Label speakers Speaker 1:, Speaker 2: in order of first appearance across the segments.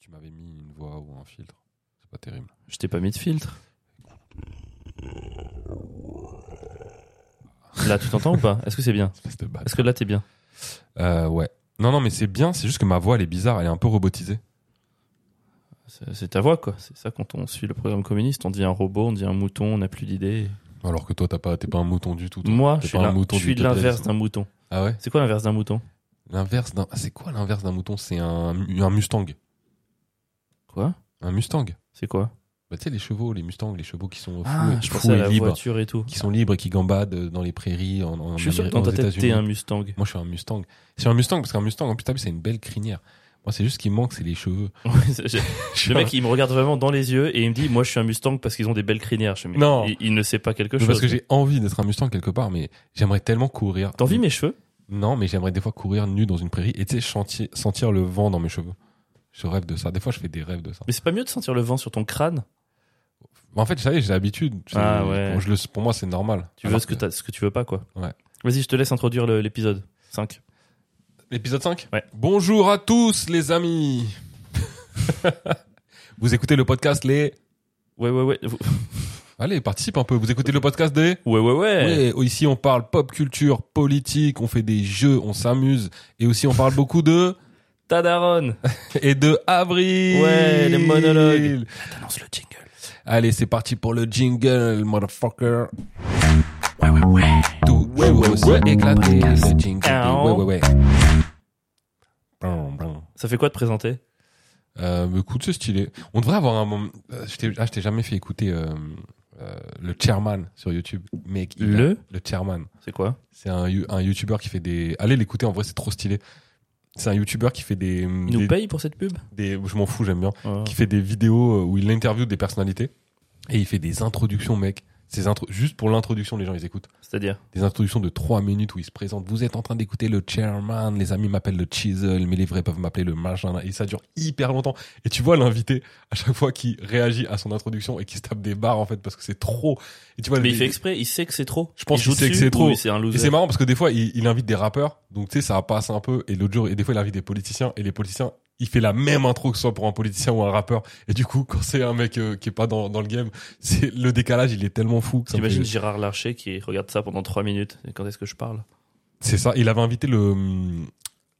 Speaker 1: Tu m'avais mis une voix ou un filtre. C'est pas terrible.
Speaker 2: Je t'ai pas mis de filtre. Là, tu t'entends ou pas Est-ce que c'est bien
Speaker 1: Espèce de bâtard.
Speaker 2: Est-ce que là, t'es bien
Speaker 1: Euh, ouais. Non, non, mais c'est bien. C'est juste que ma voix, elle est bizarre. Elle est un peu robotisée.
Speaker 2: C'est c'est ta voix, quoi. C'est ça quand on suit le programme communiste. On dit un robot, on dit un mouton, on n'a plus d'idées.
Speaker 1: Alors que toi, t'as pas, t'es pas un mouton du tout. toi.
Speaker 2: Moi,
Speaker 1: T'es
Speaker 2: je suis
Speaker 1: pas un
Speaker 2: l'in-
Speaker 1: mouton
Speaker 2: je suis
Speaker 1: du
Speaker 2: l'inverse
Speaker 1: capitalisme.
Speaker 2: d'un mouton.
Speaker 1: Ah ouais
Speaker 2: C'est quoi l'inverse d'un mouton
Speaker 1: L'inverse d'un. C'est quoi l'inverse d'un mouton C'est un, un Mustang.
Speaker 2: Quoi
Speaker 1: Un Mustang.
Speaker 2: C'est quoi
Speaker 1: Bah, tu sais, les chevaux, les Mustangs, les chevaux qui sont fous,
Speaker 2: Ah,
Speaker 1: et-
Speaker 2: je
Speaker 1: fous
Speaker 2: pensais à
Speaker 1: et
Speaker 2: la
Speaker 1: libres.
Speaker 2: voiture et tout.
Speaker 1: Qui sont libres et qui gambadent dans les prairies en, en
Speaker 2: Je suis sûr que
Speaker 1: Amérique-
Speaker 2: dans ta
Speaker 1: aux
Speaker 2: tête, t'es
Speaker 1: États-Unis.
Speaker 2: un Mustang.
Speaker 1: Moi, je suis un Mustang. C'est un Mustang parce qu'un Mustang, en plus, t'as vu, c'est une belle crinière. Moi, c'est juste ce qui manque, c'est les cheveux.
Speaker 2: Ouais, c'est- j'ai-
Speaker 1: Je suis
Speaker 2: le
Speaker 1: un-
Speaker 2: mec, il me regarde vraiment dans les yeux et il me dit Moi, je suis un Mustang parce qu'ils ont des belles crinières. Je me dis,
Speaker 1: Non.
Speaker 2: Il, il ne sait pas quelque
Speaker 1: Mais
Speaker 2: chose.
Speaker 1: parce que j'ai envie d'être un Mustang quelque part, mais j'aimerais tellement courir.
Speaker 2: T'as envie mes cheveux
Speaker 1: Non, mais j'aimerais des fois courir nu dans une prairie et tu sais, chantier- sentir le vent dans mes cheveux. Je rêve de ça. Des fois, je fais des rêves de ça.
Speaker 2: Mais c'est pas mieux de sentir le vent sur ton crâne
Speaker 1: En fait, ça y est, j'ai l'habitude. C'est-
Speaker 2: Ah ouais.
Speaker 1: bon, je le- pour moi, c'est normal.
Speaker 2: Tu veux
Speaker 1: Alors
Speaker 2: ce que,
Speaker 1: que-
Speaker 2: t'as- ce que tu veux pas, quoi.
Speaker 1: Ah, bah. Ouais.
Speaker 2: Vas-y, je te laisse introduire le- l'épisode 5.
Speaker 1: L'épisode 5
Speaker 2: Ouais.
Speaker 1: Bonjour à tous, les amis Vous écoutez le podcast Les...
Speaker 2: Ouais, ouais, ouais. Vous-
Speaker 1: Allez, participe un peu. Vous écoutez le podcast des...
Speaker 2: Ouais, ouais, ouais.
Speaker 1: Ouais, ici on parle pop culture, politique, on fait des jeux, on s'amuse. Et aussi on parle beaucoup de...
Speaker 2: Ta daronne.
Speaker 1: Et de avril
Speaker 2: Ouais, les monologues. T'annonces le jingle.
Speaker 1: Allez, c'est parti pour le jingle, motherfucker. Toujours aussi éclaté, le jingle.
Speaker 2: Ah,
Speaker 1: Ouais, ouais, ouais. Brum, brum.
Speaker 2: Ça fait quoi de présenter
Speaker 1: Euh, mais écoute, c'est stylé. On devrait avoir un moment. euh, Je t'ai ah, je t'ai jamais fait écouter euh, euh, le chairman sur YouTube. Mec, il a-
Speaker 2: Le
Speaker 1: le chairman.
Speaker 2: C'est quoi
Speaker 1: C'est un, you- un YouTuber qui fait des. Allez l'écouter, en vrai, c'est trop stylé. C'est un YouTuber qui fait des.
Speaker 2: Il nous
Speaker 1: des-
Speaker 2: paye pour cette pub
Speaker 1: des- je m'en fous, j'aime bien.
Speaker 2: Oh.
Speaker 1: Qui fait des vidéos euh, où il interviewe des personnalités et il fait des introductions, mec. Ces intro... Juste pour l'introduction, les gens, ils écoutent.
Speaker 2: C'est-à-dire
Speaker 1: Des introductions de 3 minutes où il se présente. Vous êtes en train d'écouter le chairman, les amis m'appellent le chisel, mais les vrais peuvent m'appeler le machin. Et ça dure hyper longtemps. Et tu vois l'invité, à chaque fois qu'il réagit à son introduction et qu'il se tape des barres, en fait, parce que c'est trop. Et tu vois,
Speaker 2: Mais il
Speaker 1: les-
Speaker 2: fait exprès, il sait que c'est trop.
Speaker 1: Je pense
Speaker 2: Il joue
Speaker 1: qu'il sait que
Speaker 2: dessus
Speaker 1: c'est trop.
Speaker 2: ou C'est un
Speaker 1: Et c'est
Speaker 2: loser.
Speaker 1: marrant parce que des fois, il, il invite des rappeurs, donc tu sais, ça passe un peu. Et l'autre jour, et des fois, il invite des politiciens, et les politiciens, il fait la même intro que ce soit pour un politicien ou un rappeur. Et du coup, quand c'est un mec euh, qui est pas dans, dans le game, c'est le décalage, il est tellement fou que ça me
Speaker 2: T'imagines
Speaker 1: fait-
Speaker 2: Gérard Larcher qui regarde ça pendant 3 minutes. Et quand est-ce que je parle
Speaker 1: C'est ça. Il avait invité le hum,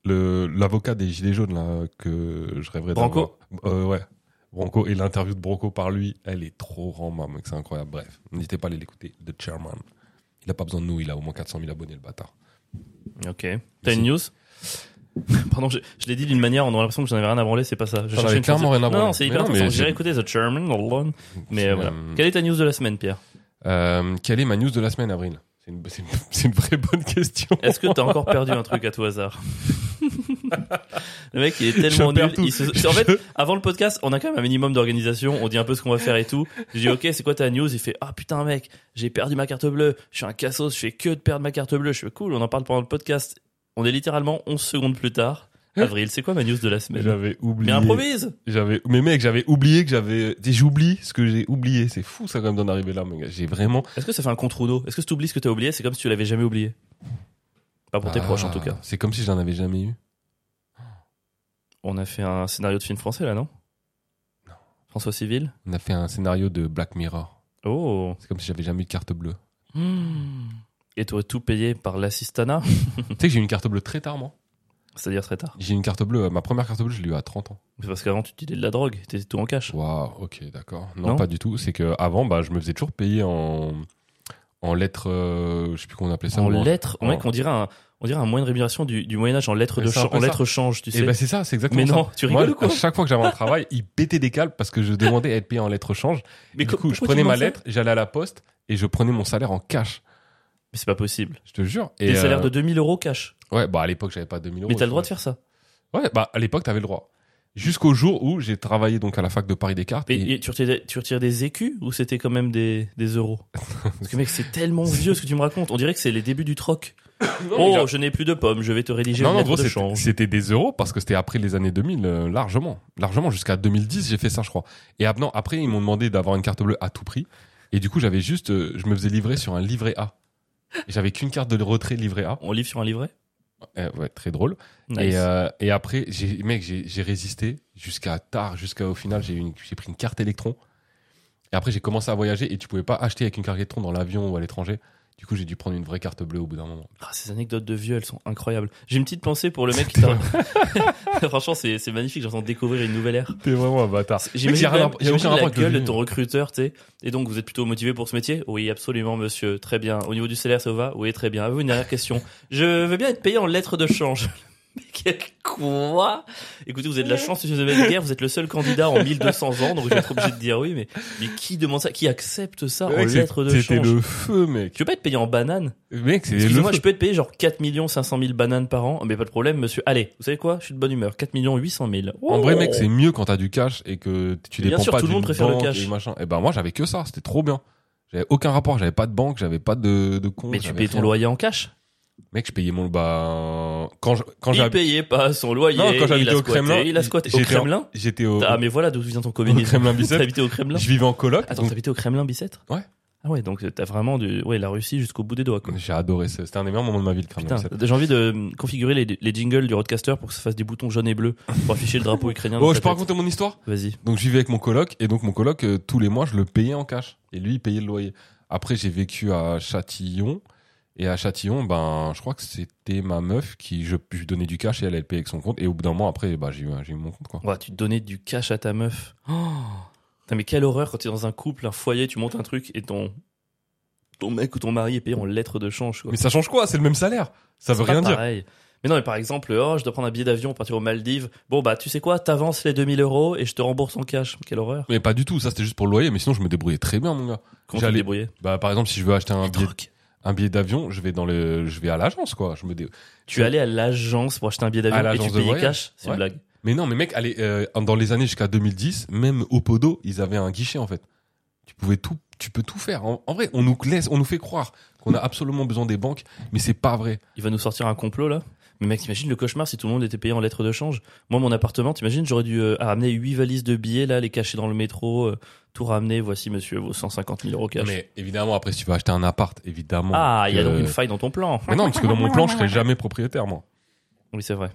Speaker 1: le l'avocat des gilets jaunes là que je rêverais
Speaker 2: Branco
Speaker 1: d'avoir. Euh, ouais. Bronco et l'interview de Bronco par lui, elle est trop rama, mec, c'est incroyable. Bref, n'hésitez pas à aller l'écouter. The Chairman. Il a pas besoin de nous, il a au moins 400 000 abonnés, le bâtard.
Speaker 2: Ok. T'as
Speaker 1: Si.
Speaker 2: une news Pardon, je, je l'ai dit d'une manière, on aurait l'impression que j'en avais rien à branler, c'est pas ça. Je
Speaker 1: T'en
Speaker 2: cherchais
Speaker 1: avais
Speaker 2: une phrase-
Speaker 1: clairement rien à
Speaker 2: Non,
Speaker 1: branler.
Speaker 2: non, c'est
Speaker 1: Mais
Speaker 2: hyper
Speaker 1: non, mais
Speaker 2: intéressant.
Speaker 1: j'ai-
Speaker 2: J'irai écouter The Chairman, alone. mais
Speaker 1: C'est,
Speaker 2: euh, voilà.
Speaker 1: euh,
Speaker 2: Quelle est ta news de la semaine, Pierre
Speaker 1: Euh, quelle est ma news de la semaine, Avril C'est une, c'est une- c'est une vraie bonne question.
Speaker 2: Est-ce que t'as encore perdu un truc à tout hasard Le mec, il est
Speaker 1: Je
Speaker 2: tellement
Speaker 1: perds
Speaker 2: nul.
Speaker 1: tout.
Speaker 2: il se- En fait,
Speaker 1: Je-
Speaker 2: avant le podcast, on a quand même un minimum d'organisation. On dit un peu ce qu'on va faire et tout. J'ai dit, ok, c'est quoi ta news Il fait, ah putain, mec, j'ai perdu ma carte bleue. Je suis un cassos, je fais que de perdre ma carte bleue. Je suis cool, on en parle pendant le podcast. On est littéralement 11 secondes plus tard. Avril, c'est quoi ma news de la semaine
Speaker 1: Hein J'avais
Speaker 2: Mais
Speaker 1: oublié.
Speaker 2: improvise
Speaker 1: J'avais, mais mec, j'avais oublié que j'avais. J'oublie ce que j'ai oublié. C'est fou ça quand même d'en arriver là, mec. J'ai vraiment.
Speaker 2: Est-ce que ça fait un contre d'eau Est-ce que si t'oublies ce que t'as oublié, c'est comme si tu l'avais jamais oublié Pas pour tes
Speaker 1: Ah,
Speaker 2: proches en tout cas.
Speaker 1: C'est comme si je n'en avais jamais eu.
Speaker 2: On a fait un scénario de film français là, non Non. François Civil
Speaker 1: On a fait un scénario de Black Mirror.
Speaker 2: Oh
Speaker 1: C'est comme si j'avais jamais eu de carte bleue.
Speaker 2: Hmm. Et t'aurais tout payé par l'assistana
Speaker 1: tu sais que j'ai eu une carte bleue très tard, moi.
Speaker 2: C'est-à-dire très tard.
Speaker 1: J'ai eu une carte bleue. euh, Ma première carte bleue, je l'ai eu à 30 ans.
Speaker 2: C'est parce qu'avant, tu utilisais de la drogue, t'étais tout en cash.
Speaker 1: Waouh, ok, d'accord. Non,
Speaker 2: Non
Speaker 1: pas du tout. C'est que avant, bah, je me faisais toujours payer en en lettres. euh, je sais plus comment on appelait ça.
Speaker 2: en
Speaker 1: ou
Speaker 2: lettres,
Speaker 1: en-
Speaker 2: mec, on dirait un, on dirait un moyen de rémunération du, du Moyen-Âge en lettres
Speaker 1: Mais
Speaker 2: de
Speaker 1: c'est un
Speaker 2: chan-
Speaker 1: peu
Speaker 2: en
Speaker 1: ça.
Speaker 2: lettres change, tu
Speaker 1: Et
Speaker 2: sais.
Speaker 1: ben c'est ça, c'est exactement
Speaker 2: mais
Speaker 1: ça.
Speaker 2: non, tu
Speaker 1: Moi,
Speaker 2: rigoles ou quoi
Speaker 1: à chaque fois que j'avais un travail, ils pétaient des câbles parce que je demandais à être payé en lettres change.
Speaker 2: Mais
Speaker 1: du
Speaker 2: co-
Speaker 1: coup, je
Speaker 2: pourquoi tu
Speaker 1: prenais ma
Speaker 2: demandes ça
Speaker 1: lettre, j'allais à la poste et je prenais mon salaire en cash.
Speaker 2: Mais c'est pas possible.
Speaker 1: Je te jure. Et
Speaker 2: Des salaires de
Speaker 1: euh,
Speaker 2: 2000 euros cash.
Speaker 1: Ouais, bah à l'époque, j'avais pas 2000 euros.
Speaker 2: Mais t'as le droit de faire ça.
Speaker 1: faire. Ouais, bah à l'époque, t'avais le droit. Jusqu'au jour où j'ai travaillé donc à la fac de Paris Descartes.
Speaker 2: Mais et tu, retires, tu retires des écus ou c'était quand même des, des euros Parce que mec, c'est tellement vieux ce que tu me racontes. On dirait que c'est les débuts du troc.
Speaker 1: mais
Speaker 2: oh,
Speaker 1: j'a-
Speaker 2: je n'ai plus de pommes, je vais te rédiger
Speaker 1: non,
Speaker 2: une
Speaker 1: non, en
Speaker 2: lettre
Speaker 1: gros,
Speaker 2: de
Speaker 1: c'était-
Speaker 2: change.
Speaker 1: c'était des euros parce que c'était après les années 2000, euh, largement. Largement, jusqu'à 2010, j'ai fait ça, je crois. Et ap- non, après, ils m'ont demandé d'avoir une carte bleue à tout prix. Et du coup, j'avais juste, euh, je me faisais livrer sur un livret A. Et J'avais qu'une carte de retrait livret A.
Speaker 2: On livre sur un livret
Speaker 1: Euh, ouais, très drôle.
Speaker 2: Nice.
Speaker 1: Et, euh, et après, j'ai- mec, j'ai j'ai résisté jusqu'à tard, jusqu'à au final, j'ai eu une- j'ai pris une carte électron. Et après, j'ai commencé à voyager et tu pouvais pas acheter avec une carte électron dans l'avion ou à l'étranger. Du coup, j'ai dû prendre une vraie carte bleue au bout d'un moment.
Speaker 2: Ah, ces anecdotes de vieux, elles sont incroyables. J'ai une petite pensée pour le mec qui t'a- Franchement, c'est c'est magnifique, j'entends découvrir une nouvelle ère.
Speaker 1: T'es vraiment un bâtard. J'imagine
Speaker 2: J'imagine quand même-
Speaker 1: même- il y a aucun
Speaker 2: j'imagine la
Speaker 1: rapport avec le
Speaker 2: gueule de
Speaker 1: vieux.
Speaker 2: ton recruteur, tu sais. Et donc, vous êtes plutôt motivé pour ce métier Oui, absolument, monsieur. Très bien. Au niveau du salaire, ça vous va Oui, très bien. Avez-vous une dernière question Je veux bien être payé en lettres de change. Mais quel Quoi Écoutez, vous avez de la chance, monsieur de Guerre, vous êtes le seul candidat en 1200 ans, donc je vais être obligé de dire oui, mais, mais qui demande ça Qui accepte ça en
Speaker 1: Mec, c'est-
Speaker 2: lettres de
Speaker 1: C'était
Speaker 2: change
Speaker 1: le feu, mec.
Speaker 2: Tu veux pas être payé en banane
Speaker 1: Mec, c'est le
Speaker 2: Excusez-moi, je
Speaker 1: feu.
Speaker 2: peux être payé genre 4 500 000 bananes par an, mais pas de problème, monsieur. Allez, vous savez quoi Je suis de bonne humeur. 4 800 000.
Speaker 1: En vrai, mec,
Speaker 2: Oh.
Speaker 1: c'est mieux quand t'as du cash et que tu
Speaker 2: Bien
Speaker 1: dépends
Speaker 2: sûr,
Speaker 1: pas
Speaker 2: tout le
Speaker 1: d'une
Speaker 2: monde préfère le
Speaker 1: banque
Speaker 2: cash.
Speaker 1: Et, machin. et ben moi, j'avais que ça. C'était trop bien. J'avais aucun rapport. J'avais pas de banque, j'avais pas de, de compte.
Speaker 2: Mais tu
Speaker 1: Oh, j'avais
Speaker 2: payes ton
Speaker 1: rien.
Speaker 2: loyer en cash
Speaker 1: Mec, je payais mon bah quand je- quand
Speaker 2: Il
Speaker 1: j'habitais
Speaker 2: payait pas son loyer.
Speaker 1: Non, quand
Speaker 2: il
Speaker 1: j'habitais
Speaker 2: a
Speaker 1: au
Speaker 2: squatté,
Speaker 1: Kremlin,
Speaker 2: Il a squatté. Au
Speaker 1: j'étais en-
Speaker 2: Kremlin
Speaker 1: j'étais au,
Speaker 2: Ah, mais voilà d'où vient ton
Speaker 1: au
Speaker 2: communisme.
Speaker 1: Kremlin
Speaker 2: T'as
Speaker 1: Bicêtre.
Speaker 2: habité au Kremlin
Speaker 1: Je vivais en coloc.
Speaker 2: Attends,
Speaker 1: donc
Speaker 2: t'habitais au Kremlin Bicêtre
Speaker 1: Ouais.
Speaker 2: Ah ouais, donc t'as vraiment du... ouais, la Russie jusqu'au bout des doigts, quoi.
Speaker 1: J'ai adoré. ça. C'était un des meilleurs moments de ma vie, le Kremlin
Speaker 2: Putain,
Speaker 1: Bicêtre.
Speaker 2: j'ai envie de euh, configurer les, les jingles du roadcaster pour que ça fasse des boutons jaunes et bleus pour afficher le drapeau ukrainien. dans
Speaker 1: Oh,
Speaker 2: ta
Speaker 1: je peux
Speaker 2: tête.
Speaker 1: raconter mon histoire
Speaker 2: Vas-y.
Speaker 1: Donc je vivais avec mon coloc et donc mon coloc euh, tous les mois je le payais en cash et lui il payait le loyer. Après j'ai vécu à Châtillon et à Châtillon ben je crois que c'était ma meuf qui je, je lui donnais du cash et elle elle payait avec son compte et au bout d'un moment après bah j'ai eu j'ai eu mon compte quoi.
Speaker 2: Ouais, tu te donnais du cash à ta meuf. Oh. Putain, mais quelle horreur quand t'es dans un couple, un foyer, tu montes un truc et ton ton mec ou ton mari est payé en lettres de change. Quoi.
Speaker 1: Mais ça change quoi C'est le même salaire. Ça veut
Speaker 2: C'est pas
Speaker 1: rien dire.
Speaker 2: pareil. Mais non, mais par exemple, oh, je dois prendre un billet d'avion pour partir aux Maldives. Bon, bah, tu sais quoi, t'avances les 2000 euros et je te rembourse en cash. Quelle horreur.
Speaker 1: Mais pas du tout, ça c'était juste pour le loyer mais sinon je me débrouillais très bien mon gars.
Speaker 2: Comment tu te
Speaker 1: J'allais-
Speaker 2: débrouillais
Speaker 1: Bah par exemple si je veux acheter un billet
Speaker 2: Troc.
Speaker 1: un billet d'avion, je vais dans le je vais à l'agence quoi, je me dé-
Speaker 2: Tu allais à l'agence pour acheter un billet
Speaker 1: À
Speaker 2: d'avion et
Speaker 1: l'agence
Speaker 2: tu
Speaker 1: de
Speaker 2: payais
Speaker 1: voyage.
Speaker 2: cash C'est
Speaker 1: Ouais.
Speaker 2: une blague.
Speaker 1: Mais non, mais mec, allez, euh, dans les années jusqu'à 2010, même au Podo, ils avaient un guichet en fait. Tu pouvais tout, tu peux tout faire. En, en vrai, on nous laisse, on nous fait croire qu'on a absolument besoin des banques, mais c'est pas vrai.
Speaker 2: Il va nous sortir un complot là mais mec, t'imagines le cauchemar si tout le monde était payé en lettres de change Moi, mon appartement, t'imagines, j'aurais dû euh, ramener 8 valises de billets, là, les cacher dans le métro, euh, tout ramener, voici monsieur, vos 150 000 euros cash.
Speaker 1: Mais évidemment, après, si tu veux acheter un appart, évidemment.
Speaker 2: ah,
Speaker 1: que-
Speaker 2: il y a donc une faille dans ton plan.
Speaker 1: Mais non, parce que dans mon plan, je serais jamais propriétaire, moi.
Speaker 2: Oui, c'est vrai.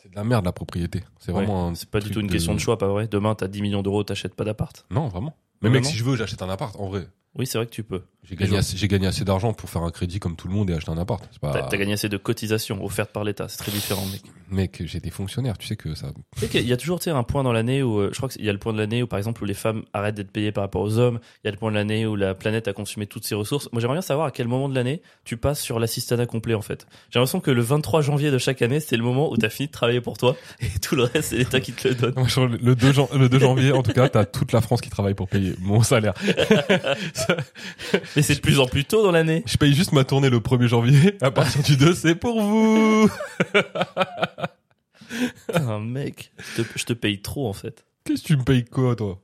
Speaker 1: C'est de la merde la propriété. C'est
Speaker 2: Ouais.
Speaker 1: vraiment. un
Speaker 2: C'est pas du
Speaker 1: truc
Speaker 2: tout une question de choix, pas vrai Demain, t'as 10 millions d'euros, t'achètes pas d'appart.
Speaker 1: Non, vraiment. Mais
Speaker 2: Vraiment
Speaker 1: mec, si je veux, j'achète un appart. En vrai,
Speaker 2: Oui, c'est vrai que tu peux.
Speaker 1: j'ai gagné,
Speaker 2: jours.
Speaker 1: assez- j'ai gagné assez d'argent pour faire un crédit comme tout le monde et acheter un appart. C'est pas.
Speaker 2: T'as t'as gagné assez de cotisations offertes par l'État, c'est très différent, mec.
Speaker 1: Mec, j'étais fonctionnaire. Tu sais que ça.
Speaker 2: Tu sais qu'il y a toujours tu sais, un point dans l'année où, euh, je crois qu'il y a le point de l'année où, par exemple, où les femmes arrêtent d'être payées par rapport aux hommes, il y a le point de l'année où la planète a consumé toutes ses ressources. Moi, j'aimerais bien savoir à quel moment de l'année tu passes sur l'assistanat complet, en fait. J'ai l'impression que le 23 janvier de chaque année, c'est le moment où t'as fini de travailler pour toi et tout le reste, c'est l'État qui te le donne.
Speaker 1: Moi, je trouve Le 2, jan- le 2 janvier, en tout cas, t'as toute la France qui travaille pour payer mon salaire.
Speaker 2: Mais c'est de plus en plus tôt dans l'année.
Speaker 1: Je paye juste ma tournée le 1er janvier. À partir du 2, c'est pour vous.
Speaker 2: Putain, Ah, mec, je te- je te paye trop, en fait.
Speaker 1: Qu'est-ce que tu me payes quoi, toi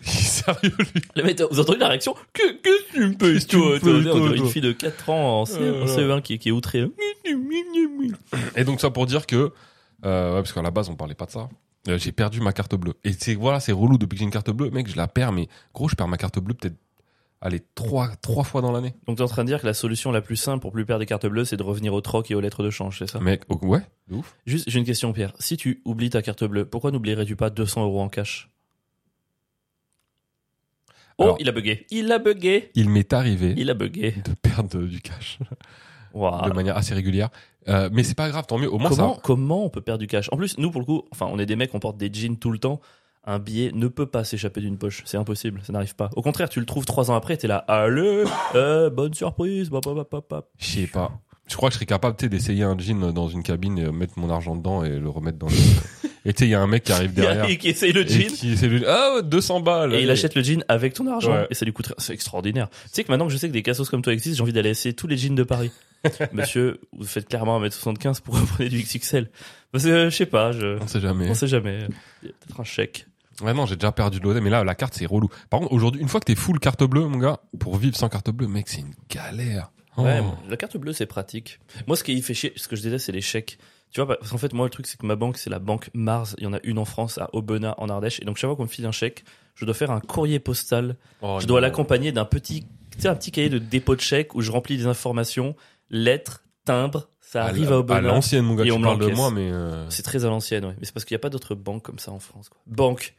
Speaker 1: Sérieux, lui
Speaker 2: Le mec, vous entendez la réaction
Speaker 1: Que- Qu'est-ce que tu me payes
Speaker 2: Tu vois,
Speaker 1: Tu me payes,
Speaker 2: on
Speaker 1: toi,
Speaker 2: dirait une fille de 4 ans en CE1,
Speaker 1: Euh,
Speaker 2: CE1 qui, qui est outrée.
Speaker 1: toi Et donc, ça pour dire que... euh, ouais, parce qu'à la base, on parlait pas de ça. Euh, j'ai perdu ma carte bleue. Et c'est voilà, c'est relou depuis que j'ai une carte bleue. Mec, je la perds, mais gros, je perds ma carte bleue peut-être... Allez, trois, trois fois dans l'année.
Speaker 2: Donc t'es en train de dire que la solution la plus simple pour plus perdre des cartes bleues, c'est de revenir au troc et aux lettres de change, c'est ça
Speaker 1: Mec, oh, ouais, de ouf.
Speaker 2: Juste, j'ai une question, Pierre. Si tu oublies ta carte bleue, pourquoi n'oublierais-tu pas 200 euros en cash Oh,
Speaker 1: Alors-
Speaker 2: il a bugué. Il a bugué.
Speaker 1: Il m'est arrivé
Speaker 2: Il a bugué.
Speaker 1: de perdre euh, du cash.
Speaker 2: Waouh.
Speaker 1: de manière assez régulière. Euh, mais c'est pas grave, tant mieux. Au moins,
Speaker 2: Comment,
Speaker 1: ça.
Speaker 2: comment on peut perdre du cash En plus, nous, pour le coup, enfin, on est des mecs, on porte des jeans tout le temps. Un billet ne peut pas s'échapper d'une poche. C'est impossible. Ça n'arrive pas. Au contraire, tu le trouves trois ans après, t'es là. Allez, euh, bonne surprise. bah, bah, bah, bah, bah.
Speaker 1: Je sais pas. Je crois que je serais capable tu sais, d'essayer un jean dans une cabine, et euh, mettre mon argent dedans et le remettre dans le. et tu sais, il y a un mec qui arrive
Speaker 2: Il y a
Speaker 1: derrière.
Speaker 2: un qui essaye
Speaker 1: et
Speaker 2: le jean.
Speaker 1: qui essaie de- Ah, 200 balles.
Speaker 2: Et il
Speaker 1: allez.
Speaker 2: achète le jean avec ton argent
Speaker 1: Ouais.
Speaker 2: et ça lui coûte rien. C'est extraordinaire. Tu sais que maintenant que je sais que des cassos comme toi existent, j'ai envie d'aller essayer tous les jeans de Paris. Monsieur, vous faites clairement 1m75 pour prendre du XXL. Parce que euh, je sais pas, je...
Speaker 1: On sait jamais.
Speaker 2: on sait jamais. Il y a peut-être un chèque.
Speaker 1: Ouais, non, j'ai déjà perdu de l'audet, mais là, la carte, c'est relou. Par contre, aujourd'hui, une fois que t'es full carte bleue, mon gars, pour vivre sans carte bleue, mec, c'est une galère. Oh.
Speaker 2: Ouais, bon, la carte bleue c'est pratique. Moi ce qui fait chier, ce que je déteste c'est les chèques. Tu vois, parce qu'en fait moi le truc c'est que ma banque c'est la banque Mars. Il y en a une en France à Aubenas en Ardèche. Et donc chaque fois qu'on me file un chèque, je dois faire un courrier postal
Speaker 1: Oh,
Speaker 2: Je
Speaker 1: non.
Speaker 2: dois l'accompagner d'un petit, tu sais, un petit cahier de dépôt de chèque où je remplis des informations, lettres, timbres, ça
Speaker 1: À
Speaker 2: arrive
Speaker 1: la-
Speaker 2: à, Aubenas.
Speaker 1: À l'ancienne, mon gars,
Speaker 2: et
Speaker 1: tu
Speaker 2: on me
Speaker 1: parles de
Speaker 2: l'encaisse.
Speaker 1: moi, mais. euh,
Speaker 2: C'est très à l'ancienne, ouais. Mais c'est parce qu'il n'y a pas d'autres banques comme ça en France. Quoi. Banque,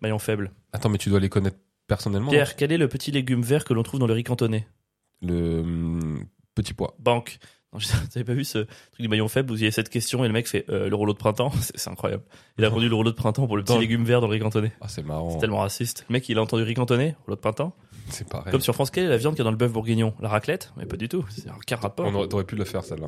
Speaker 2: maillon faible.
Speaker 1: Attends, mais tu dois les connaître personnellement.
Speaker 2: Pierre, quel est le petit légume vert que l'on trouve dans le riz cantonais
Speaker 1: Le hum, petit pois.
Speaker 2: Banque. Non, je- T'avais pas vu ce truc du maillon faible où il y a cette question et le mec fait euh, le rouleau de printemps C'est c'est incroyable. Il a répondu le rouleau de printemps pour le petit
Speaker 1: Dans-
Speaker 2: légume vert dans le riz cantonais.
Speaker 1: Ah, c'est marrant.
Speaker 2: C'est tellement raciste. Le mec, il a entendu riz cantonais, rouleau de printemps.
Speaker 1: C'est pareil.
Speaker 2: Comme sur France, quelle est la viande qu'il y a dans le bœuf bourguignon La raclette Mais pas du tout. C'est un
Speaker 1: Oh
Speaker 2: caraport.
Speaker 1: On aurait, t'aurais pu le faire, celle-là.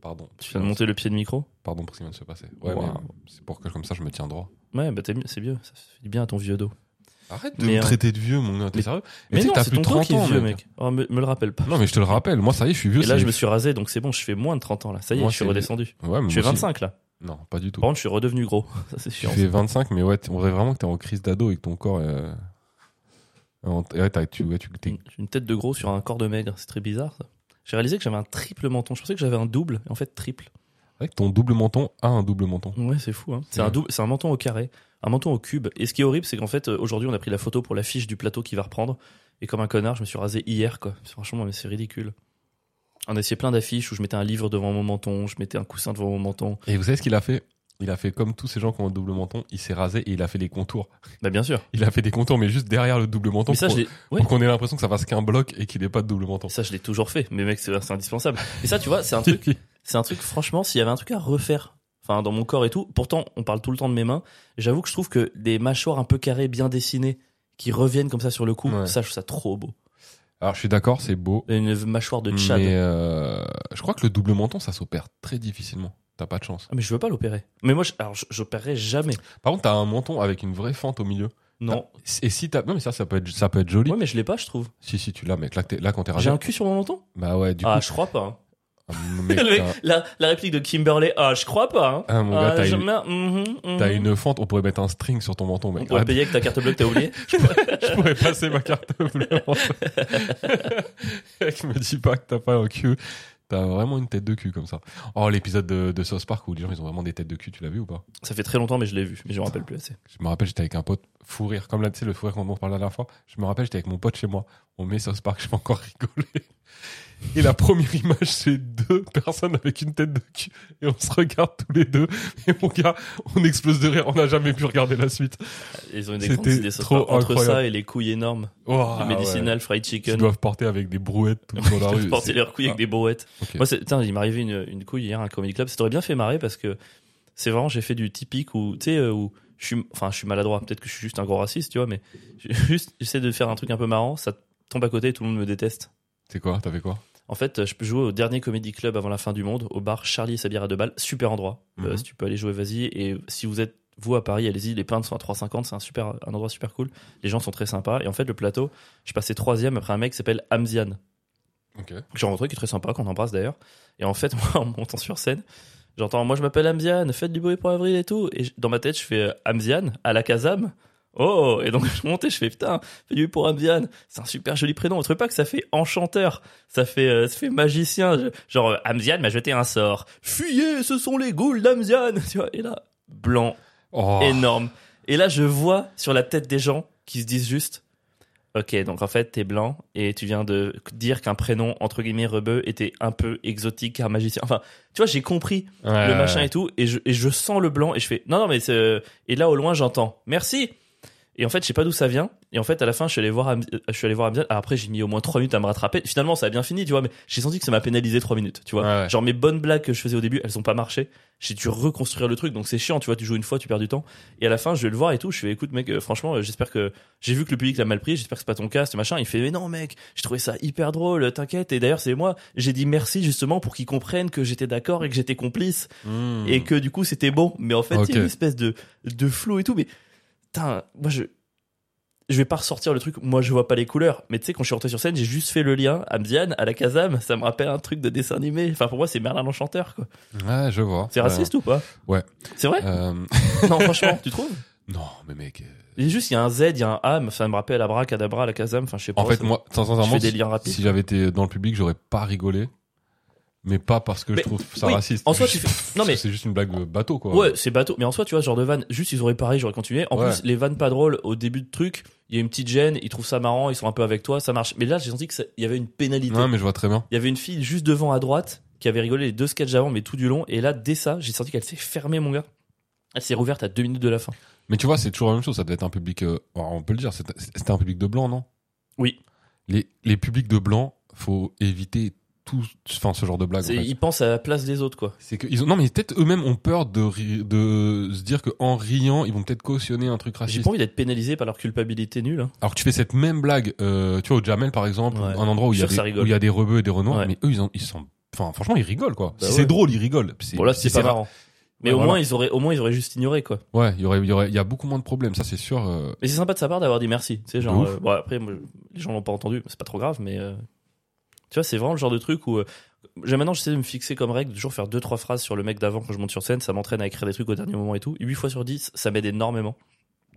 Speaker 1: Pardon.
Speaker 2: Tu viens de monter le pied de micro
Speaker 1: Pardon pour ce qui vient de se passer. Ouais,
Speaker 2: Wow.
Speaker 1: mais euh, c'est pour que comme ça, je me tiens droit.
Speaker 2: Ouais, bah t'es mieux, c'est mieux. Ça fait du bien à ton vieux dos.
Speaker 1: Arrête de
Speaker 2: Mais,
Speaker 1: me
Speaker 2: euh,
Speaker 1: traiter de vieux, mon gars. T'es
Speaker 2: mais-
Speaker 1: sérieux
Speaker 2: Mais,
Speaker 1: tu sais,
Speaker 2: non,
Speaker 1: t'as
Speaker 2: c'est
Speaker 1: plus
Speaker 2: ton
Speaker 1: de
Speaker 2: temps
Speaker 1: 30
Speaker 2: qui est
Speaker 1: ans,
Speaker 2: vieux, mec. Oh, me, me le rappelle pas.
Speaker 1: Non, mais je te le rappelle. Moi, ça y est, je suis vieux.
Speaker 2: Et là,
Speaker 1: c'est-
Speaker 2: je me suis rasé, donc c'est bon, je fais moins de 30 ans là. Ça y est,
Speaker 1: Moi,
Speaker 2: je suis
Speaker 1: c'est-
Speaker 2: redescendu.
Speaker 1: Ouais, mais
Speaker 2: Je suis
Speaker 1: moi aussi.
Speaker 2: 25 là.
Speaker 1: Non, pas du tout.
Speaker 2: Par contre, je suis redevenu gros. Ça, c'est
Speaker 1: Tu
Speaker 2: chiant.
Speaker 1: fais 25, mais ouais, t- on dirait vraiment que t'es en crise d'ado et que ton corps. euh, en- et ouais, t'as- tu, ouais, tu, t'es-
Speaker 2: J'ai une tête de gros sur un corps de maigre. C'est très bizarre ça. J'ai réalisé que j'avais un triple menton. Je pensais que j'avais un double, et en fait triple.
Speaker 1: c'est vrai que ton double menton a un double menton.
Speaker 2: Ouais, c'est fou. Hein. C'est un
Speaker 1: Ouais.
Speaker 2: double, c'est un menton au carré, un menton au cube. Et ce qui est horrible, c'est qu'en fait, euh, aujourd'hui, on a pris la photo pour l'affiche du plateau qui va reprendre. Et comme un connard, je me suis rasé hier, quoi. Franchement, mais c'est ridicule. On a essayé plein d'affiches où je mettais un livre devant mon menton, je mettais un coussin devant mon menton.
Speaker 1: Et vous savez ce qu'il a fait Il a fait comme tous ces gens qui ont un double menton, il s'est rasé et il a fait les contours.
Speaker 2: Bah bien sûr.
Speaker 1: Il a fait des contours, mais juste derrière le double menton
Speaker 2: Mais ça,
Speaker 1: pour,
Speaker 2: je l'ai- ouais.
Speaker 1: pour qu'on ait l'impression que ça fasse qu'un bloc et qu'il n'ait pas de double menton.
Speaker 2: Ça, je l'ai toujours fait. Mais mec, c'est c'est indispensable. Et ça, tu vois, c'est un truc. C'est un truc, franchement, s'il y avait un truc à refaire, enfin, dans mon corps et tout, pourtant, on parle tout le temps de mes mains. J'avoue que je trouve que des mâchoires un peu carrées, bien dessinées, qui reviennent comme ça sur le cou,
Speaker 1: Ouais.
Speaker 2: ça, je trouve ça trop beau.
Speaker 1: Alors je suis d'accord, c'est beau.
Speaker 2: Une mâchoire de Tchad.
Speaker 1: Mais euh, je crois que le double menton, ça s'opère très difficilement. T'as pas de chance.
Speaker 2: Ah, mais je veux pas l'opérer. Mais moi, je- alors, je- j'opérerai jamais.
Speaker 1: Par contre, t'as un menton avec une vraie fente au milieu.
Speaker 2: Non.
Speaker 1: T'as- Et si t'as. Non, mais ça, ça peut être, ça peut être joli.
Speaker 2: Ouais, mais je l'ai pas, je trouve.
Speaker 1: Si, si, tu l'as, mec. Là, que t'es- là quand t'es rasé.
Speaker 2: J'ai un cul sur mon menton
Speaker 1: Bah ouais, Ah, du
Speaker 2: Ah,
Speaker 1: coup.
Speaker 2: je crois pas. hein.
Speaker 1: ah, mec,
Speaker 2: Le-
Speaker 1: t'as-
Speaker 2: la, la réplique de Kimberley, ah, je crois pas. hein.
Speaker 1: Ah, mon gars, t'as
Speaker 2: je-
Speaker 1: une-
Speaker 2: mais- mhm, mhm.
Speaker 1: T'as une fente, on pourrait mettre un string sur ton menton,
Speaker 2: On
Speaker 1: mec.
Speaker 2: pourrait
Speaker 1: Arrête,
Speaker 2: payer avec ta carte bleue que t'as oubliée.
Speaker 1: je pourrais passer ma carte bleue. Mec, me dis pas que t'as pas un cul. T'as vraiment une tête de cul comme ça. Oh, l'épisode de, de South Park où les gens ils ont vraiment des têtes de cul, tu l'as vu ou pas
Speaker 2: Ça fait très longtemps, mais je l'ai vu. Mais je me rappelle plus assez.
Speaker 1: Je me rappelle, j'étais avec un pote, fou rire, comme là, tu sais, le fou rire qu'on on parlait la dernière fois. Je me rappelle, j'étais avec mon pote chez moi. On met South Park, je vais encore rigoler. Et la première image, c'est deux personnes avec une tête de cul. Et on se regarde tous les deux. Et mon gars, on explose de rire. On n'a jamais pu regarder la suite.
Speaker 2: Ils ont eu des
Speaker 1: C'était
Speaker 2: grandes idées ça,
Speaker 1: trop
Speaker 2: par- entre ça
Speaker 1: incroyable.
Speaker 2: et les couilles énormes.
Speaker 1: Oh,
Speaker 2: les medicinal fried
Speaker 1: Ils
Speaker 2: chicken.
Speaker 1: doivent porter avec des brouettes tout dans la
Speaker 2: Ils
Speaker 1: rue. Ah.
Speaker 2: doivent porter leurs couilles avec des brouettes.
Speaker 1: Ok.
Speaker 2: Moi, c'est- putain, il m'est arrivé une, une couille hier à un comedy club. Ça t'aurait bien fait marrer parce que c'est vraiment, j'ai fait du typique où, tu sais, euh, où je suis, enfin, je suis maladroit. Peut-être que je suis juste un gros raciste, tu vois, mais j'ai- juste, j'essaie de faire un truc un peu marrant. Ça tombe à côté et tout le monde me déteste.
Speaker 1: C'est quoi T'avais quoi
Speaker 2: En fait, je peux jouer au dernier comedy club avant la fin du monde, au bar Charlie et sa bière à deux balles. Super endroit. Euh,
Speaker 1: Mhm.
Speaker 2: si tu peux aller jouer, vas-y. Et si vous êtes, vous, à Paris, allez-y. Les pintes sont à 3,50. C'est un, super, un endroit super cool. Les gens sont très sympas. Et en fait, le plateau, je passais troisième après un mec qui s'appelle Hamzian
Speaker 1: Ok.
Speaker 2: que j'ai rencontré qui est très sympa, qu'on embrasse d'ailleurs. Et en fait, moi, en montant sur scène, j'entends Moi, je m'appelle Amzian, faites du bruit pour avril et tout. Et je- dans ma tête, je fais euh, Amzian à la Kazam. Oh Et donc, je montais, je fais Putain, fais du bruit pour Amzian. C'est un super joli prénom. Vous trouvez pas que ça fait enchanteur Ça fait, euh, ça fait magicien. Je- genre, euh, Amzian m'a jeté un sort. Fuyez, ce sont les ghouls d'Amzian Tu vois, et là, blanc,
Speaker 1: Oh,
Speaker 2: énorme. Et là, je vois sur la tête des gens qui se disent juste Ok, donc en fait, t'es blanc et tu viens de dire qu'un prénom, entre guillemets, rebeu était un peu exotique car magicien. Enfin, tu vois, j'ai compris
Speaker 1: ouais.
Speaker 2: le machin et tout, et je, et je sens le blanc et je fais Non, non, mais c'est. euh, Et là, au loin, j'entends Merci Et en fait, je sais pas d'où ça vient. Et en fait, à la fin, je suis allé voir, Am- euh, je suis allé voir Amzian. Ah, Après, j'ai mis au moins 3 minutes à me rattraper. Finalement, ça a bien fini, tu vois, mais j'ai senti que ça m'a pénalisé 3 minutes, tu vois.
Speaker 1: Ouais, ouais.
Speaker 2: Genre mes bonnes blagues que je faisais au début, elles ont pas marché. J'ai dû reconstruire le truc, donc c'est chiant, tu vois, tu joues une fois, tu perds du temps. Et à la fin, je vais le voir et tout, je fais écoute mec, euh, franchement, euh, j'espère que j'ai vu que le public l'a mal pris, j'espère que c'est pas ton cas, ce machin. Il fait mais non mec, j'ai trouvé ça hyper drôle, t'inquiète. Et d'ailleurs, c'est moi, j'ai dit merci justement pour qu'ils comprennent que j'étais d'accord et que j'étais complice
Speaker 1: Mm.
Speaker 2: et que du coup, c'était bon. Mais en fait, il y
Speaker 1: Ok.
Speaker 2: a une espèce de de flou et tout, mais putain, moi je je vais pas ressortir le truc, moi je vois pas les couleurs, mais tu sais, quand je suis rentré sur scène, j'ai juste fait le lien à Mziane, à la Kazam, ça me rappelle un truc de dessin animé. Enfin, pour moi, c'est Merlin l'Enchanteur, quoi.
Speaker 1: Ouais, je vois.
Speaker 2: C'est
Speaker 1: Ouais.
Speaker 2: raciste ou pas
Speaker 1: Ouais.
Speaker 2: C'est vrai
Speaker 1: Euh,
Speaker 2: Non, franchement, tu trouves
Speaker 1: Non, mais mec. euh,
Speaker 2: Il y a juste, il y a un Z, il y a un A, mais ça me rappelle Abra, Kadabra, la Kazam, enfin, je sais pas.
Speaker 1: En fait,
Speaker 2: ça-
Speaker 1: moi,
Speaker 2: je
Speaker 1: sincèrement,
Speaker 2: fais des liens rapides.
Speaker 1: si j'avais été dans le public, j'aurais pas rigolé. mais pas parce que je
Speaker 2: Mais
Speaker 1: trouve ça
Speaker 2: oui,
Speaker 1: raciste.
Speaker 2: en soi,
Speaker 1: Juste
Speaker 2: tu fais- non,
Speaker 1: parce
Speaker 2: mais-
Speaker 1: que c'est juste une blague euh, bateau, quoi.
Speaker 2: Ouais, c'est bateau. Mais en soi, tu vois, ce genre de vanne, juste ils auraient pareil, j'aurais continué. En
Speaker 1: Ouais.
Speaker 2: plus, les vannes pas drôles au début de truc, il y a une petite gêne, ils trouvent ça marrant, ils sont un peu avec toi, ça marche. Mais là, j'ai senti qu'il y avait une pénalité.
Speaker 1: Non, mais je vois très bien.
Speaker 2: Il y avait une fille juste devant à droite qui avait rigolé les deux sketchs avant, mais tout du long. Et là, dès ça, j'ai senti qu'elle s'est fermée, mon gars. Elle s'est rouverte à deux minutes de la fin.
Speaker 1: Mais tu vois, c'est toujours la même chose. Ça devait être un public. euh, alors, on peut le dire. C'était c'était un public de blancs, non
Speaker 2: Oui.
Speaker 1: Les, les publics de blancs, faut éviter tout, enfin, ce genre de blague. en
Speaker 2: C'est-
Speaker 1: fait.
Speaker 2: Ils pensent à la place des autres, quoi.
Speaker 1: C'est que ils ont, non, mais peut-être eux-mêmes ont peur de, ri- de se dire que en riant, ils vont peut-être cautionner un truc
Speaker 2: J'ai
Speaker 1: raciste.
Speaker 2: pas envie d'être pénalisé par leur culpabilité nulle. hein.
Speaker 1: Alors que tu fais cette même blague, euh, tu vois, au Jamel par exemple,
Speaker 2: Ouais.
Speaker 1: un endroit où il y a
Speaker 2: Sûr que ça
Speaker 1: des,
Speaker 2: rigole.
Speaker 1: où il y a des rebeux et des renois,
Speaker 2: Ouais.
Speaker 1: mais eux ils en- ils sont, enfin franchement ils rigolent quoi.
Speaker 2: Bah
Speaker 1: si
Speaker 2: ouais.
Speaker 1: c'est drôle ils rigolent. C'est-
Speaker 2: Bon, là,
Speaker 1: si
Speaker 2: c'est pas
Speaker 1: ra-
Speaker 2: marrant. Mais
Speaker 1: Ouais,
Speaker 2: au,
Speaker 1: voilà.
Speaker 2: moins, ils auraient, au moins, ils auraient juste ignoré, quoi.
Speaker 1: Ouais, il y aurait, il y aurait, il y a beaucoup moins de problèmes, ça c'est sûr. euh,
Speaker 2: Mais c'est sympa de sa part d'avoir dit merci. Tu sais,
Speaker 1: De
Speaker 2: genre,
Speaker 1: ouf.
Speaker 2: euh, bon, après, moi, je- les gens l'ont pas entendu, c'est pas trop grave, mais euh, tu vois, c'est vraiment le genre de truc où. euh, j'ai- maintenant, j'essaie de me fixer comme règle de toujours faire deux, trois phrases sur le mec d'avant quand je monte sur scène. Ça m'entraîne à écrire des trucs au dernier moment et tout. Et 8 fois sur 10, ça m'aide énormément.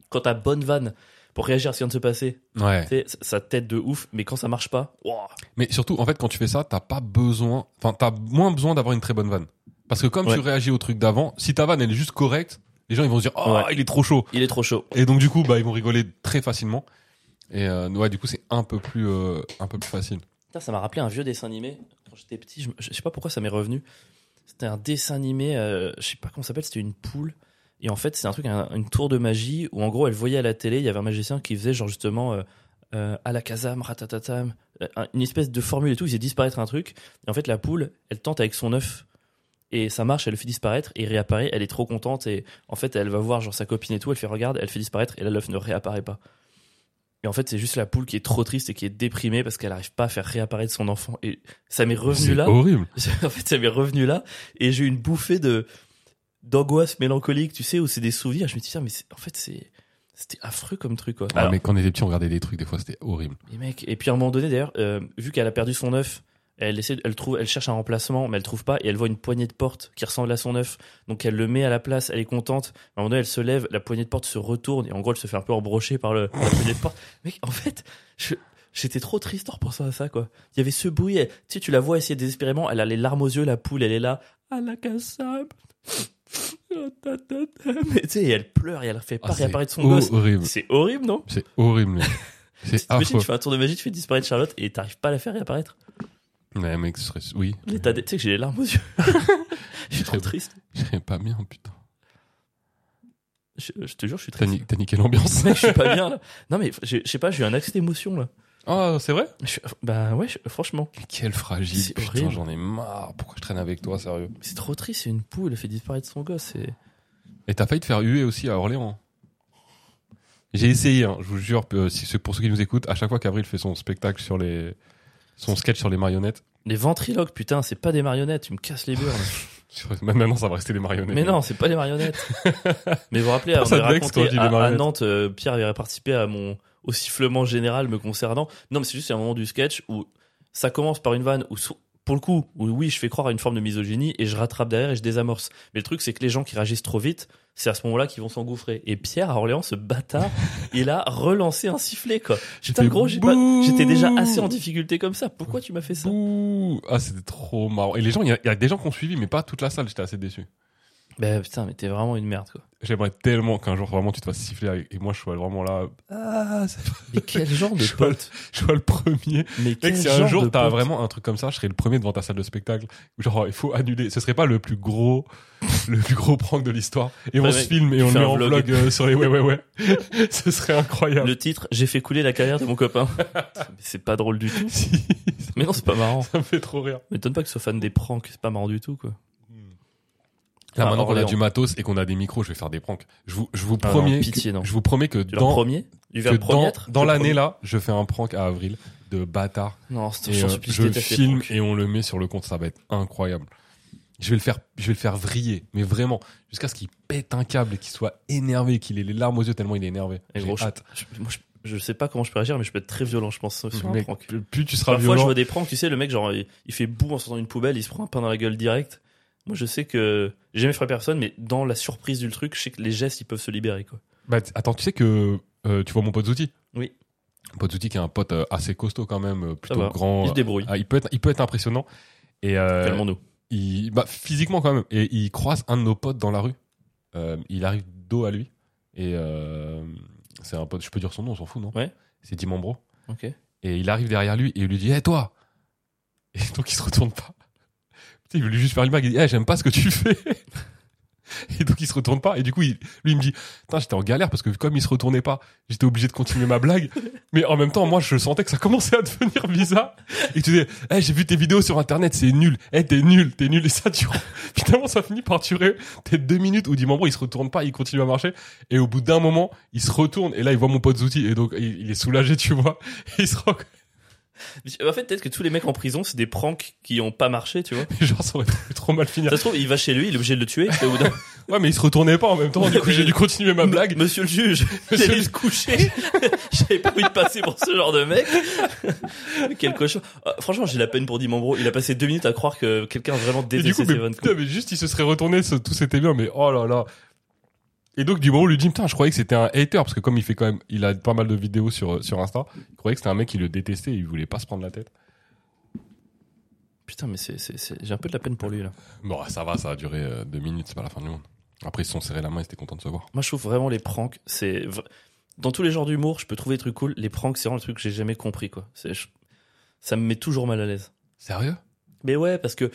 Speaker 2: Quand t'as bonne vanne pour réagir à ce qui vient de se passer,
Speaker 1: Ouais.
Speaker 2: tu sais, ça- ça t'aide de ouf, mais quand ça marche pas, ouah.
Speaker 1: Mais surtout, en fait, quand tu fais ça, t'as pas besoin, enfin t'as moins besoin d'avoir une très bonne vanne, parce que comme
Speaker 2: Ouais.
Speaker 1: tu réagis au truc d'avant, si ta vanne elle est juste correcte, les gens ils vont se dire, oh
Speaker 2: Ouais.
Speaker 1: il est trop chaud.
Speaker 2: il est trop chaud.
Speaker 1: Et donc du coup, bah ils vont rigoler très facilement. Et euh, ouais, du coup c'est un peu plus, euh, un peu plus facile.
Speaker 2: Putain, ça m'a rappelé un vieux dessin animé. Quand j'étais petit, je, je sais pas pourquoi ça m'est revenu. C'était un dessin animé, euh, je sais pas comment ça s'appelle, c'était une poule. Et en fait, c'est un truc, un- une tour de magie où en gros, elle voyait à la télé, il y avait un magicien qui faisait genre justement euh, euh, Alakazam, Ratatatam, euh, un- une espèce de formule et tout. Il faisait disparaître un truc. Et en fait, la poule, elle tente avec son œuf. Et ça marche, elle le fait disparaître et il réapparaît. Elle est trop contente et en fait, elle va voir genre sa copine et tout. Elle fait regarde, elle fait disparaître et là, l'œuf ne réapparaît pas. Et en fait, c'est juste la poule qui est trop triste et qui est déprimée parce qu'elle n'arrive pas à faire réapparaître son enfant. Et ça m'est revenu
Speaker 1: C'est
Speaker 2: là.
Speaker 1: horrible.
Speaker 2: en fait, ça m'est revenu là et j'ai eu une bouffée de d'angoisse mélancolique, tu sais, où c'est des souvenirs. Je me dis, tiens, mais c'est- en fait, c'est c'était affreux comme truc, quoi.
Speaker 1: Ah,
Speaker 2: Alors,
Speaker 1: mais quand on était petit, on regardait des trucs, des fois c'était horrible.
Speaker 2: les mecs. Et puis à un moment donné, d'ailleurs, euh, vu qu'elle a perdu son œuf, elle essaie, elle trouve, elle cherche un remplacement, mais elle trouve pas et elle voit une poignée de porte qui ressemble à son œuf. Donc elle le met à la place, elle est contente. À un moment donné, elle se lève, la poignée de porte se retourne et en gros, elle se fait un peu embrocher par le la poignée de porte. Mec, en fait, je- J'étais trop triste en repensant à ça, quoi. Il y avait ce bruit, elle- tu sais, tu la vois essayer désespérément, elle a les larmes aux yeux, la poule, elle est là, à la cassable. Mais tu sais, elle pleure et elle fait pas
Speaker 1: Ah, c'est
Speaker 2: réapparaître son gosse.
Speaker 1: horrible.
Speaker 2: C'est horrible, non
Speaker 1: C'est horrible. mec.
Speaker 2: tu
Speaker 1: C'est
Speaker 2: t'imagines,
Speaker 1: affreux.
Speaker 2: tu fais un tour de magie, tu fais disparaître Charlotte et t'arrives pas à la faire réapparaître.
Speaker 1: Ouais, mec, ce serait... oui,
Speaker 2: L'état des- Tu sais que j'ai les larmes aux yeux. je suis trop triste.
Speaker 1: je serais pas bien, putain.
Speaker 2: Je, je te jure, je suis
Speaker 1: T'as,
Speaker 2: triste.
Speaker 1: ni- t'as niqué l'ambiance.
Speaker 2: Mec, je suis pas bien là. Non mais je je sais pas, j'ai eu un accès d'émotion là.
Speaker 1: Ah, c'est vrai
Speaker 2: Je suis- bah ouais, je- franchement,
Speaker 1: Quel fragile,
Speaker 2: C'est
Speaker 1: putain,
Speaker 2: horrible.
Speaker 1: j'en ai marre. Pourquoi je traîne avec toi, sérieux
Speaker 2: c'est trop triste. C'est une poule, elle fait disparaître son gosse. c'est-
Speaker 1: Et t'as failli te faire huer aussi à Orléans. J'ai essayé, hein, je vous jure, euh, si- pour ceux qui nous écoutent, à chaque fois qu'Avril fait son spectacle sur les... son sketch sur les marionnettes,
Speaker 2: Les ventriloques, putain, c'est pas des marionnettes. Tu me casses les burnes.
Speaker 1: sur- même maintenant ça va rester des marionnettes.
Speaker 2: mais non, c'est pas des marionnettes. mais vous vous rappelez, on
Speaker 1: Ça
Speaker 2: avait
Speaker 1: te vexe quand je
Speaker 2: raconté
Speaker 1: dis des
Speaker 2: à, à
Speaker 1: marionnettes.
Speaker 2: Nantes, euh, Pierre avait participé à mon au sifflement général me concernant. Non, mais c'est juste un moment du sketch où ça commence par une vanne où sou- pour le coup, où, oui, je fais croire à une forme de misogynie et je rattrape derrière et je désamorce. Mais le truc, c'est que les gens qui réagissent trop vite, c'est à ce moment-là qu'ils vont s'engouffrer. Et Pierre à Orléans, ce bâtard, il a relancé un sifflet, quoi. Putain,
Speaker 1: fait
Speaker 2: gros, j'ai pas-
Speaker 1: bouh
Speaker 2: j'étais déjà assez en difficulté comme ça. Pourquoi tu m'as fait ça
Speaker 1: Bouh Ah, c'était trop marrant. Et les gens, il y, a- il y a des gens qui ont suivi, mais pas toute la salle, j'étais assez déçu.
Speaker 2: Ben putain, mais t'es vraiment une merde, quoi.
Speaker 1: J'aimerais tellement qu'un jour vraiment tu te fasses siffler avec- et moi je sois vraiment là. Ah, ça-
Speaker 2: Mais quel genre de
Speaker 1: Je vois-
Speaker 2: pote
Speaker 1: je sois le premier.
Speaker 2: Mais
Speaker 1: Et
Speaker 2: quel
Speaker 1: que si
Speaker 2: genre
Speaker 1: un
Speaker 2: de
Speaker 1: jour t'as
Speaker 2: pote
Speaker 1: vraiment un truc comme ça, je serais le premier devant ta salle de spectacle. Genre, il faut annuler. Ce serait pas le plus gros, le plus gros prank de l'histoire. Et on
Speaker 2: Ouais,
Speaker 1: se
Speaker 2: mec,
Speaker 1: filme et
Speaker 2: tu
Speaker 1: on
Speaker 2: fais
Speaker 1: le met
Speaker 2: un
Speaker 1: en
Speaker 2: vlog.
Speaker 1: vlog euh, sur les ouais ouais ouais. Ce serait incroyable.
Speaker 2: Le titre, j'ai fait couler la carrière de mon copain. Mais c'est pas drôle du tout.
Speaker 1: Si,
Speaker 2: Mais non, c'est pas marrant.
Speaker 1: ça me fait trop rire.
Speaker 2: M'étonne pas que tu sois fan des pranks, c'est pas marrant du tout, quoi.
Speaker 1: Là,
Speaker 2: Ah,
Speaker 1: maintenant qu'on a
Speaker 2: Orléans.
Speaker 1: du matos et qu'on a des micros, je vais faire des pranks. Je vous, je vous
Speaker 2: Ah non,
Speaker 1: promets,
Speaker 2: pitié,
Speaker 1: que-
Speaker 2: non.
Speaker 1: je vous promets que
Speaker 2: Tu l'as en
Speaker 1: dans,
Speaker 2: premier Du
Speaker 1: que
Speaker 2: verbe
Speaker 1: dans,
Speaker 2: première
Speaker 1: dans l'année là, je fais un prank à avril de bâtard.
Speaker 2: Non, c'est
Speaker 1: Et,
Speaker 2: je
Speaker 1: euh,
Speaker 2: pense que
Speaker 1: je
Speaker 2: je déteste les
Speaker 1: filme
Speaker 2: pranks.
Speaker 1: et on le met sur le compte, ça va être incroyable. Je vais le faire, je vais le faire vriller, mais vraiment, jusqu'à ce qu'il pète un câble et qu'il soit énervé, qu'il ait les larmes aux yeux tellement il est énervé.
Speaker 2: Et
Speaker 1: J'ai
Speaker 2: Eh, gros, je,
Speaker 1: hâte.
Speaker 2: je- moi, je- je sais pas comment je peux agir, mais je peux être très violent, je pense, sur sur un
Speaker 1: Mec,
Speaker 2: prank.
Speaker 1: plus- plus tu seras
Speaker 2: Parfois, je
Speaker 1: violent,
Speaker 2: vois des pranks, tu sais, le mec, genre, il, il fait boue en sortant d'une poubelle, il se prend un pain dans la gueule direct. Moi, je sais que j'ai jamais frappé personne, mais dans la surprise du truc, je sais que les gestes, ils peuvent se libérer, quoi.
Speaker 1: bah, t- attends, tu sais que euh, tu vois mon pote Zouti
Speaker 2: Oui.
Speaker 1: Mon pote Zouti qui est un pote euh, assez costaud quand même, euh, plutôt
Speaker 2: va.
Speaker 1: grand.
Speaker 2: Il se débrouille.
Speaker 1: Ah, il peut être, il peut être impressionnant. Et euh,
Speaker 2: Calmons-nous.
Speaker 1: il, bah, physiquement quand même. Et il croise un de nos potes dans la rue. Euh, il arrive dos à lui. Et euh, c'est un pote, je peux dire son nom, on s'en fout, non
Speaker 2: Ouais.
Speaker 1: C'est Dimambro.
Speaker 2: Ok.
Speaker 1: Et il arrive derrière lui et il lui dit, hé toi Et donc il se retourne pas. Putain, il veut lui juste faire le mag, il dit, Eh, j'aime pas ce que tu fais. Et donc il se retourne pas. Et du coup, il, lui il me dit, putain, j'étais en galère parce que comme il se retournait pas, j'étais obligé de continuer ma blague. Mais en même temps, moi, je sentais que ça commençait à devenir bizarre. Et tu disais, Eh, j'ai vu tes vidéos sur internet, c'est nul. Eh, t'es nul, t'es nul. Et ça dure. Finalement, ça finit par durer peut-être deux minutes où dit membres il se retourne pas, il continue à marcher. Et au bout d'un moment, il se retourne et là, il voit mon pote Zouti. Et donc, il, il est soulagé, tu vois. Et il se rend
Speaker 2: En fait, peut-être que tous les mecs en prison, c'est des pranks qui ont pas marché, tu vois.
Speaker 1: Mais genre, ça aurait pu trop mal finir.
Speaker 2: Ça se trouve, il va chez lui, il est obligé de le tuer. et au bout d'un-
Speaker 1: Ouais, mais il se retournait pas en même temps, du coup, j'ai dû continuer ma blague.
Speaker 2: Monsieur le juge,
Speaker 1: Monsieur
Speaker 2: j'allais
Speaker 1: le-
Speaker 2: se coucher. J'avais pas envie de passer pour ce genre de mec. Quel cochon. Ah, franchement, j'ai la peine pour Dimambro. Il a passé deux minutes à croire que quelqu'un vraiment
Speaker 1: Et du coup,
Speaker 2: détestait
Speaker 1: mais,
Speaker 2: Seven.
Speaker 1: putain, mais juste, il se serait retourné, ce- tout s'était bien, mais oh là là. Et donc, du moment où il lui dit, putain, je croyais que c'était un hater, parce que comme il fait quand même, il a pas mal de vidéos sur, euh, sur Insta, il croyait que c'était un mec qui le détestait, et il voulait pas se prendre la tête.
Speaker 2: Putain, mais c'est, c'est, c'est- j'ai un peu de la peine pour lui, là.
Speaker 1: Bon, ça va, ça a duré euh, deux minutes, c'est pas la fin du monde. Après, ils se sont serrés la main, ils étaient contents de se voir.
Speaker 2: Moi, je trouve vraiment les pranks, c'est. v- Dans tous les genres d'humour, je peux trouver des trucs cool. Les pranks, c'est vraiment le truc que j'ai jamais compris, quoi. C'est, je- Ça me met toujours mal à l'aise.
Speaker 1: Sérieux?
Speaker 2: Mais ouais, parce que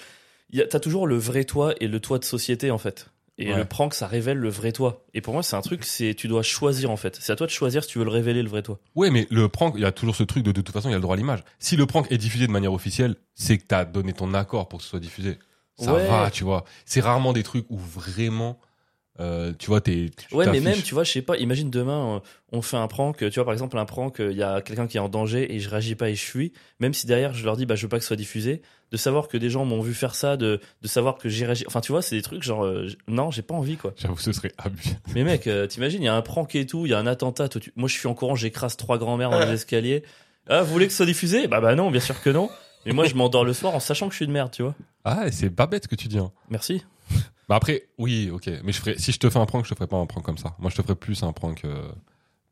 Speaker 2: y a- t'as toujours le vrai toi et le toi de société en fait. Et
Speaker 1: Ouais.
Speaker 2: le prank, ça révèle le vrai toi. Et pour moi, c'est un truc, c'est tu dois choisir en fait. C'est à toi de choisir si tu veux le révéler le vrai toi.
Speaker 1: Ouais, mais le prank, il y a toujours ce truc de, de toute façon, il y a le droit à l'image. Si le prank est diffusé de manière officielle, c'est que t'as donné ton accord pour que ce soit diffusé. Ça
Speaker 2: Ouais.
Speaker 1: va, tu vois. C'est rarement des trucs où vraiment, euh, tu vois, t'es. tu
Speaker 2: Ouais, mais
Speaker 1: t'affiches.
Speaker 2: même, tu vois, je sais pas. Imagine demain, euh, on fait un prank. euh, Tu vois, par exemple, un prank, il y a quelqu'un qui est en danger et je réagis pas et je fuis. Même si derrière, je leur dis, bah, je veux pas que ce soit diffusé. De savoir que des gens m'ont vu faire ça, de, de savoir que j'ai réagi. Enfin, tu vois, c'est des trucs genre, euh, j- non, j'ai pas envie quoi.
Speaker 1: J'avoue, ce serait abusé.
Speaker 2: Mais mec, euh, t'imagines, il y a un prank et tout, il y a un attentat. toi, tu- Moi, je suis en courant, j'écrase trois grands-mères dans les escaliers. Ah, vous voulez que ce soit diffusé Bah, bah non, bien sûr que non. Et moi, je m'endors le soir en sachant que je suis une merde, tu vois.
Speaker 1: Ah, c'est pas bête ce que tu dis. Hein.
Speaker 2: Merci.
Speaker 1: Bah après, oui, ok. Mais je ferais, si je te fais un prank, je te ferais pas un prank comme ça. Moi, je te ferais plus un prank euh,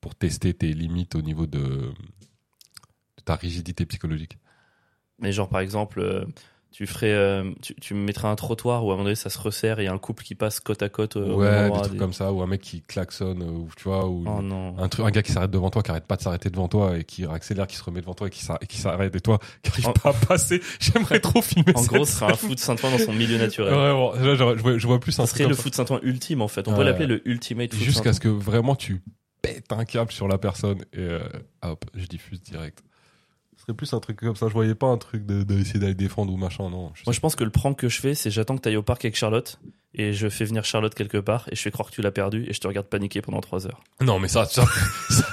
Speaker 1: pour tester tes limites au niveau de, de ta rigidité psychologique.
Speaker 2: Mais genre, par exemple, euh, tu ferais, euh, tu, tu mettrais un trottoir où à un moment donné, ça se resserre et il y a un couple qui passe côte à côte. euh, au même
Speaker 1: ouais, des
Speaker 2: endroit,
Speaker 1: trucs
Speaker 2: des-
Speaker 1: comme ça, ou un mec qui klaxonne, euh, ou tu vois, ou
Speaker 2: Oh non.
Speaker 1: un truc un gars qui s'arrête devant toi qui arrête pas de s'arrêter devant toi et qui accélère qui se remet devant toi et qui s'arr- et qui s'arrête et toi qui arrive
Speaker 2: En-
Speaker 1: pas à passer j'aimerais trop filmer
Speaker 2: En
Speaker 1: cette
Speaker 2: gros, ce
Speaker 1: scène.
Speaker 2: serait un fou de Saint-Ouen dans son milieu naturel.
Speaker 1: vraiment là j'aurais- je vois, je vois plus un
Speaker 2: Ça serait
Speaker 1: truc
Speaker 2: le
Speaker 1: comme
Speaker 2: fou de Saint-Ouen ultime, en fait. On
Speaker 1: Ouais.
Speaker 2: peut l'appeler le ultimate
Speaker 1: ça.
Speaker 2: fou de
Speaker 1: jusqu'à
Speaker 2: Saint-Ouen.
Speaker 1: ce que vraiment tu pètes un câble sur la personne et euh, hop je diffuse direct ce serait plus un truc comme ça je voyais pas un truc de, de essayer d'aller défendre ou machin non je sais
Speaker 2: Moi, je pense que le prank que je fais, c'est j'attends que t'ailles au parc avec Charlotte et je fais venir Charlotte quelque part et je fais croire que tu l'as perdu et je te regarde paniquer pendant 3 heures.
Speaker 1: pas. non mais ça, ça- ça-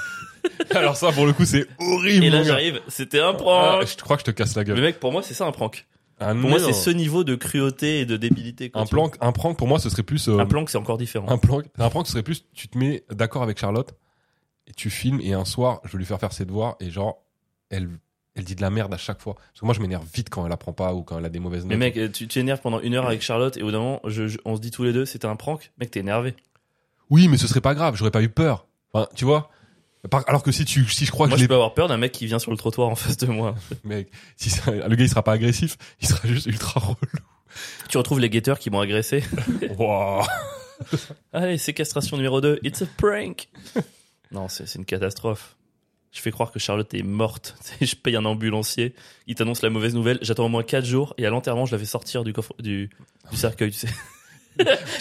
Speaker 1: alors ça pour le coup c'est horrible
Speaker 2: Et là,
Speaker 1: mon gars.
Speaker 2: j'arrive, c'était un
Speaker 1: Ah,
Speaker 2: prank.
Speaker 1: je crois que je te casse la
Speaker 2: Le
Speaker 1: gueule
Speaker 2: mec, pour moi, c'est ça un prank.
Speaker 1: Ah,
Speaker 2: Pour
Speaker 1: non,
Speaker 2: moi,
Speaker 1: non.
Speaker 2: c'est ce niveau de cruauté et de débilité. quoi,
Speaker 1: un
Speaker 2: tu vois.
Speaker 1: prank un prank pour moi ce serait plus euh,
Speaker 2: Un prank, c'est encore différent.
Speaker 1: Un prank, un prank serait plus, tu te mets d'accord avec Charlotte, et tu filmes, et un soir, je vais lui faire faire ses devoirs, et genre, elle, elle dit de la merde à chaque fois. Parce que moi, je m'énerve vite quand elle apprend pas, ou quand elle a des mauvaises
Speaker 2: Mais
Speaker 1: notes.
Speaker 2: mec, euh, tu tu t'énerves pendant une heure avec Charlotte et au bout d'un moment, je- je- on se dit tous les deux, c'était un prank. Mec, t'es énervé.
Speaker 1: Oui, mais ce serait pas grave, j'aurais pas eu peur. Enfin, tu vois? Par- Alors que si tu, si je crois
Speaker 2: Moi,
Speaker 1: que
Speaker 2: Ah, je
Speaker 1: je
Speaker 2: peux avoir peur d'un mec qui vient sur le trottoir en face de moi.
Speaker 1: l'ai, mec, si ça- le gars il sera pas agressif, il sera juste ultra relou.
Speaker 2: tu retrouves les guetteurs qui m'ont agressé.
Speaker 1: Waouh.
Speaker 2: Allez, séquestration numéro 2, it's a prank. non, c'est c'est une catastrophe. Je fais croire que Charlotte est morte. Tu sais, Je paye un ambulancier, il t'annonce la mauvaise nouvelle, j'attends au moins 4 jours et à l'enterrement, je la fais sortir du coffre du, du cercueil, tu sais.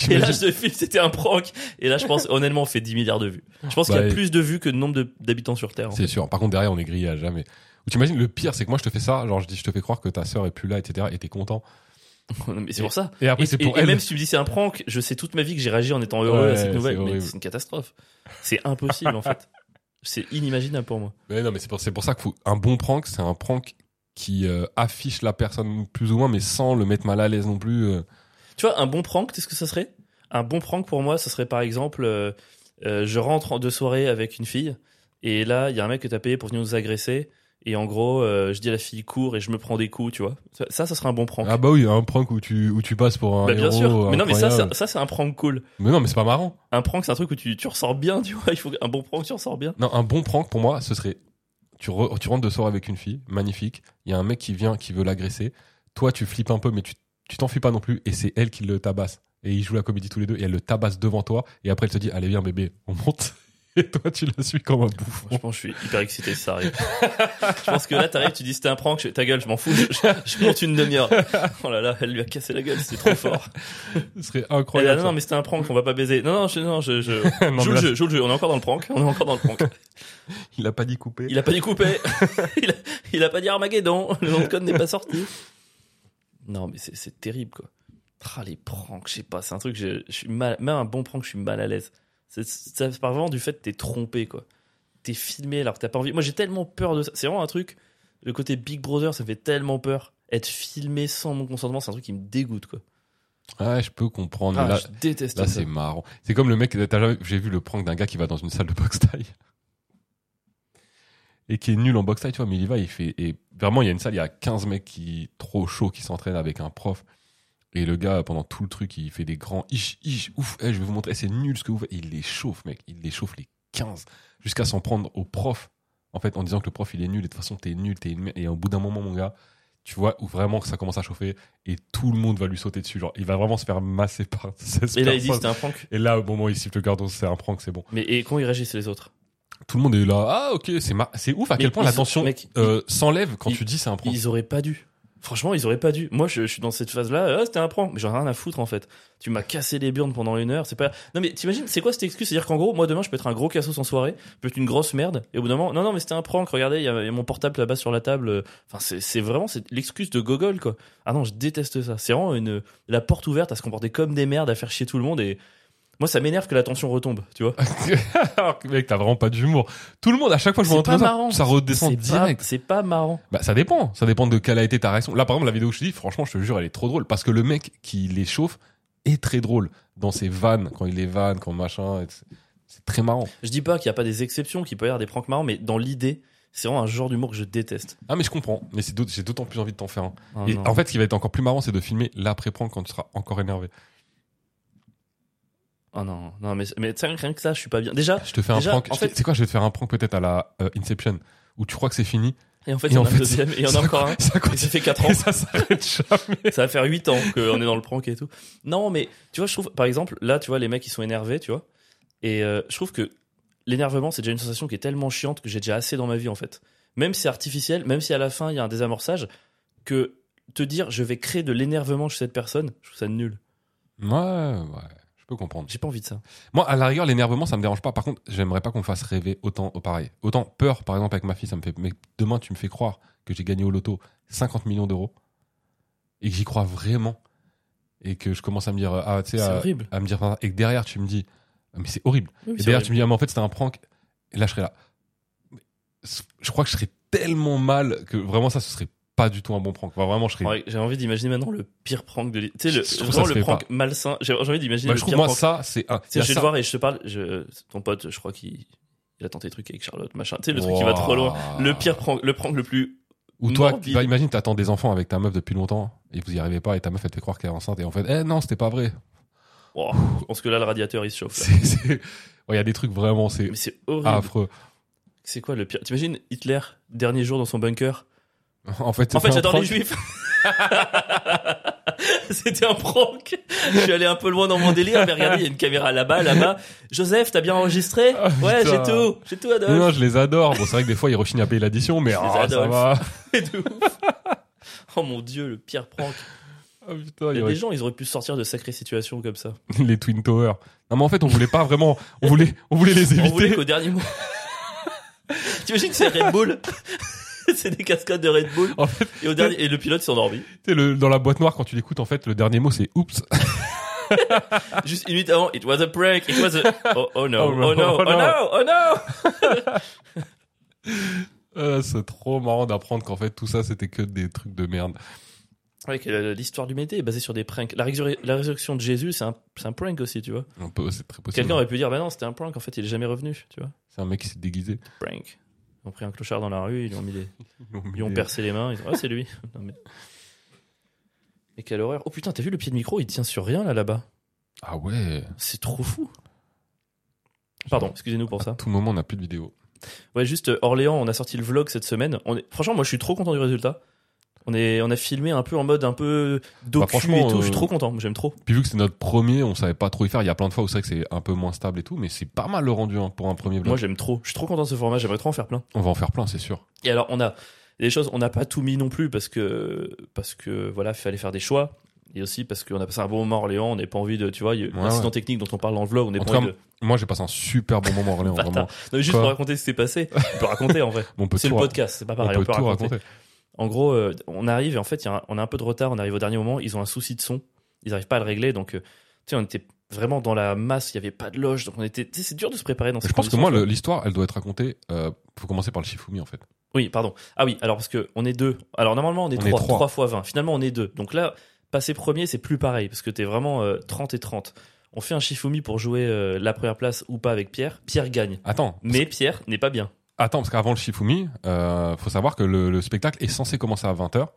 Speaker 2: Et là, je te filme, c'était un prank. Et là, je pense, honnêtement, on fait 10 milliards de vues. Je pense
Speaker 1: Bah,
Speaker 2: qu'il y a
Speaker 1: et-
Speaker 2: plus de vues que le nombre de- d'habitants sur Terre. en fait.
Speaker 1: C'est sûr. Par contre, derrière, on est grillé à jamais. Ou t'imagines, le pire, c'est que moi, je te fais ça, genre, je dis, je te fais croire que ta sœur est plus là, etc., et t'es content.
Speaker 2: Non, Mais c'est pour ça.
Speaker 1: Et après,
Speaker 2: Et,
Speaker 1: c'est
Speaker 2: et-
Speaker 1: pour
Speaker 2: et
Speaker 1: elle.
Speaker 2: même si tu me dis c'est un prank, je sais toute ma vie que j'ai réagi en étant heureux
Speaker 1: Ouais,
Speaker 2: à cette nouvelle,
Speaker 1: c'est
Speaker 2: mais
Speaker 1: horrible.
Speaker 2: c'est une catastrophe. C'est impossible en fait. C'est inimaginable pour moi.
Speaker 1: Mais non, mais c'est pour, c'est pour ça qu'un bon prank, c'est un prank qui euh, affiche la personne plus ou moins, mais sans le mettre mal à l'aise non plus. euh.
Speaker 2: Tu vois, un bon prank, tu sais ce que ça serait Un bon prank pour moi, ça serait par exemple, euh, euh, je rentre en- de soirée avec une fille, et là, il y a un mec que t'as payé pour venir nous agresser, et en gros, euh, je dis à la fille court et je me prends des coups, tu vois. Ça, ça, ça serait un bon prank.
Speaker 1: Ah bah oui, un prank où tu, où tu passes pour un
Speaker 2: Bah, bien
Speaker 1: héros
Speaker 2: sûr. Mais non, mais ça,
Speaker 1: incroyable.
Speaker 2: c'est- ça, c'est un prank cool.
Speaker 1: Mais non, mais c'est pas marrant.
Speaker 2: Un prank, c'est un truc où tu, tu ressors bien, tu vois. Il faut un bon prank, tu ressors bien.
Speaker 1: Non, un bon prank pour moi, ce serait tu, re- tu rentres de soir avec une fille, magnifique. Il y a un mec qui vient, qui veut l'agresser. Toi, tu flippes un peu, mais tu tu t'enfuis pas non plus. Et c'est elle qui le tabasse. Et ils jouent la comédie tous les deux. Et elle le tabasse devant toi. Et après, elle te dit Allez, viens, bébé, on monte. Et toi, tu la suis comme un bouffon.
Speaker 2: Je pense que je suis hyper excité si ça arrive. je pense que là, t'arrives, tu dis c'était un prank, je- ta gueule, je m'en fous, je, je- je monte une demi-heure. Oh là là, elle lui a cassé la gueule, c'est trop fort.
Speaker 1: Ce serait
Speaker 2: Elle a,
Speaker 1: incroyable.
Speaker 2: Eh, non, non, mais c'était un prank, on va pas baiser. Non, non, je, non, je, je-
Speaker 1: ça. Non, mais
Speaker 2: joue
Speaker 1: là,
Speaker 2: le jeu, joue le jeu, on est encore dans le prank, on est encore dans le prank.
Speaker 1: Il a pas dit couper.
Speaker 2: Il a pas dit couper, il, a, il a pas dit Armageddon, le nom de code n'est pas sorti. Non, mais c'est- c'est terrible quoi. Ah, les pranks, je sais pas, c'est un truc, je, je suis mal, même un bon prank, je suis mal à l'aise. C'est- Ça part vraiment du fait que t'es trompé quoi. T'es filmé alors que t'as pas envie. Moi j'ai tellement peur de ça. C'est vraiment un truc, le côté Big Brother, ça me fait tellement peur. Être filmé sans mon consentement, c'est un truc qui me dégoûte quoi.
Speaker 1: Ouais, je peux comprendre.
Speaker 2: Ah,
Speaker 1: mais là,
Speaker 2: je déteste
Speaker 1: là,
Speaker 2: ça.
Speaker 1: c'est marrant. C'est comme le mec. t'as jamais- J'ai vu le prank d'un gars qui va dans une salle de boxe taille. Et qui est nul en boxe taille, tu vois. Mais il y va, il fait. Et vraiment, il y a une salle, il y a 15 mecs qui trop chauds qui s'entraînent avec un prof. Et le gars, pendant tout le truc, il fait des grands ish, ish, ouf, eh, je vais vous montrer, c'est nul ce que vous faites. Il les chauffe, mec. Il les chauffe les 15 jusqu'à s'en prendre au prof. En fait, en disant que le prof, il est nul et de toute façon, t'es nul, t'es une merde. Et au bout d'un moment, mon gars, tu vois où vraiment que ça commence à chauffer et tout le monde va lui sauter dessus. Genre, il va vraiment se faire masser par 16
Speaker 2: Et là il dit
Speaker 1: personnes.
Speaker 2: c'était un prank.
Speaker 1: Et là, au moment où il siffle le gardon, c'est un prank, c'est bon.
Speaker 2: Mais et comment ils réagissent les autres
Speaker 1: Tout le monde est là. Ah, ok, c'est mar- c'est ouf à
Speaker 2: Mais
Speaker 1: quel point
Speaker 2: ils
Speaker 1: la
Speaker 2: sont-
Speaker 1: tension
Speaker 2: mec,
Speaker 1: euh, s'enlève quand
Speaker 2: ils-
Speaker 1: tu dis c'est un prank.
Speaker 2: Ils auraient pas dû. Franchement, ils auraient pas dû. Moi, je, je suis dans cette phase-là. euh, Ah, c'était un prank. Mais j'en ai rien à foutre, en fait. Tu m'as cassé les burnes pendant une heure. C'est pas. Non, mais t'imagines, c'est quoi cette excuse C'est-à-dire qu'en gros, moi, demain, je peux être un gros cassos en soirée. Je peux être une grosse merde. Et au bout d'un moment, non, non, mais c'était un prank. Regardez, il y, a il y a mon portable là-bas sur la table. euh. Enfin, c'est- c'est vraiment c'est l'excuse de gogol, quoi. Ah non, je déteste ça. C'est vraiment une, la porte ouverte à se comporter comme des merdes, à faire chier tout le monde. Et moi, ça m'énerve que la tension retombe, tu vois.
Speaker 1: Alors que, mec, t'as vraiment pas d'humour. Tout le monde, à chaque fois que je
Speaker 2: C'est
Speaker 1: vois un
Speaker 2: pas
Speaker 1: truc comme
Speaker 2: marrant.
Speaker 1: ça, ça redescend
Speaker 2: C'est pas-
Speaker 1: direct.
Speaker 2: C'est pas marrant.
Speaker 1: Bah, ça dépend. Ça dépend de quelle a été ta réaction. Là, par exemple, la vidéo que je te dis, franchement, je te jure, elle est trop drôle. Parce que le mec qui les chauffe est très drôle. Dans ses vannes, quand il les vannes, quand machin. et c'est- C'est très marrant.
Speaker 2: Je dis pas qu'il n'y a pas des exceptions, qu'il peut y avoir des pranks marrants, mais dans l'idée, c'est vraiment un genre d'humour que je déteste.
Speaker 1: Ah, mais je comprends. Mais c'est d'aut- j'ai d'autant plus envie de t'en faire un.
Speaker 2: Ah
Speaker 1: et
Speaker 2: non.
Speaker 1: en fait, ce qui va être encore plus marrant, c'est de filmer l'après-prank quand tu seras encore énervé.
Speaker 2: Ah non, non, mais, mais tu sais, rien que ça, je suis pas bien. Déjà,
Speaker 1: Je te fais
Speaker 2: Déjà,
Speaker 1: un prank.
Speaker 2: en
Speaker 1: je te-
Speaker 2: fait-
Speaker 1: Tu sais quoi, je vais te faire un prank peut-être à la euh, Inception. Où tu crois que c'est fini.
Speaker 2: et en fait,
Speaker 1: Et
Speaker 2: il y en
Speaker 1: en
Speaker 2: a un
Speaker 1: fait,
Speaker 2: deuxième, et il y en
Speaker 1: ça
Speaker 2: a encore un.
Speaker 1: Ça
Speaker 2: Et
Speaker 1: continue.
Speaker 2: ça fait 4 ans.
Speaker 1: Et ça s'arrête jamais.
Speaker 2: ça va faire 8 ans qu'on est dans le prank et tout. Non, mais tu vois, je trouve, par exemple, là, tu vois, les mecs, ils sont énervés, tu vois. Et euh, je trouve que l'énervement, c'est déjà une sensation qui est tellement chiante que j'ai déjà assez dans ma vie, en fait. Même si c'est artificiel, même si à la fin, il y a un désamorçage, que te dire je vais créer de l'énervement chez cette personne, je trouve ça nul.
Speaker 1: Ouais, ouais. Je peux comprendre.
Speaker 2: J'ai pas envie de ça.
Speaker 1: Moi, à la rigueur, l'énervement, ça me dérange pas. Par contre, j'aimerais pas qu'on me fasse rêver autant au pareil. Autant peur, par exemple, avec ma fille, ça me fait. Mais demain, tu me fais croire que j'ai gagné au loto 50 millions d'euros et que j'y crois vraiment et que je commence à me dire euh, ah tu sais
Speaker 2: C'est
Speaker 1: à,
Speaker 2: horrible.
Speaker 1: à me dire et que derrière tu me dis ah, mais c'est horrible.
Speaker 2: Oui,
Speaker 1: et
Speaker 2: c'est
Speaker 1: derrière
Speaker 2: horrible.
Speaker 1: tu me dis ah, mais en fait c'était un prank. Et là je serais là. Mais Je crois que je serais tellement mal que vraiment ça ce serait pas du tout un bon prank. Enfin, vraiment je serais.
Speaker 2: Ouais, j'ai envie d'imaginer maintenant le pire prank de l'hi- Tu sais,
Speaker 1: Je
Speaker 2: le,
Speaker 1: trouve
Speaker 2: vraiment
Speaker 1: ça se
Speaker 2: le
Speaker 1: fait
Speaker 2: prank malsain. J'ai j'ai envie d'imaginer
Speaker 1: Bah,
Speaker 2: le
Speaker 1: je trouve
Speaker 2: pire
Speaker 1: moi
Speaker 2: prank.
Speaker 1: ça c'est un.
Speaker 2: Tu sais,
Speaker 1: il y a
Speaker 2: je vais
Speaker 1: ça.
Speaker 2: te voir et je te parle. Je, ton pote, je crois qu'il il a tenté des trucs avec Charlotte, machin. Tu sais, le truc qui va trop loin.
Speaker 1: Ouah.
Speaker 2: Le pire prank, le prank le plus.
Speaker 1: Ou toi,
Speaker 2: Morbide.
Speaker 1: tu vas imagine, t'attends des enfants avec ta meuf depuis longtemps et vous y arrivez pas et ta meuf elle te fait croire qu'elle est enceinte et en fait, eh non, c'était pas vrai.
Speaker 2: Oh, je pense que là, le radiateur, il se chauffe. là.
Speaker 1: C'est- c'est- Ouais, Il y a des trucs vraiment, c'est Ah,
Speaker 2: Mais c'est horrible.
Speaker 1: affreux.
Speaker 2: C'est quoi le pire T'imagines Hitler, dernier jour dans son bunker
Speaker 1: En fait,
Speaker 2: En fait,
Speaker 1: c'est un
Speaker 2: j'adore les
Speaker 1: prank.
Speaker 2: juifs. C'était un prank. Je suis allé un peu loin dans mon délire, mais regardez, il y a une caméra là-bas, là-bas. Joseph, t'as bien enregistré
Speaker 1: Ah,
Speaker 2: Ouais, j'ai
Speaker 1: putain.
Speaker 2: tout. J'ai tout, Adolphe.
Speaker 1: Non, non, je les adore. Bon, c'est vrai que des fois ils rechignent à payer l'addition, mais
Speaker 2: Je les
Speaker 1: ah, ça
Speaker 2: adore.
Speaker 1: va.
Speaker 2: Et de ouf. Oh mon dieu, le pire prank.
Speaker 1: Ah, putain, il
Speaker 2: Il y
Speaker 1: y
Speaker 2: a
Speaker 1: aurait
Speaker 2: des gens, ils auraient pu sortir de sacrées situations comme ça.
Speaker 1: les Twin Towers. Non, mais en fait, on voulait pas vraiment, on voulait, on voulait les
Speaker 2: On voulait
Speaker 1: éviter.
Speaker 2: qu'au dernier moment. T'imagines, c'est Red Bull. c'est des cascades de Red Bull.
Speaker 1: En fait,
Speaker 2: Et, au dernier, et le pilote s'est endormi.
Speaker 1: tu sais, le- dans la boîte noire, quand tu l'écoutes, en fait, le dernier mot c'est oups.
Speaker 2: Juste une minute avant, it was a prank, it was a. Oh, oh no,
Speaker 1: Oh no,
Speaker 2: oh no, oh
Speaker 1: oh no.
Speaker 2: no, oh no!
Speaker 1: Euh, c'est trop marrant d'apprendre qu'en fait tout ça c'était que des trucs de merde.
Speaker 2: Ouais, que la- l'histoire de l'humanité est basée sur des pranks. La, résur- la résurrection de Jésus, c'est un, c'est un prank aussi, tu vois.
Speaker 1: On peut- C'est très possible.
Speaker 2: Quelqu'un aurait pu dire, bah non, c'était un prank, en fait, il est jamais revenu, tu vois.
Speaker 1: C'est un mec qui s'est déguisé.
Speaker 2: Prank. Ils ont pris un clochard dans la rue, ils lui ont mis des, Ils ont
Speaker 1: mis des-
Speaker 2: percé les mains. Ils ont... Ah, c'est lui. Non, mais... mais quelle horreur. Oh putain, t'as vu le pied de micro Il tient sur rien là là-bas.
Speaker 1: Ah ouais.
Speaker 2: C'est trop fou. Pardon, excusez-nous pour ça.
Speaker 1: À tout moment, on n'a plus de vidéo.
Speaker 2: Ouais, juste euh, Orléans, on a sorti le vlog cette semaine. On est... Franchement, moi je suis trop content du résultat. On, est, on a filmé un peu en mode un peu docu
Speaker 1: Bah, franchement,
Speaker 2: et tout. Je suis
Speaker 1: euh,
Speaker 2: trop content. J'aime trop.
Speaker 1: Puis vu que c'est notre premier, on savait pas trop y faire. Il y a plein de fois où c'est vrai que c'est un peu moins stable et tout, mais c'est pas mal le rendu hein, pour un premier
Speaker 2: Moi,
Speaker 1: blog.
Speaker 2: j'aime trop. Je suis trop content de ce format. J'aimerais trop en faire plein.
Speaker 1: On va en faire plein, c'est sûr.
Speaker 2: Et alors, on a des choses, on n'a pas tout mis non plus parce que, parce que voilà, fallait faire des choix. Et aussi parce qu'on a passé un bon moment à Orléans, on n'a pas envie de, tu vois, il y a
Speaker 1: Ouais,
Speaker 2: l'incident
Speaker 1: ouais.
Speaker 2: technique dont on parle dans le vlog, on n'est
Speaker 1: En
Speaker 2: pas
Speaker 1: tout
Speaker 2: envie
Speaker 1: cas,
Speaker 2: de.
Speaker 1: Moi, j'ai passé un super bon moment à Orléans,
Speaker 2: Bâtard.
Speaker 1: vraiment.
Speaker 2: Non, mais juste
Speaker 1: quoi
Speaker 2: pour raconter ce qui s'est passé, on peut raconter en vrai.
Speaker 1: On peut
Speaker 2: C'est
Speaker 1: tout,
Speaker 2: le
Speaker 1: ra-
Speaker 2: podcast, c'est pas
Speaker 1: on
Speaker 2: pareil, on
Speaker 1: peut
Speaker 2: peut
Speaker 1: tout
Speaker 2: raconter.
Speaker 1: raconter.
Speaker 2: En gros, euh, on arrive et en fait, il y a un- on a un peu de retard, on arrive au dernier moment, ils ont un souci de son, ils n'arrivent pas à le régler, donc euh, tu sais, on était vraiment dans la masse, il n'y avait pas de loge, donc on était. tu sais, c'est dur de se préparer dans ces
Speaker 1: Je pense que
Speaker 2: conditions,
Speaker 1: moi,
Speaker 2: tu vois.
Speaker 1: le- l'histoire, elle doit être racontée. euh, faut commencer par le Shifumi, en fait.
Speaker 2: Oui, pardon. Ah oui, alors parce que on est deux. Alors normalement, on est,
Speaker 1: On est
Speaker 2: trois,
Speaker 1: trois.
Speaker 2: trois fois 20. Finalement, on est deux. Donc là, passer premier, c'est plus pareil, parce que t'es vraiment euh, 30 et 30. On fait un Shifumi pour jouer euh, la première place ou pas avec Pierre. Pierre gagne.
Speaker 1: Attends,
Speaker 2: Mais Pierre n'est pas bien.
Speaker 1: Attends, parce qu'avant le Shifumi, euh, faut savoir que le, le spectacle est censé commencer à 20h,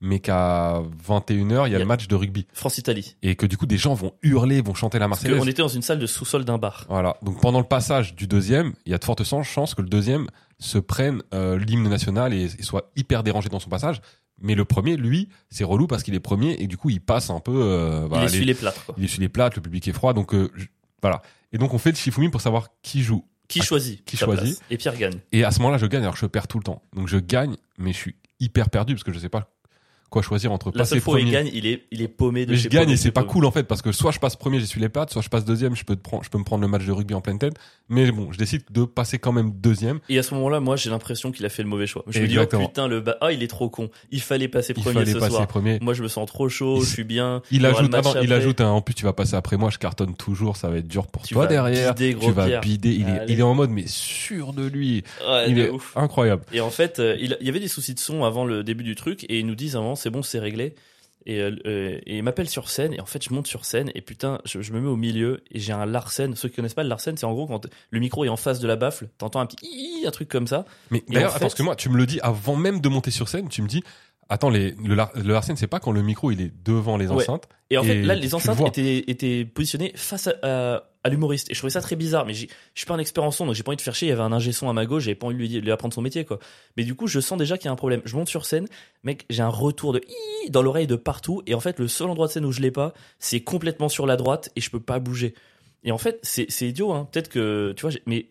Speaker 1: mais qu'à 21h, il y a
Speaker 2: Y a-
Speaker 1: le match de rugby.
Speaker 2: France-Italie.
Speaker 1: Et que du coup, des gens vont hurler, vont chanter la
Speaker 2: Parce qu'on
Speaker 1: Marseillaise.
Speaker 2: était dans une salle de sous-sol d'un bar.
Speaker 1: Voilà. Donc pendant le passage du deuxième, il y a de fortes chan- chances que le deuxième se prenne euh, l'hymne national et, et soit hyper dérangé dans son passage. Mais le premier, lui, c'est relou parce qu'il est premier et du coup, il passe un peu. euh,
Speaker 2: il
Speaker 1: voilà,
Speaker 2: essuie
Speaker 1: les-
Speaker 2: les plâtres. quoi.
Speaker 1: il essuie les plates, le public est froid. Donc euh, je- voilà. Et donc on fait le Shifumi pour savoir qui joue.
Speaker 2: Qui
Speaker 1: Ah,
Speaker 2: choisit
Speaker 1: qui
Speaker 2: sa
Speaker 1: choisit
Speaker 2: place Et Pierre gagne.
Speaker 1: Et à ce moment-là, je gagne alors que je perds tout le temps. Donc je gagne, mais je suis hyper perdu parce que je sais pas quoi choisir entre
Speaker 2: La
Speaker 1: passer
Speaker 2: seule fois où il
Speaker 1: premier.
Speaker 2: gagne, il est, il est paumé de
Speaker 1: mais
Speaker 2: chez
Speaker 1: je gagne
Speaker 2: paumé
Speaker 1: et
Speaker 2: de
Speaker 1: c'est
Speaker 2: chez
Speaker 1: pas
Speaker 2: paumé.
Speaker 1: cool en fait parce que soit je passe premier, j'essuie les plates, soit je passe deuxième, je peux, te prendre, je peux me prendre le match de rugby en pleine tête. Mais bon, je décide de passer quand même deuxième.
Speaker 2: Et à ce moment-là, moi, j'ai l'impression qu'il a fait le mauvais choix. Je me dis, oh
Speaker 1: Exactement.
Speaker 2: putain, le bas, ah, il est trop con. Il fallait passer
Speaker 1: Il
Speaker 2: premier
Speaker 1: fallait
Speaker 2: ce
Speaker 1: passer
Speaker 2: soir.
Speaker 1: premier.
Speaker 2: Moi, je me sens trop chaud,
Speaker 1: Il-
Speaker 2: je suis bien.
Speaker 1: Il
Speaker 2: y aura le
Speaker 1: ajoute,
Speaker 2: match
Speaker 1: attends, il
Speaker 2: après.
Speaker 1: ajoute un, en plus tu vas passer après moi, je cartonne toujours, ça va être dur pour
Speaker 2: Tu
Speaker 1: toi
Speaker 2: vas
Speaker 1: derrière.
Speaker 2: bider, gros
Speaker 1: tu vas
Speaker 2: Pierre.
Speaker 1: bider. Il est,
Speaker 2: Allez.
Speaker 1: il est en mode mais sûr de lui.
Speaker 2: Ouais,
Speaker 1: il
Speaker 2: de
Speaker 1: est
Speaker 2: ouf.
Speaker 1: incroyable.
Speaker 2: Et en fait, euh, il il y avait des soucis de son avant le début du truc, et ils nous disent avant, c'est bon, c'est réglé. Et, euh, euh, et ils m'appellent sur scène, et en fait, je monte sur scène, et putain, je, je me mets au milieu, et j'ai un Larsen. Ceux qui connaissent pas le Larsen, c'est en gros quand le micro est en face de la baffle, t'entends un petit Ii un truc comme ça.
Speaker 1: Mais
Speaker 2: Et en
Speaker 1: d'ailleurs,
Speaker 2: fait-
Speaker 1: attends, parce que moi, tu me le dis avant même de monter sur scène, tu me dis, attends, les, le, lar- le Larsen, c'est pas quand le micro il est devant les
Speaker 2: Ouais.
Speaker 1: enceintes.
Speaker 2: Et en fait,
Speaker 1: Et
Speaker 2: là,
Speaker 1: tu
Speaker 2: les
Speaker 1: le
Speaker 2: enceintes
Speaker 1: vois.
Speaker 2: étaient, étaient positionnées face à, à- à l'humoriste. Et je trouvais ça très bizarre. Mais j'ai- je suis pas un expert en son, donc j'ai pas envie de faire chier. Il y avait un ingé son à ma gauche, j'avais pas envie de lui, lui apprendre son métier, quoi. Mais du coup, je sens déjà qu'il y a un problème. Je monte sur scène, mec, j'ai un retour de Iiii dans l'oreille de partout. Et en fait, le seul endroit de scène où je l'ai pas, c'est complètement sur la droite et je peux pas bouger. Et en fait, c'est c'est idiot, hein. Peut-être que, tu vois, j'ai- mais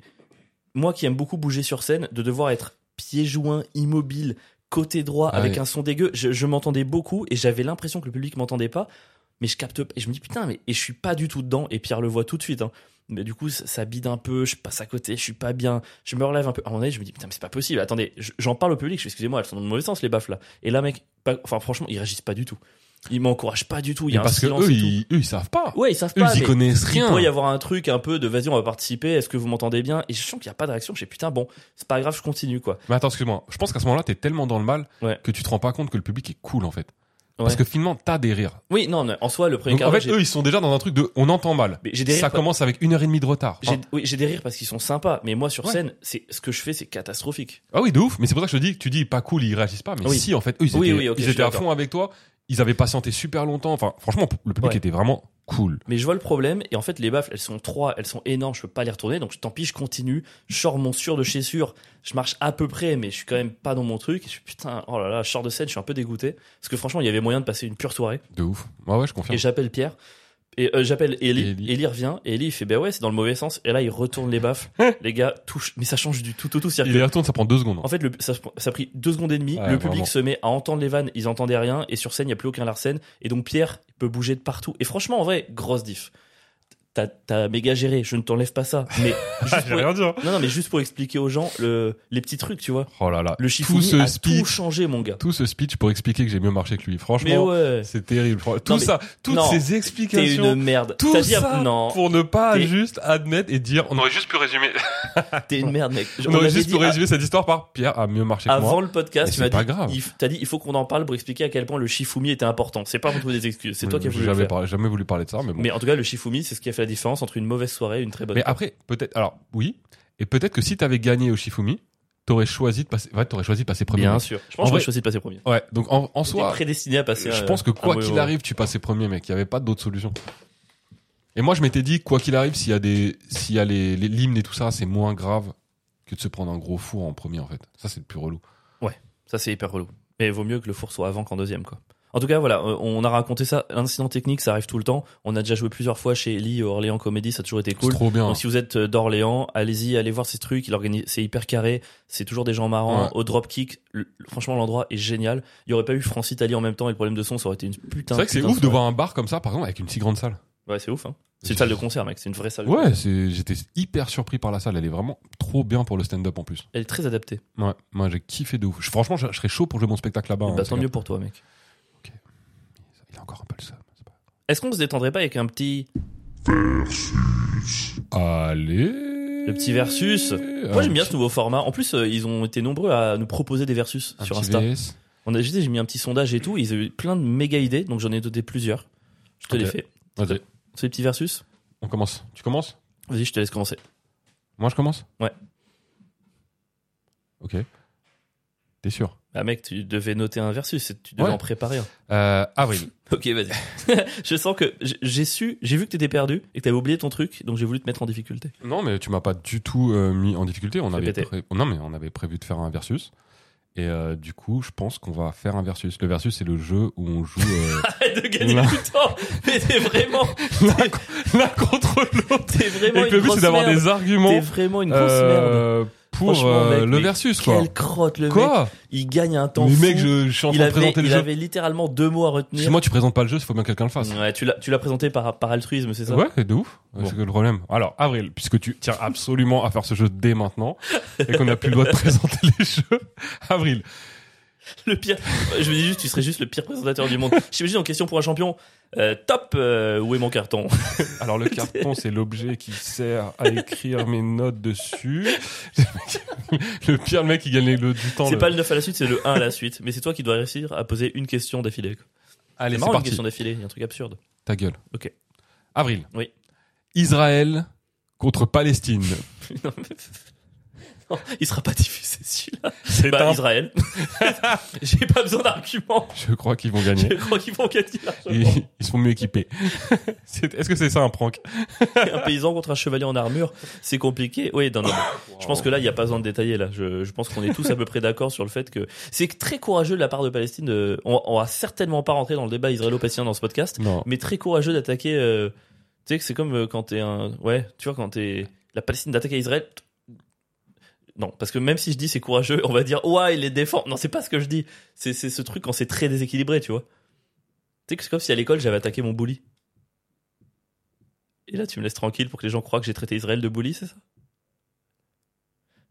Speaker 2: moi qui aime beaucoup bouger sur scène, de devoir être pieds joints, immobile, côté droit,
Speaker 1: Ah
Speaker 2: avec
Speaker 1: oui.
Speaker 2: un son dégueu, je, je m'entendais beaucoup et j'avais l'impression que le public m'entendait pas. Mais je capte, pas. et je me dis putain, mais et je suis pas du tout dedans. Et Pierre le voit tout de suite. hein. Mais du coup, ça, ça bide un peu. Je passe à côté. Je suis pas bien. Je me relève un peu. À un moment donné, je me dis putain, mais c'est pas possible. Attendez, je- j'en parle au public. Je fais, excusez-moi, elles sont dans le mauvais sens les baffes là. Et là, mec, pas- enfin franchement, ils réagissent pas du tout. Ils m'encouragent pas du tout. Il y
Speaker 1: Mais
Speaker 2: a un
Speaker 1: parce que
Speaker 2: silence
Speaker 1: eux
Speaker 2: et tout.
Speaker 1: ils, eux, ils savent pas.
Speaker 2: Ouais, ils savent
Speaker 1: Eux,
Speaker 2: pas.
Speaker 1: ils y
Speaker 2: mais-
Speaker 1: connaissent
Speaker 2: il
Speaker 1: rien.
Speaker 2: pourrait y avoir un truc un peu de vas-y, on va participer, est-ce que vous m'entendez bien Et je sens qu'il n'y a pas de réaction, je sais putain, bon, c'est pas grave, je continue quoi.
Speaker 1: Mais attends, excuse-moi. Je pense qu'à ce moment-là, t'es tellement dans le mal
Speaker 2: Ouais.
Speaker 1: que tu te rends pas compte que le public est cool, en fait. Parce
Speaker 2: Ouais.
Speaker 1: que finalement, t'as des rires.
Speaker 2: Oui, non, non, en soi, le premier
Speaker 1: Donc,
Speaker 2: quart
Speaker 1: en
Speaker 2: d'heure,
Speaker 1: fait,
Speaker 2: j'ai
Speaker 1: eux, ils sont déjà dans un truc de on entend mal.
Speaker 2: mais j'ai des
Speaker 1: Ça
Speaker 2: rires. pas-
Speaker 1: commence avec une heure et demie de retard.
Speaker 2: j'ai- oui, j'ai des rires parce qu'ils sont sympas, mais moi sur
Speaker 1: Ouais.
Speaker 2: scène, c'est ce que je fais, c'est catastrophique.
Speaker 1: Ah oui, de ouf. Mais c'est pour ça que je te dis, tu dis pas cool, ils réagissent pas. Mais
Speaker 2: Oui.
Speaker 1: si, en fait, eux, ils étaient,
Speaker 2: Oui, oui, ok,
Speaker 1: ils
Speaker 2: je suis
Speaker 1: étaient à
Speaker 2: d'accord.
Speaker 1: fond avec toi. Ils avaient patienté super longtemps. Enfin, franchement, le public
Speaker 2: Ouais.
Speaker 1: était vraiment cool.
Speaker 2: Mais je vois le problème, et en fait, les baffles, elles sont trois, elles sont énormes, je peux pas les retourner, donc tant pis, je continue, je sors mon sur de chez sûr, je marche à peu près, mais je suis quand même pas dans mon truc, et je suis putain, oh là là, je sors de scène, je suis un peu dégoûté, parce que franchement, il y avait moyen de passer une pure soirée.
Speaker 1: De ouf. Ah Ouais, ouais, je confirme.
Speaker 2: Et j'appelle Pierre. Et euh, j'appelle Ellie.
Speaker 1: Ellie.
Speaker 2: Ellie. revient. Et Ellie, il fait Ben ouais, c'est dans le mauvais sens. Et là, il retourne les baffes. les gars, touche. Mais ça change du tout, tout, tout. C'est-à-dire
Speaker 1: Il
Speaker 2: que-
Speaker 1: les retourne, ça prend deux secondes. hein.
Speaker 2: En fait, le, ça, ça a pris deux secondes et demie.
Speaker 1: Ouais,
Speaker 2: le public
Speaker 1: vraiment.
Speaker 2: se met à entendre les vannes. Ils entendaient rien. Et sur scène, il n'y a plus aucun Larsen. Et donc, Pierre peut bouger de partout. Et franchement, en vrai, grosse diff. T'as- T'as méga géré. Je ne t'enlève pas ça. Mais juste
Speaker 1: J'ai
Speaker 2: pour,
Speaker 1: rien dit, hein.
Speaker 2: non, non, mais juste pour expliquer aux gens le, les petits trucs, tu vois.
Speaker 1: Oh là là.
Speaker 2: Le
Speaker 1: tout
Speaker 2: chiffon
Speaker 1: ce
Speaker 2: a tout
Speaker 1: speech,
Speaker 2: changé, mon gars.
Speaker 1: tout ce speech pour expliquer que j'ai mieux marché que lui.
Speaker 2: Mais
Speaker 1: Franchement,
Speaker 2: ouais.
Speaker 1: c'est terrible. Fran- Tout
Speaker 2: mais-
Speaker 1: ça, toutes
Speaker 2: non,
Speaker 1: ces
Speaker 2: T'es une
Speaker 1: explications,
Speaker 2: merde.
Speaker 1: tout
Speaker 2: C'est-à-dire-
Speaker 1: ça
Speaker 2: non.
Speaker 1: pour ne pas
Speaker 2: T'es-
Speaker 1: juste admettre et dire. On aurait juste pu résumer.
Speaker 2: T'es une merde, mec.
Speaker 1: On,
Speaker 2: On
Speaker 1: aurait
Speaker 2: avait
Speaker 1: juste
Speaker 2: dit
Speaker 1: pu
Speaker 2: à-
Speaker 1: résumer cette histoire par Pierre a mieux marché que
Speaker 2: avant
Speaker 1: moi.
Speaker 2: le podcast,
Speaker 1: Mais
Speaker 2: tu
Speaker 1: c'est pas
Speaker 2: m'as dit,
Speaker 1: grave.
Speaker 2: il, f- t'as dit, il faut qu'on en parle pour expliquer à quel point le Shifumi était important. C'est pas pour trouver des excuses, c'est toi qui as
Speaker 1: J'ai
Speaker 2: voulu le
Speaker 1: jamais
Speaker 2: faire.
Speaker 1: parlé- jamais voulu parler de ça, mais bon.
Speaker 2: Mais euh, en tout cas, le Shifumi, c'est ce qui a fait la différence entre une mauvaise soirée et une très bonne.
Speaker 1: Mais après, peut-être, alors, oui. Et peut-être que si t'avais gagné au Shifumi, t'aurais choisi de passer, ouais, t'aurais choisi de passer premier.
Speaker 2: Bien sûr. Je
Speaker 1: En
Speaker 2: pense que
Speaker 1: vrai-
Speaker 2: j'aurais choisi de passer premier.
Speaker 1: Ouais. Donc, en, en
Speaker 2: J'étais
Speaker 1: soi,
Speaker 2: prédestiné à passer.
Speaker 1: je
Speaker 2: euh,
Speaker 1: pense que
Speaker 2: un
Speaker 1: quoi
Speaker 2: mauvais
Speaker 1: qu'il
Speaker 2: moment.
Speaker 1: arrive, tu passais premier, mec. Il n'y avait pas d'autre solution. Et moi, je m'étais dit, quoi qu'il arrive, s'il y a des, s'il y a les, les l'hymne et tout ça, c'est moins grave que de se prendre un gros four en premier, en fait. Ça, c'est le plus relou.
Speaker 2: Ça, c'est hyper relou. Mais il vaut mieux que le four soit avant qu'en deuxième, quoi. En tout cas, voilà, euh, on a raconté ça. L'incident technique, ça arrive tout le temps. On a déjà joué plusieurs fois chez Ellie au Orléans Comédie, ça a toujours été
Speaker 1: C'est
Speaker 2: cool.
Speaker 1: trop bien.
Speaker 2: Donc si vous êtes euh, d'Orléans, allez-y, allez voir ces trucs. Il organise, c'est hyper carré. C'est toujours des gens marrants.
Speaker 1: Ouais.
Speaker 2: Au dropkick, le- franchement, l'endroit est génial. Il y aurait pas eu France Italie en même temps et le problème de son, ça aurait été une
Speaker 1: C'est
Speaker 2: putain.
Speaker 1: vrai que c'est
Speaker 2: putain
Speaker 1: ouf de
Speaker 2: soirée.
Speaker 1: voir un bar comme ça, par exemple, avec une si grande salle.
Speaker 2: Ouais, c'est ouf. Hein. C'est une salle de concert, mec. C'est une vraie salle. de concert.
Speaker 1: Ouais, c'est- j'étais hyper surpris par la salle. Elle est vraiment trop bien pour le stand-up en plus.
Speaker 2: Elle est très adaptée.
Speaker 1: Ouais, moi j'ai kiffé de ouf. Je- Franchement, je, je serais chaud pour jouer mon spectacle là-bas. hein,
Speaker 2: bah,
Speaker 1: c'est
Speaker 2: tant
Speaker 1: clair.
Speaker 2: mieux pour toi, mec.
Speaker 1: Il a encore un peu le seum. c'est pas
Speaker 2: Est-ce qu'on se détendrait pas avec un petit
Speaker 1: grave. Allez. Le
Speaker 2: petit versus. Moi, j'aime bien ce nouveau format. En plus, euh, ils ont été nombreux à nous proposer des versus sur Insta. On a j'ai mis un petit sondage et tout. Ils ont eu plein de méga idées, donc j'en ai noté plusieurs. Je te
Speaker 1: Ok.
Speaker 2: les fais.
Speaker 1: Vas-y,
Speaker 2: C'est les petits versus.
Speaker 1: on commence. Tu commences
Speaker 2: Vas-y, je te laisse commencer.
Speaker 1: Moi, je commence
Speaker 2: Ouais.
Speaker 1: Ok. T'es sûr
Speaker 2: Bah mec, tu devais noter un versus, c'est- tu devais
Speaker 1: Ouais.
Speaker 2: en préparer un.
Speaker 1: euh, Avril.
Speaker 2: Ok, vas-y. je sens que j- j'ai su, j'ai vu que t'étais perdu et que t'avais oublié ton truc, donc j'ai voulu te mettre en difficulté.
Speaker 1: Non, mais tu m'as pas du tout euh, mis en difficulté. On
Speaker 2: Fais
Speaker 1: avait
Speaker 2: péter.
Speaker 1: pré- Non, mais on avait prévu de faire un versus. Et euh, du coup, je pense qu'on va faire un versus. Le versus, c'est le jeu où on joue euh,
Speaker 2: Arrête de gagner
Speaker 1: Non.
Speaker 2: du temps Mais t'es vraiment,
Speaker 1: l'un co- l'un contre l'autre.
Speaker 2: t'es vraiment
Speaker 1: Et que
Speaker 2: une
Speaker 1: le but,
Speaker 2: grosse
Speaker 1: c'est d'avoir
Speaker 2: merde.
Speaker 1: des arguments
Speaker 2: T'es vraiment une grosse merde.
Speaker 1: euh, pour
Speaker 2: Franchement,
Speaker 1: euh,
Speaker 2: mec,
Speaker 1: le
Speaker 2: mais
Speaker 1: versus, quoi.
Speaker 2: Quelle crotte le mec
Speaker 1: Quoi
Speaker 2: Il gagne un temps
Speaker 1: Mais
Speaker 2: fou.
Speaker 1: mec, je, je suis en
Speaker 2: il
Speaker 1: train de
Speaker 2: avait,
Speaker 1: présenter le
Speaker 2: il
Speaker 1: jeu.
Speaker 2: avait littéralement deux mots à
Speaker 1: Chez
Speaker 2: retenir.
Speaker 1: moi, tu présentes pas le jeu, il faut bien que quelqu'un le fasse.
Speaker 2: Ouais, tu l'as, tu l'as présenté par, par altruisme, c'est ça
Speaker 1: Ouais, de ouf.
Speaker 2: Bon.
Speaker 1: C'est que le problème. Alors, Avril, puisque tu tiens absolument à faire ce jeu dès maintenant et qu'on n'a plus le droit de présenter les jeux, Avril,
Speaker 2: Le pire. Je me dis juste, tu serais juste le pire présentateur du monde. Je me dis en question pour un champion. Euh, top. euh, où est mon carton
Speaker 1: Alors le carton, c'est l'objet qui sert à écrire mes notes dessus. le pire, le mec, il gagne le, du temps.
Speaker 2: C'est
Speaker 1: le-
Speaker 2: pas le 9 à la suite, c'est le 1 à la suite. Mais c'est toi qui dois réussir à poser une question d'affilée. quoi.
Speaker 1: Allez, c'est
Speaker 2: C'est marrant une
Speaker 1: parti.
Speaker 2: question d'affilée, il y a un truc absurde.
Speaker 1: Ta gueule.
Speaker 2: Ok.
Speaker 1: Avril.
Speaker 2: Oui.
Speaker 1: Israël contre Palestine.
Speaker 2: non, mais... non, il sera pas diffusé celui-là.
Speaker 1: C'est
Speaker 2: Bah,
Speaker 1: un-
Speaker 2: Israël. J'ai pas besoin d'arguments.
Speaker 1: Je crois qu'ils vont
Speaker 2: Je
Speaker 1: gagner.
Speaker 2: crois qu'ils vont gagner
Speaker 1: Et
Speaker 2: largement.
Speaker 1: ils sont mieux équipés. C'est- Est-ce que c'est ça un prank
Speaker 2: un paysan contre un chevalier en armure, c'est compliqué. Oui, non, non, mais Je pense que là, il n'y a pas besoin de détailler. Là, je, je pense qu'on est tous à peu près d'accord sur le fait que c'est très courageux de la part de Palestine. de- on, on va certainement pas rentrer dans le débat israélo-palestinien dans ce podcast,
Speaker 1: Non.
Speaker 2: mais très courageux d'attaquer. euh, tu sais que c'est comme euh, quand t'es un, ouais, tu vois, quand t'es la Palestine d'attaquer Israël. t- Non, parce que même si je dis c'est courageux, on va dire ouais, il les défend. Non, c'est pas ce que je dis. C'est c'est ce truc quand c'est très déséquilibré, tu vois. Tu sais que c'est comme si à l'école j'avais attaqué mon bully. Et là, tu me laisses tranquille pour que les gens croient que j'ai traité Israël de bully, c'est ça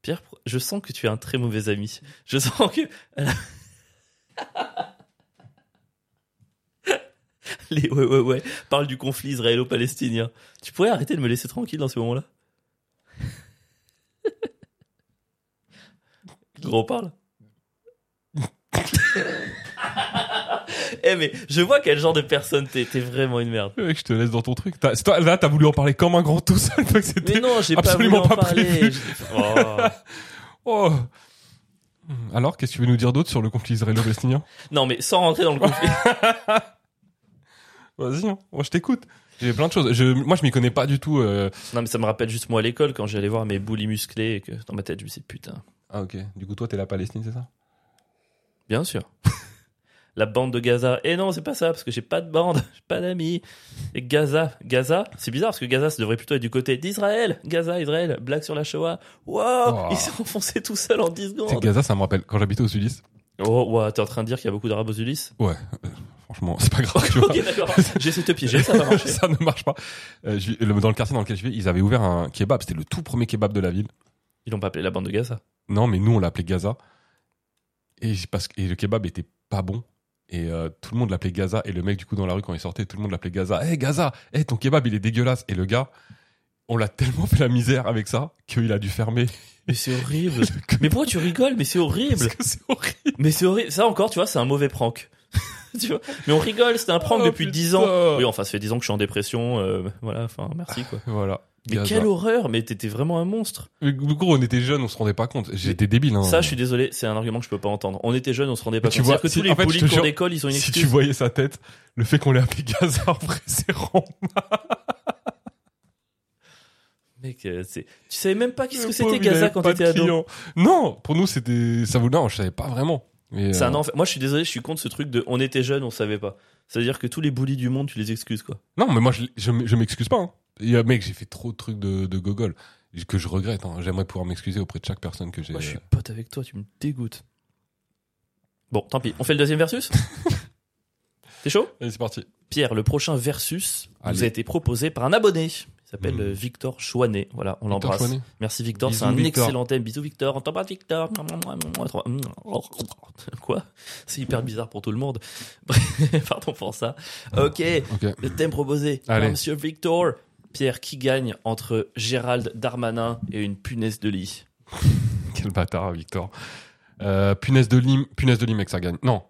Speaker 2: Pierre, pour- je sens que tu es un très mauvais ami. Je sens que. Les ouais, ouais, ouais, parle du conflit israélo-palestinien. Tu pourrais arrêter de me laisser tranquille dans ce moment-là Gros, parle. Eh, mais je vois quel genre de personne t'es. T'es vraiment une merde.
Speaker 1: Mec, je te laisse dans ton truc. T'as- c'est toi- là, t'as voulu en parler comme un grand tout seul. parce que
Speaker 2: Mais
Speaker 1: c'était-
Speaker 2: non, j'ai pas voulu
Speaker 1: absolument
Speaker 2: en
Speaker 1: pas
Speaker 2: parler.
Speaker 1: prévu.
Speaker 2: J'ai- Oh.
Speaker 1: Oh. Alors, qu'est-ce que tu veux nous dire d'autre sur le conflit israélo-palestinien
Speaker 2: Non, mais sans rentrer dans le conflit.
Speaker 1: Vas-y, hein. moi je t'écoute. J'ai plein de choses. Je, moi je m'y connais pas du tout. euh.
Speaker 2: Non, mais ça me rappelle juste moi à l'école quand j'allais voir mes boulis musclés et que dans ma tête je me disais putain.
Speaker 1: Ah ok. Du coup toi t'es la Palestine, c'est ça
Speaker 2: Bien sûr. La bande de Gaza. Eh non, c'est pas ça parce que j'ai pas de bande, j'ai pas d'amis. Et Gaza, Gaza, c'est bizarre parce que Gaza ça devrait plutôt être du côté d'Israël. Gaza, Israël, blague sur la Shoah. Wow,
Speaker 1: Oh.
Speaker 2: il s'est enfoncé tout seul en 10
Speaker 1: C'est
Speaker 2: secondes.
Speaker 1: Gaza, ça me rappelle quand j'habitais au Sudiste.
Speaker 2: Oh, wow, t'es en train de dire qu'il y a beaucoup d'arabes aux Ulysses
Speaker 1: Franchement, c'est pas grave. tu vois.
Speaker 2: Ok, d'accord. J'essaie de te piéger, ça va marcher.
Speaker 1: ça ne marche pas. Euh, je- le- dans le quartier dans lequel je vis, ils avaient ouvert un kebab. C'était le tout premier kebab de la ville.
Speaker 2: Ils l'ont pas appelé la bande de Gaza.
Speaker 1: Non, mais nous on l'appelait Gaza. Et, j- parce, que- et le kebab était pas bon. Et euh, tout le monde l'appelait Gaza. Et le mec, du coup, dans la rue, quand il sortait, tout le monde l'appelait Gaza. Hé Gaza, hé ton kebab, il est dégueulasse. Et le gars, on l'a tellement fait la misère avec ça qu'il a dû fermer.
Speaker 2: Mais c'est horrible. mais pourquoi tu rigoles Mais c'est horrible.
Speaker 1: Parce que c'est horrible.
Speaker 2: Mais c'est horrible. Ça encore, tu vois, c'est un mauvais prank. tu vois Mais on rigole, c'était un prank
Speaker 1: Oh,
Speaker 2: depuis 10 ans.
Speaker 1: putain.
Speaker 2: Oui, enfin, ça fait 10 ans que je suis en dépression. euh, voilà, enfin, merci quoi.
Speaker 1: Voilà.
Speaker 2: Mais
Speaker 1: Gaza.
Speaker 2: quelle horreur Mais t'étais vraiment un monstre.
Speaker 1: Mais Du coup, on était jeunes, on se rendait pas compte. J'étais débile. Hein.
Speaker 2: Ça, je suis désolé, c'est un argument que je peux pas entendre. On était jeunes, on se rendait pas
Speaker 1: Mais tu
Speaker 2: compte.
Speaker 1: vois,
Speaker 2: C'est-à-dire que
Speaker 1: si-
Speaker 2: tous les
Speaker 1: en fait, je
Speaker 2: bullies
Speaker 1: te
Speaker 2: cours
Speaker 1: jure,
Speaker 2: d'école, ils ont une
Speaker 1: Si
Speaker 2: excuse.
Speaker 1: tu voyais sa tête, le fait qu'on l'ait appelé Gaza en vrai, c'est rond.
Speaker 2: Mec, euh, c'est- tu savais même pas qu'est-ce
Speaker 1: Le
Speaker 2: que c'était
Speaker 1: pauvre, il
Speaker 2: Gaza
Speaker 1: avait
Speaker 2: quand
Speaker 1: pas de
Speaker 2: t'étais ado.
Speaker 1: clients. Non, pour nous, c'était. Ça vous. Non, je savais pas vraiment. Et,
Speaker 2: C'est un
Speaker 1: euh,
Speaker 2: enfer. Moi, je suis désolé, je suis contre ce truc de on était jeunes, on savait pas. C'est-à-dire que tous les bullies du monde, tu les excuses, quoi.
Speaker 1: Non, mais moi, je, je, m- je m'excuse pas. hein. Il y a- mec, j'ai fait trop de trucs de, de gogol que je regrette. hein. J'aimerais pouvoir m'excuser auprès de chaque personne que j'ai. euh,
Speaker 2: Moi, je suis pote avec toi, tu me dégoûtes. Bon, tant pis. On fait le deuxième versus T'es chaud
Speaker 1: Allez, c'est parti.
Speaker 2: Pierre, le prochain versus
Speaker 1: Allez.
Speaker 2: nous a été proposé par un abonné. Il s'appelle
Speaker 1: Mm.
Speaker 2: euh, Victor Chouanet. Voilà, on
Speaker 1: Victor
Speaker 2: l'embrasse.
Speaker 1: Chouanet.
Speaker 2: Merci Victor,
Speaker 1: Bisous,
Speaker 2: c'est un
Speaker 1: Victor.
Speaker 2: excellent thème. Bisous Victor, on t'embrasse Victor. Quoi C'est hyper bizarre pour tout le monde. Pardon pour ça. Ok,
Speaker 1: Ok.
Speaker 2: le thème proposé par
Speaker 1: Allez.
Speaker 2: Monsieur Victor. Pierre, qui gagne entre Gérald Darmanin et une punaise de lit
Speaker 1: Quel bâtard, Victor. Euh, punaise de lit, punaise de lit, mec, ça gagne. Non.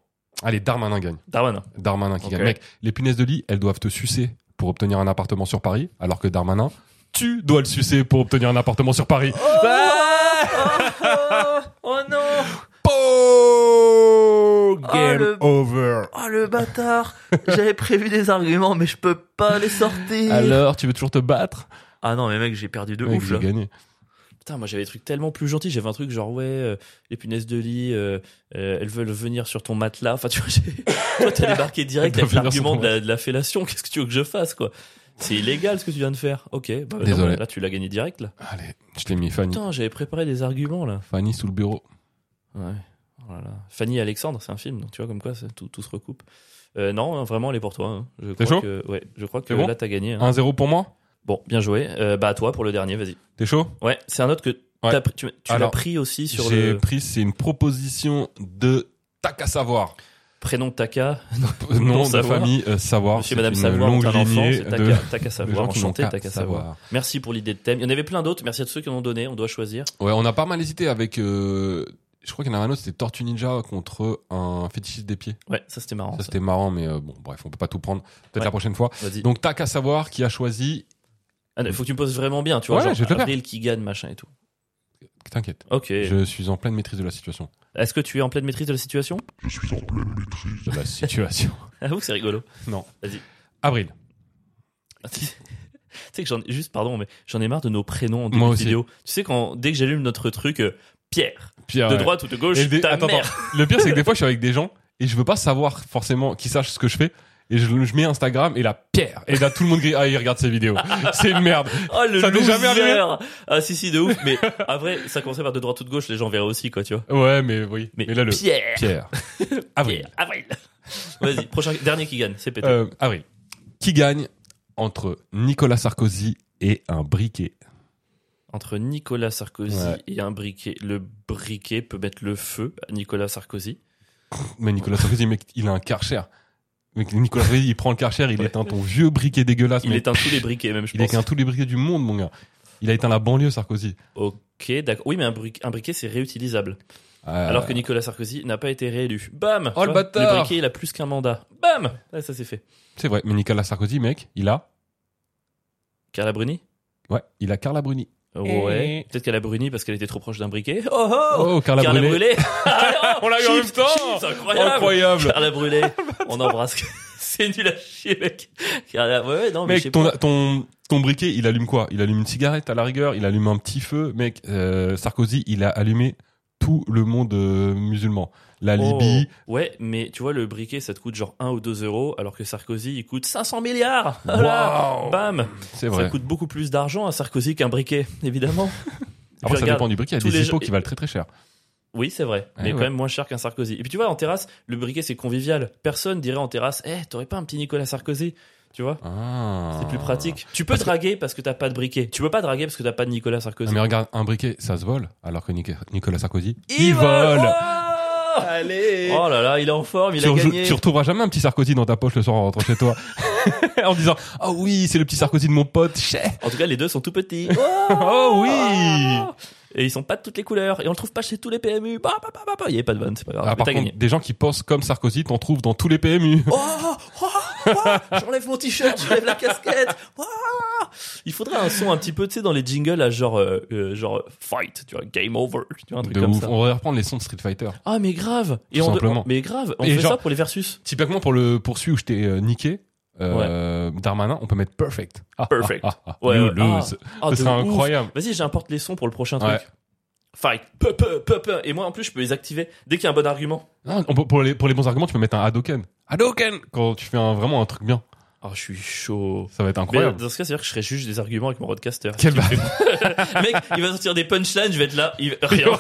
Speaker 1: Allez, Darmanin gagne.
Speaker 2: Darmanin.
Speaker 1: Darmanin qui
Speaker 2: Ok.
Speaker 1: gagne. Mec, les punaises de lit, elles doivent te sucer pour obtenir un appartement sur Paris, alors que Darmanin, tu dois le sucer pour obtenir un appartement sur Paris. Bah,
Speaker 2: oh, non
Speaker 1: Oh Game
Speaker 2: le-
Speaker 1: over.
Speaker 2: Oh le bâtard J'avais prévu des arguments mais je peux pas les sortir
Speaker 1: Alors, tu veux toujours te battre
Speaker 2: Ah non mais mec j'ai perdu de
Speaker 1: Mec,
Speaker 2: ouf
Speaker 1: j'ai
Speaker 2: là
Speaker 1: gagné.
Speaker 2: Putain moi j'avais des trucs tellement plus gentils J'avais un truc genre ouais euh, les punaises de lit euh, euh, Elles veulent venir sur ton matelas Enfin tu vois j'ai- Toi t'as débarqué direct
Speaker 1: Elles
Speaker 2: avec
Speaker 1: veulent venir sur
Speaker 2: l'argument
Speaker 1: ton
Speaker 2: de, la, de la fellation Qu'est-ce que tu veux que je fasse quoi C'est illégal ce que tu viens de faire Ok bah, non,
Speaker 1: Désolé.
Speaker 2: Là tu l'as gagné direct là
Speaker 1: Allez, je t'ai mis Fanny.
Speaker 2: Putain j'avais préparé des arguments là
Speaker 1: Fanny sous le bureau.
Speaker 2: Ouais. Oh là là. Fanny et Alexandre, c'est un film, donc tu vois comme quoi c'est- tout, tout se recoupe. Euh, non, vraiment, elle est pour toi. hein. Je
Speaker 1: T'es
Speaker 2: crois
Speaker 1: chaud
Speaker 2: que, ouais, je crois que
Speaker 1: C'est bon Ah.
Speaker 2: là t'as gagné. hein.
Speaker 1: 1-0 pour moi
Speaker 2: Bon, bien joué. Euh, bah à toi pour le dernier, vas-y.
Speaker 1: T'es chaud
Speaker 2: Ouais, c'est un autre que
Speaker 1: Ouais.
Speaker 2: t'as pris- tu, tu l'as
Speaker 1: Alors,
Speaker 2: pris aussi sur
Speaker 1: J'ai
Speaker 2: le
Speaker 1: pris, c'est une proposition de tac à savoir.
Speaker 2: prénom de Taka,
Speaker 1: Nom de
Speaker 2: Savoir.
Speaker 1: famille, euh, savoir.
Speaker 2: Monsieur,
Speaker 1: c'est
Speaker 2: Madame
Speaker 1: une
Speaker 2: Savoir,
Speaker 1: longue
Speaker 2: t'as un enfant,
Speaker 1: lignée
Speaker 2: c'est
Speaker 1: de-
Speaker 2: Taka, Taka
Speaker 1: de
Speaker 2: Savoir,
Speaker 1: gens qui n'ont
Speaker 2: enchanté,
Speaker 1: qu'à
Speaker 2: Taka Savoir.
Speaker 1: savoir.
Speaker 2: Merci pour l'idée de thème. Il y en avait plein d'autres. Merci à tous ceux qui en ont donné. On doit choisir.
Speaker 1: Ouais, on a pas mal hésité avec. euh, je crois qu'il y en avait un autre, c'était Tortue Ninja contre un fétichiste des pieds.
Speaker 2: Ouais, ça c'était marrant.
Speaker 1: Ça,
Speaker 2: Ah, ça.
Speaker 1: c'était marrant, mais euh, bon, bref, on peut pas tout prendre. Peut-être
Speaker 2: Ouais.
Speaker 1: la prochaine fois.
Speaker 2: Vas-y.
Speaker 1: Donc, tac à savoir qui a choisi.
Speaker 2: Ah, non, faut que tu me poses vraiment bien, tu vois.
Speaker 1: Ouais,
Speaker 2: genre,
Speaker 1: je vais te le faire.
Speaker 2: Avril qui gagne, machin et tout.
Speaker 1: T'inquiète.
Speaker 2: Ok.
Speaker 1: Je suis en pleine maîtrise de la situation.
Speaker 2: Est-ce que tu es en pleine maîtrise de la situation
Speaker 1: De la situation.
Speaker 2: Ah oui, c'est rigolo. Ah,
Speaker 1: Avril.
Speaker 2: tu sais que j'en ai juste pardon mais j'en ai marre de nos prénoms
Speaker 1: Moi
Speaker 2: en début de
Speaker 1: aussi.
Speaker 2: vidéo. Tu sais quand dès que j'allume notre truc euh, Pierre
Speaker 1: Pierre.
Speaker 2: de
Speaker 1: Ah ouais.
Speaker 2: droite ou de gauche
Speaker 1: euh, Et des-
Speaker 2: ta
Speaker 1: attends,
Speaker 2: mère.
Speaker 1: attends. Le pire, c'est que des fois, je suis avec des gens et je veux pas savoir forcément qu'ils sachent ce que je fais. Et je, je mets Instagram et la pierre. Et là, tout le monde crie, ah, il regarde ses vidéos. C'est une merde.
Speaker 2: Oh le
Speaker 1: Ça t'est
Speaker 2: loser.
Speaker 1: jamais arrivé
Speaker 2: Ah si si de ouf mais après ça commençait par de droite ou de gauche les gens verraient aussi quoi tu vois.
Speaker 1: Ouais, mais oui.
Speaker 2: Mais,
Speaker 1: Mais, là, le
Speaker 2: Pierre
Speaker 1: pierre. Avril.
Speaker 2: Pierre, avril. Vas-y prochain dernier qui gagne c'est pété.
Speaker 1: Euh, avril. Qui gagne entre Nicolas Sarkozy et un briquet?
Speaker 2: Entre Nicolas Sarkozy
Speaker 1: Ouais.
Speaker 2: et un briquet le briquet peut mettre le feu à Nicolas Sarkozy.
Speaker 1: Mais Nicolas Sarkozy, mec, il a un karcher. Mec, Nicolas Sarkozy, il prend le karcher, il
Speaker 2: Ouais.
Speaker 1: éteint ton vieux briquet dégueulasse.
Speaker 2: Il
Speaker 1: Ah, mais
Speaker 2: éteint tous les briquets même je
Speaker 1: il
Speaker 2: pense.
Speaker 1: éteint tous les briquets du monde, mon gars. Il a éteint la banlieue, Sarkozy.
Speaker 2: Ok d'accord oui mais un, briquet- un briquet c'est réutilisable.
Speaker 1: Euh,
Speaker 2: Alors que Nicolas Sarkozy n'a pas été réélu. Bam
Speaker 1: Oh,
Speaker 2: Tu
Speaker 1: le
Speaker 2: vois,
Speaker 1: bâtard
Speaker 2: Le briquet, il a plus qu'un mandat. Bam Ouais, Ça, c'est fait.
Speaker 1: C'est vrai, mais Nicolas Sarkozy, mec, il a,
Speaker 2: Carla Bruni Euh,
Speaker 1: ouais, il a Carla Bruni.
Speaker 2: Ouais.
Speaker 1: Eh.
Speaker 2: Peut-être Carla Bruni parce qu'elle était trop proche d'un briquet. Oh oh,
Speaker 1: Oh, Carla,
Speaker 2: Carla
Speaker 1: Bruni.
Speaker 2: Ah, Brûlé
Speaker 1: On l'a eu en même temps.
Speaker 2: incroyable.
Speaker 1: Incroyable. Bah,
Speaker 2: Carla Brûlé On embrasse. c'est nul à chier, mec. Carla, ouais, ouais, non, mais je sais
Speaker 1: Mec, ton,
Speaker 2: pas.
Speaker 1: ton, ton briquet, il allume quoi Il allume une cigarette à la rigueur, il allume un petit feu. Mec, euh, Sarkozy, il a allumé tout le monde euh, musulman. La
Speaker 2: Oh.
Speaker 1: Libye.
Speaker 2: Ouais, mais tu vois, le briquet, ça te coûte genre 1 ou 2 euros, alors que Sarkozy, il coûte 500 milliards.
Speaker 1: Oh
Speaker 2: Voilà.
Speaker 1: Waouh.
Speaker 2: Bam
Speaker 1: C'est
Speaker 2: Ça
Speaker 1: vrai.
Speaker 2: coûte beaucoup plus d'argent à Sarkozy qu'un briquet, évidemment.
Speaker 1: Après,
Speaker 2: Je
Speaker 1: ça
Speaker 2: regarde
Speaker 1: dépend du briquet. Il y
Speaker 2: tous
Speaker 1: a
Speaker 2: les
Speaker 1: des hippos
Speaker 2: gens-
Speaker 1: qui valent très très cher.
Speaker 2: Oui, c'est vrai,
Speaker 1: Eh
Speaker 2: mais quand
Speaker 1: ouais.
Speaker 2: même moins cher qu'un Sarkozy. Et puis tu vois, en terrasse, le briquet c'est convivial. Personne dirait en terrasse, eh, t'aurais pas un petit Nicolas Sarkozy Tu vois
Speaker 1: Ah.
Speaker 2: C'est plus pratique. Tu peux draguer parce que t'as pas de briquet. Tu peux pas draguer parce que t'as pas de Nicolas
Speaker 1: Ah,
Speaker 2: Sarkozy.
Speaker 1: mais regarde, un briquet, ça se vole, alors que Nic- Nicolas Sarkozy,
Speaker 2: Oh
Speaker 3: Allez
Speaker 2: Oh là là, il est en forme, il
Speaker 1: tu,
Speaker 2: a
Speaker 1: rejou-
Speaker 2: gagné.
Speaker 1: tu retrouveras jamais un petit Sarkozy dans ta poche le soir en rentrant chez toi en disant ah oui c'est le petit Sarkozy de mon pote chais.
Speaker 2: En tout cas, les deux sont tout petits.
Speaker 1: Oh oui
Speaker 2: Et ils sont pas de toutes les couleurs. Et on le trouve pas chez tous les PMU. Bah, bah, bah, bah, bah. Il y avait pas de vanne, c'est pas grave.
Speaker 1: Ah,
Speaker 2: Mais
Speaker 1: par
Speaker 2: t'as
Speaker 1: contre
Speaker 2: gagné.
Speaker 1: des gens qui pensent comme Sarkozy t'en trouves dans tous les PMU
Speaker 2: Oh, oh, oh, j'enlève mon t-shirt, j'enlève la casquette. Oh. il faudrait un son un petit peu, tu sais, dans les jingles, à genre, euh, euh, genre fight, tu vois, game over, tu vois, un truc
Speaker 1: de
Speaker 2: comme
Speaker 1: ouf
Speaker 2: ça.
Speaker 1: on va reprendre les sons de Street Fighter
Speaker 2: Ah, mais grave.
Speaker 1: Tout
Speaker 2: on de-
Speaker 1: simplement.
Speaker 2: mais grave, on
Speaker 1: Et
Speaker 2: fait
Speaker 1: genre-
Speaker 2: ça pour les versus.
Speaker 1: typiquement pour le poursuit où je t'ai euh, niqué euh, Darmanin on peut mettre perfect Ah,
Speaker 2: Perfect.
Speaker 1: ah, ah, ah.
Speaker 2: Ouais,
Speaker 1: you
Speaker 2: ouais.
Speaker 1: lose ça
Speaker 2: Ah, de
Speaker 1: serait
Speaker 2: ouf.
Speaker 1: incroyable
Speaker 2: Vas-y, j'importe les sons pour le prochain
Speaker 1: Ouais.
Speaker 2: truc. fight, peu, peu, peu, peu. Et moi, en plus, je peux les activer dès qu'il y a un bon argument.
Speaker 1: Ah, on peut- pour, les, pour les bons arguments, tu peux mettre un Hadoken. Hadoken Quand tu fais un- vraiment un truc bien,
Speaker 2: Oh, je suis chaud.
Speaker 1: ça va être
Speaker 2: Mais
Speaker 1: incroyable.
Speaker 2: dans ce cas, c'est-à-dire que je serais juge des arguments avec mon roadcaster.
Speaker 1: Quel bâtard.
Speaker 2: Mec, il va sortir des punchlines, je vais être là, il va rien.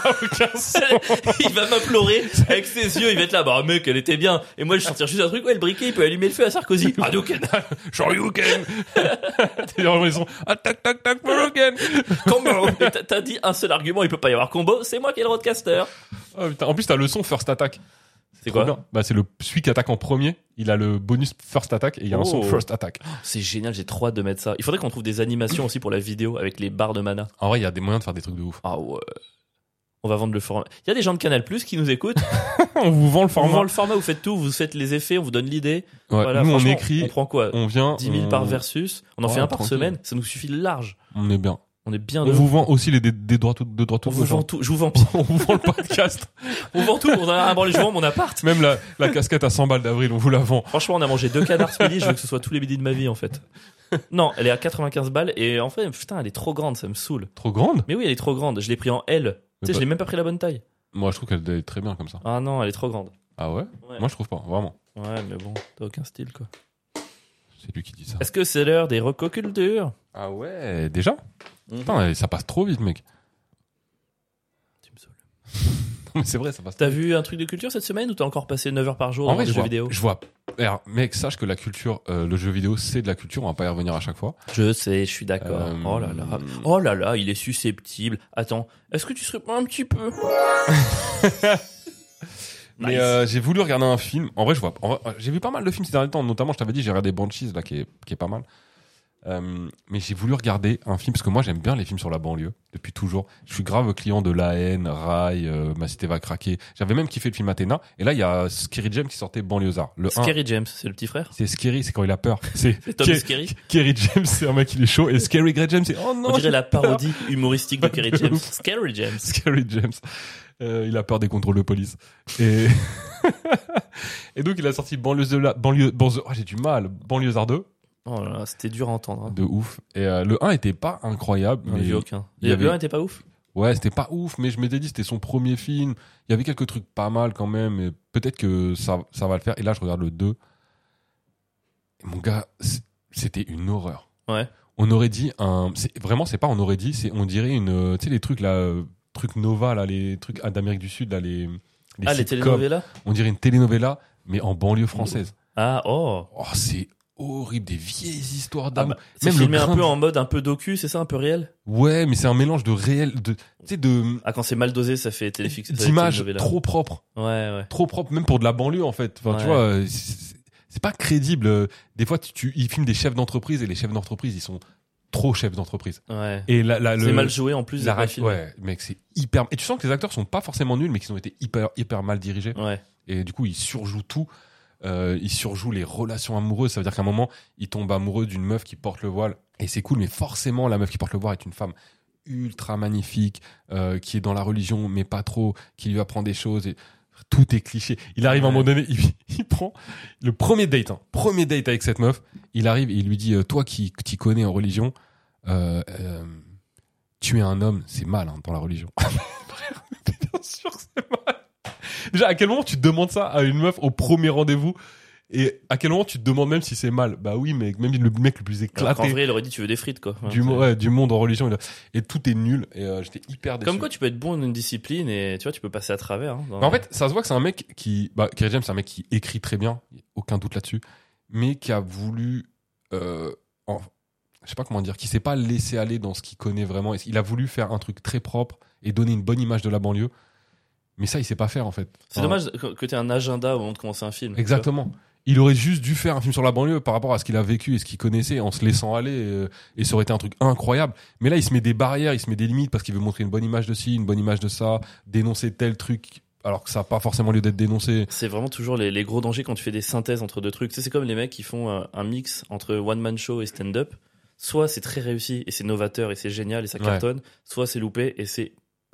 Speaker 2: il va m'applorer avec ses yeux, il va être là, bah mec, elle était bien. Et moi, je vais sortir juste un truc, ouais, le briquet, il peut allumer le feu à Sarkozy. Ah, donc,
Speaker 1: Shoryuken T'es vraiment ils sont Ah tac tac tac Shoryuken
Speaker 2: combo. Et t'as- T'as dit un seul argument, il peut pas y avoir combo, c'est moi qui ai le roadcaster.
Speaker 1: Ah, putain, En plus, t'as le son first attack.
Speaker 2: C'est
Speaker 1: Trop
Speaker 2: quoi
Speaker 1: bien. Bah, c'est le celui qui attaque en premier. Il a le bonus first attack et il y a un son
Speaker 2: Oh.
Speaker 1: first attack.
Speaker 2: C'est génial, j'ai trop hâte de mettre ça. Il faudrait qu'on trouve des animations aussi pour la vidéo avec les barres de mana.
Speaker 1: En vrai, il y a des moyens de faire des trucs de ouf.
Speaker 2: Ah ouais. On va vendre le format. Il y a des gens de Canal Plus qui nous écoutent.
Speaker 1: on vous vend le
Speaker 2: On
Speaker 1: format.
Speaker 2: vend le format, vous faites tout, vous faites les effets, on vous donne l'idée.
Speaker 1: Ouais,
Speaker 2: Voilà,
Speaker 1: nous, on
Speaker 2: franchement, On
Speaker 1: écrit,
Speaker 2: prend quoi
Speaker 1: on, vient.
Speaker 2: 10 000
Speaker 1: on-
Speaker 2: par versus. On en
Speaker 1: Ouais,
Speaker 2: fait un par
Speaker 1: tranquille.
Speaker 2: semaine. Ça nous suffit large.
Speaker 1: On est bien.
Speaker 2: On est bien
Speaker 1: On
Speaker 2: de
Speaker 1: vous vend aussi les, des, des droits tout, de droits tout
Speaker 2: On vous
Speaker 1: gauche, hein.
Speaker 2: vend tout. Je vous vends pire.
Speaker 1: on vous vend le podcast.
Speaker 2: On vend tout. On a un branle, je vends mon appart.
Speaker 1: Même la, la casquette à 100 balles d'avril, on vous la vend.
Speaker 2: Franchement, on a mangé deux canards ce midi. Je veux que ce soit tous les midis de ma vie, en fait. Non, elle est à 95 balles. Et en fait, putain, elle est trop grande. Ça me saoule.
Speaker 1: Trop grande
Speaker 2: Mais oui, elle est trop grande. Je l'ai pris en L. Tu
Speaker 1: Mais
Speaker 2: sais, je
Speaker 1: pas-
Speaker 2: l'ai même pas pris la bonne taille.
Speaker 1: Moi, je trouve qu'elle est très bien comme ça.
Speaker 2: Ah non, elle est trop grande.
Speaker 1: Ah ouais,
Speaker 2: Ouais.
Speaker 1: Moi, je trouve pas, vraiment.
Speaker 2: Ouais, mais bon, t'as aucun style, quoi.
Speaker 1: C'est lui qui dit ça.
Speaker 2: Est-ce que c'est l'heure des recocultures
Speaker 1: Ah ouais Déjà Putain, ça passe trop vite, mec.
Speaker 2: Tu me saoules.
Speaker 1: Non, mais c'est vrai, ça passe
Speaker 2: T'as vu un truc de culture cette semaine ou t'as encore passé 9 heures par jour
Speaker 1: En
Speaker 2: dans
Speaker 1: vrai,
Speaker 2: les
Speaker 1: je
Speaker 2: jeux
Speaker 1: vois,
Speaker 2: vidéo
Speaker 1: je vois. Alors, mec, sache que la culture, euh, le jeu vidéo, c'est de la culture. On va pas y revenir à chaque fois.
Speaker 2: Je sais, je suis d'accord.
Speaker 1: Euh,
Speaker 2: Oh là là. Oh là là, il est susceptible. Attends, est-ce que tu serais pas un petit peu
Speaker 1: Mais
Speaker 2: Nice.
Speaker 1: euh, j'ai voulu regarder un film. En vrai, je vois. en vrai, j'ai vu pas mal de films ces derniers temps. Notamment, je t'avais dit, j'ai regardé Banshees là, qui est, qui est pas mal. Euh, mais j'ai voulu regarder un film parce que moi, j'aime bien les films sur la banlieue depuis toujours. Je suis grave client de La haine, Rail, euh, Ma cité va craquer. J'avais même kiffé le film Athéna. Et là, il y a Scary James qui sortait Banlieusard. Le 1.
Speaker 2: Scary James, c'est le petit frère
Speaker 1: C'est Scary, c'est quand il a peur. C'est
Speaker 2: C'est Tom
Speaker 1: Ke-
Speaker 2: Scary
Speaker 1: Kerry James, c'est un mec il est chaud. Et Scary Grey James, c'est oh non.
Speaker 2: On dirait
Speaker 1: j'ai
Speaker 2: la
Speaker 1: peur.
Speaker 2: parodie humoristique de Scary
Speaker 1: De
Speaker 2: James.
Speaker 1: ouf.
Speaker 2: Scary James.
Speaker 1: Scary James. Euh, il a peur des contrôles de police. Et, et donc, il a sorti Banlieue de la, banlieue, banlieue- oh, j'ai du mal, Banlieusard 2,
Speaker 2: Oh là là, c'était dur à entendre. hein.
Speaker 1: de ouf. Et euh, le 1 était pas incroyable,
Speaker 2: J'en ai
Speaker 1: mais
Speaker 2: vu aucun.
Speaker 1: il y
Speaker 2: Le
Speaker 1: avait-
Speaker 2: 1 était pas ouf
Speaker 1: ouais, c'était pas ouf, mais je m'étais dit, c'était son premier film. Il y avait quelques trucs pas mal quand même, et peut-être que ça, ça va le faire. Et là, je regarde le 2. Et mon gars, c- c'était une horreur.
Speaker 2: Ouais.
Speaker 1: On aurait dit un, c'est- vraiment, c'est pas on aurait dit, c'est, on dirait une, euh, tu sais, les trucs là, euh, trucs Nova, là, les trucs ah, d'Amérique du Sud, là, les,
Speaker 2: Ah, les
Speaker 1: sitcoms.
Speaker 2: telenovelas
Speaker 1: On dirait une telenovela, mais en banlieue française.
Speaker 2: Ah, oh.
Speaker 1: Oh, c'est horrible, des vieilles histoires
Speaker 2: Ah
Speaker 1: d'âme.
Speaker 2: bah, C'est
Speaker 1: même le
Speaker 2: filmé un
Speaker 1: grain
Speaker 2: peu
Speaker 1: de-
Speaker 2: en mode un peu docu, c'est ça, un peu réel
Speaker 1: Ouais, mais c'est un mélange de réel, de, tu sais, de,
Speaker 2: Ah, quand c'est mal dosé, ça fait téléfix. ça fait
Speaker 1: d'images
Speaker 2: telenovela.
Speaker 1: trop propres,
Speaker 2: Ouais, ouais.
Speaker 1: trop propres, même pour de la banlieue, en fait. Enfin, tu
Speaker 2: Ouais.
Speaker 1: vois, euh, c'est c'est pas crédible. Des fois, tu, tu- ils filment des chefs d'entreprise et les chefs d'entreprise, ils sont trop chefs d'entreprise.
Speaker 2: ouais.
Speaker 1: Et la, la,
Speaker 2: C'est
Speaker 1: le-
Speaker 2: mal joué en plus.
Speaker 1: la
Speaker 2: c'est pas
Speaker 1: raf-
Speaker 2: filmé.
Speaker 1: ouais, mec, c'est hyper, et tu sens que les acteurs sont pas forcément nuls, mais qu'ils ont été hyper, hyper mal dirigés.
Speaker 2: Ouais.
Speaker 1: et du coup il surjoue tout Euh, il surjoue les relations amoureuses ça veut dire qu'à un moment il tombe amoureux d'une meuf qui porte le voile et c'est cool mais forcément la meuf qui porte le voile est une femme ultra magnifique euh, qui est dans la religion mais pas trop qui lui apprend des choses et tout est cliché il arrive à un moment
Speaker 2: Ouais.
Speaker 1: donné il, il prend le premier date hein, premier date avec cette meuf il arrive et il lui dit euh, toi qui t'y connais en religion euh, euh, tuer un homme c'est mal hein, dans la religion Frère, mais bien sûr que c'est mal Déjà, à quel moment tu demandes ça à une meuf au premier rendez-vous Et à quel moment tu te demandes même si c'est mal Bah oui, mais même le mec le plus
Speaker 2: Alors qu'en
Speaker 1: éclaté
Speaker 2: vrai, il aurait dit tu veux des frites, quoi.
Speaker 1: du,
Speaker 2: Ouais.
Speaker 1: mo- ouais, du monde en religion. il a- Et tout est nul. Et euh, j'étais hyper déçu.
Speaker 2: Comme quoi, tu peux être bon dans une discipline et tu vois, tu peux passer à travers. hein, dans-
Speaker 1: Mais en fait, ça se voit que c'est un mec qui. Bah, Kerry James, c'est un mec qui écrit très bien, y a aucun doute là-dessus, mais qui a voulu. euh, en- je sais pas comment dire, qui s'est pas laissé aller dans ce qu'il connaît vraiment. Et Il a voulu faire un truc très propre et donner une bonne image de la banlieue. Mais ça, il sait pas faire en fait.
Speaker 2: c'est
Speaker 1: Enfin,
Speaker 2: dommage que que t'aies un agenda au moment de commencer un film. tu
Speaker 1: Exactement. Il aurait juste dû faire un film sur la banlieue par rapport à ce qu'il a vécu et ce qu'il connaissait en se laissant aller euh, et ça aurait été un truc incroyable. Mais là, il se met des barrières, il se met des limites parce qu'il veut montrer une bonne image de ci, une bonne image de ça, dénoncer tel truc alors que ça n'a pas forcément lieu d'être dénoncé.
Speaker 2: vois. C'est vraiment toujours les, les gros dangers quand tu fais des synthèses entre deux trucs. Tu sais, c'est comme les mecs qui font euh, un mix entre one-man show et stand-up. Soit c'est très réussi et c'est novateur et c'est génial et ça
Speaker 1: Ouais.
Speaker 2: cartonne, soit c'est loupé et c'est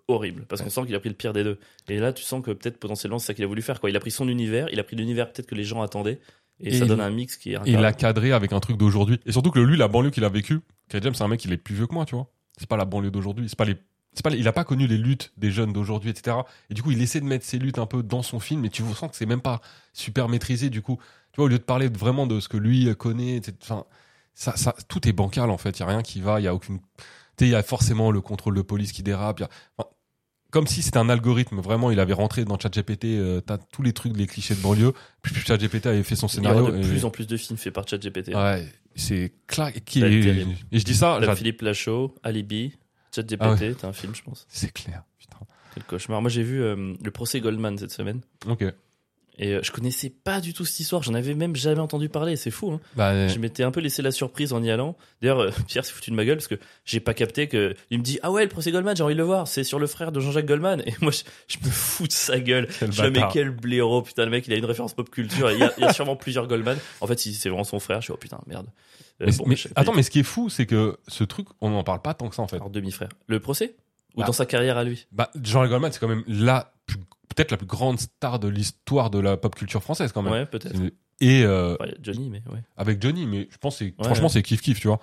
Speaker 2: horrible parce qu'on sent qu'il a pris le pire des deux. Et là, tu sens que peut-être potentiellement c'est ça qu'il a voulu faire. Quoi. Il a pris son univers, il a pris l'univers peut-être que les gens attendaient et,
Speaker 1: Et
Speaker 2: ça
Speaker 1: il-
Speaker 2: donne un mix qui est.
Speaker 1: Et il l'a cadré avec un truc d'aujourd'hui. Et surtout que lui, la banlieue qu'il a vécu, Kerry James, c'est un mec, il est plus vieux que moi, tu vois. C'est pas la banlieue d'aujourd'hui, c'est pas les c'est pas, il a pas connu les luttes des jeunes d'aujourd'hui, etc. Et du coup, il essaie de mettre ses luttes un peu dans son film, et tu sens que c'est même pas super maîtrisé. Du coup, tu vois, au lieu de parler vraiment de ce que lui connaît, etc., enfin, ça, ça, tout est bancal en fait. Il y a rien qui va, il y a aucune, tu sais, il y a forcément le contrôle de police qui dérape. il y a- enfin, comme si c'était un algorithme. Vraiment, il avait rentré dans ChatGPT, euh, t'as tous les trucs, les clichés de banlieue. Puis puis ChatGPT avait fait son
Speaker 2: Il y aura
Speaker 1: scénario.
Speaker 2: de
Speaker 1: et-
Speaker 2: plus en plus de films faits par ChatGPT.
Speaker 1: Ouais, c'est claque. Qui
Speaker 2: Ça va être
Speaker 1: est-
Speaker 2: terrible.
Speaker 1: Et je dis ça,
Speaker 2: T'as
Speaker 1: j'ad-
Speaker 2: Philippe Lachaud, Alibi, ChatGPT,
Speaker 1: Ah
Speaker 2: t'as un film, je pense.
Speaker 1: c'est clair. Putain.
Speaker 2: Quel cauchemar. Moi, j'ai vu euh, le procès Goldman cette semaine.
Speaker 1: Ok.
Speaker 2: Et euh, je connaissais pas du tout cette histoire, j'en avais même jamais entendu parler, c'est fou. Hein
Speaker 1: Bah, euh,
Speaker 2: Je m'étais un peu laissé la surprise en y allant. D'ailleurs, euh, Pierre s'est foutu de ma gueule parce que j'ai pas capté que il me dit ah ouais le procès Goldman, j'ai envie de le voir. C'est sur le frère de Jean-Jacques Goldman et moi je, je me fous de sa gueule.
Speaker 1: quel
Speaker 2: Je le mets
Speaker 1: bâtard.
Speaker 2: quel blaireau putain le mec il a une référence pop culture. Il y a, il y a sûrement plusieurs Goldman. En fait si c'est vraiment son frère, je suis oh putain merde. Euh,
Speaker 1: Mais-
Speaker 2: bon,
Speaker 1: mais-
Speaker 2: je sais pas.
Speaker 1: attends, mais ce qui est fou, c'est que ce truc, on n'en parle pas tant que ça en fait.
Speaker 2: Alors, demi-frère. Le procès ou
Speaker 1: Ah.
Speaker 2: dans sa carrière à lui.
Speaker 1: Bah, Jean-Luc Goldman, c'est quand même la plus- peut-être la plus grande star de l'histoire de la pop culture française quand même. Mmh.
Speaker 2: Ouais peut-être.
Speaker 1: Et euh,
Speaker 2: Enfin, il y a Johnny mais ouais.
Speaker 1: avec Johnny, mais je pense, que c'est- franchement, c'est kiff kiff, tu vois.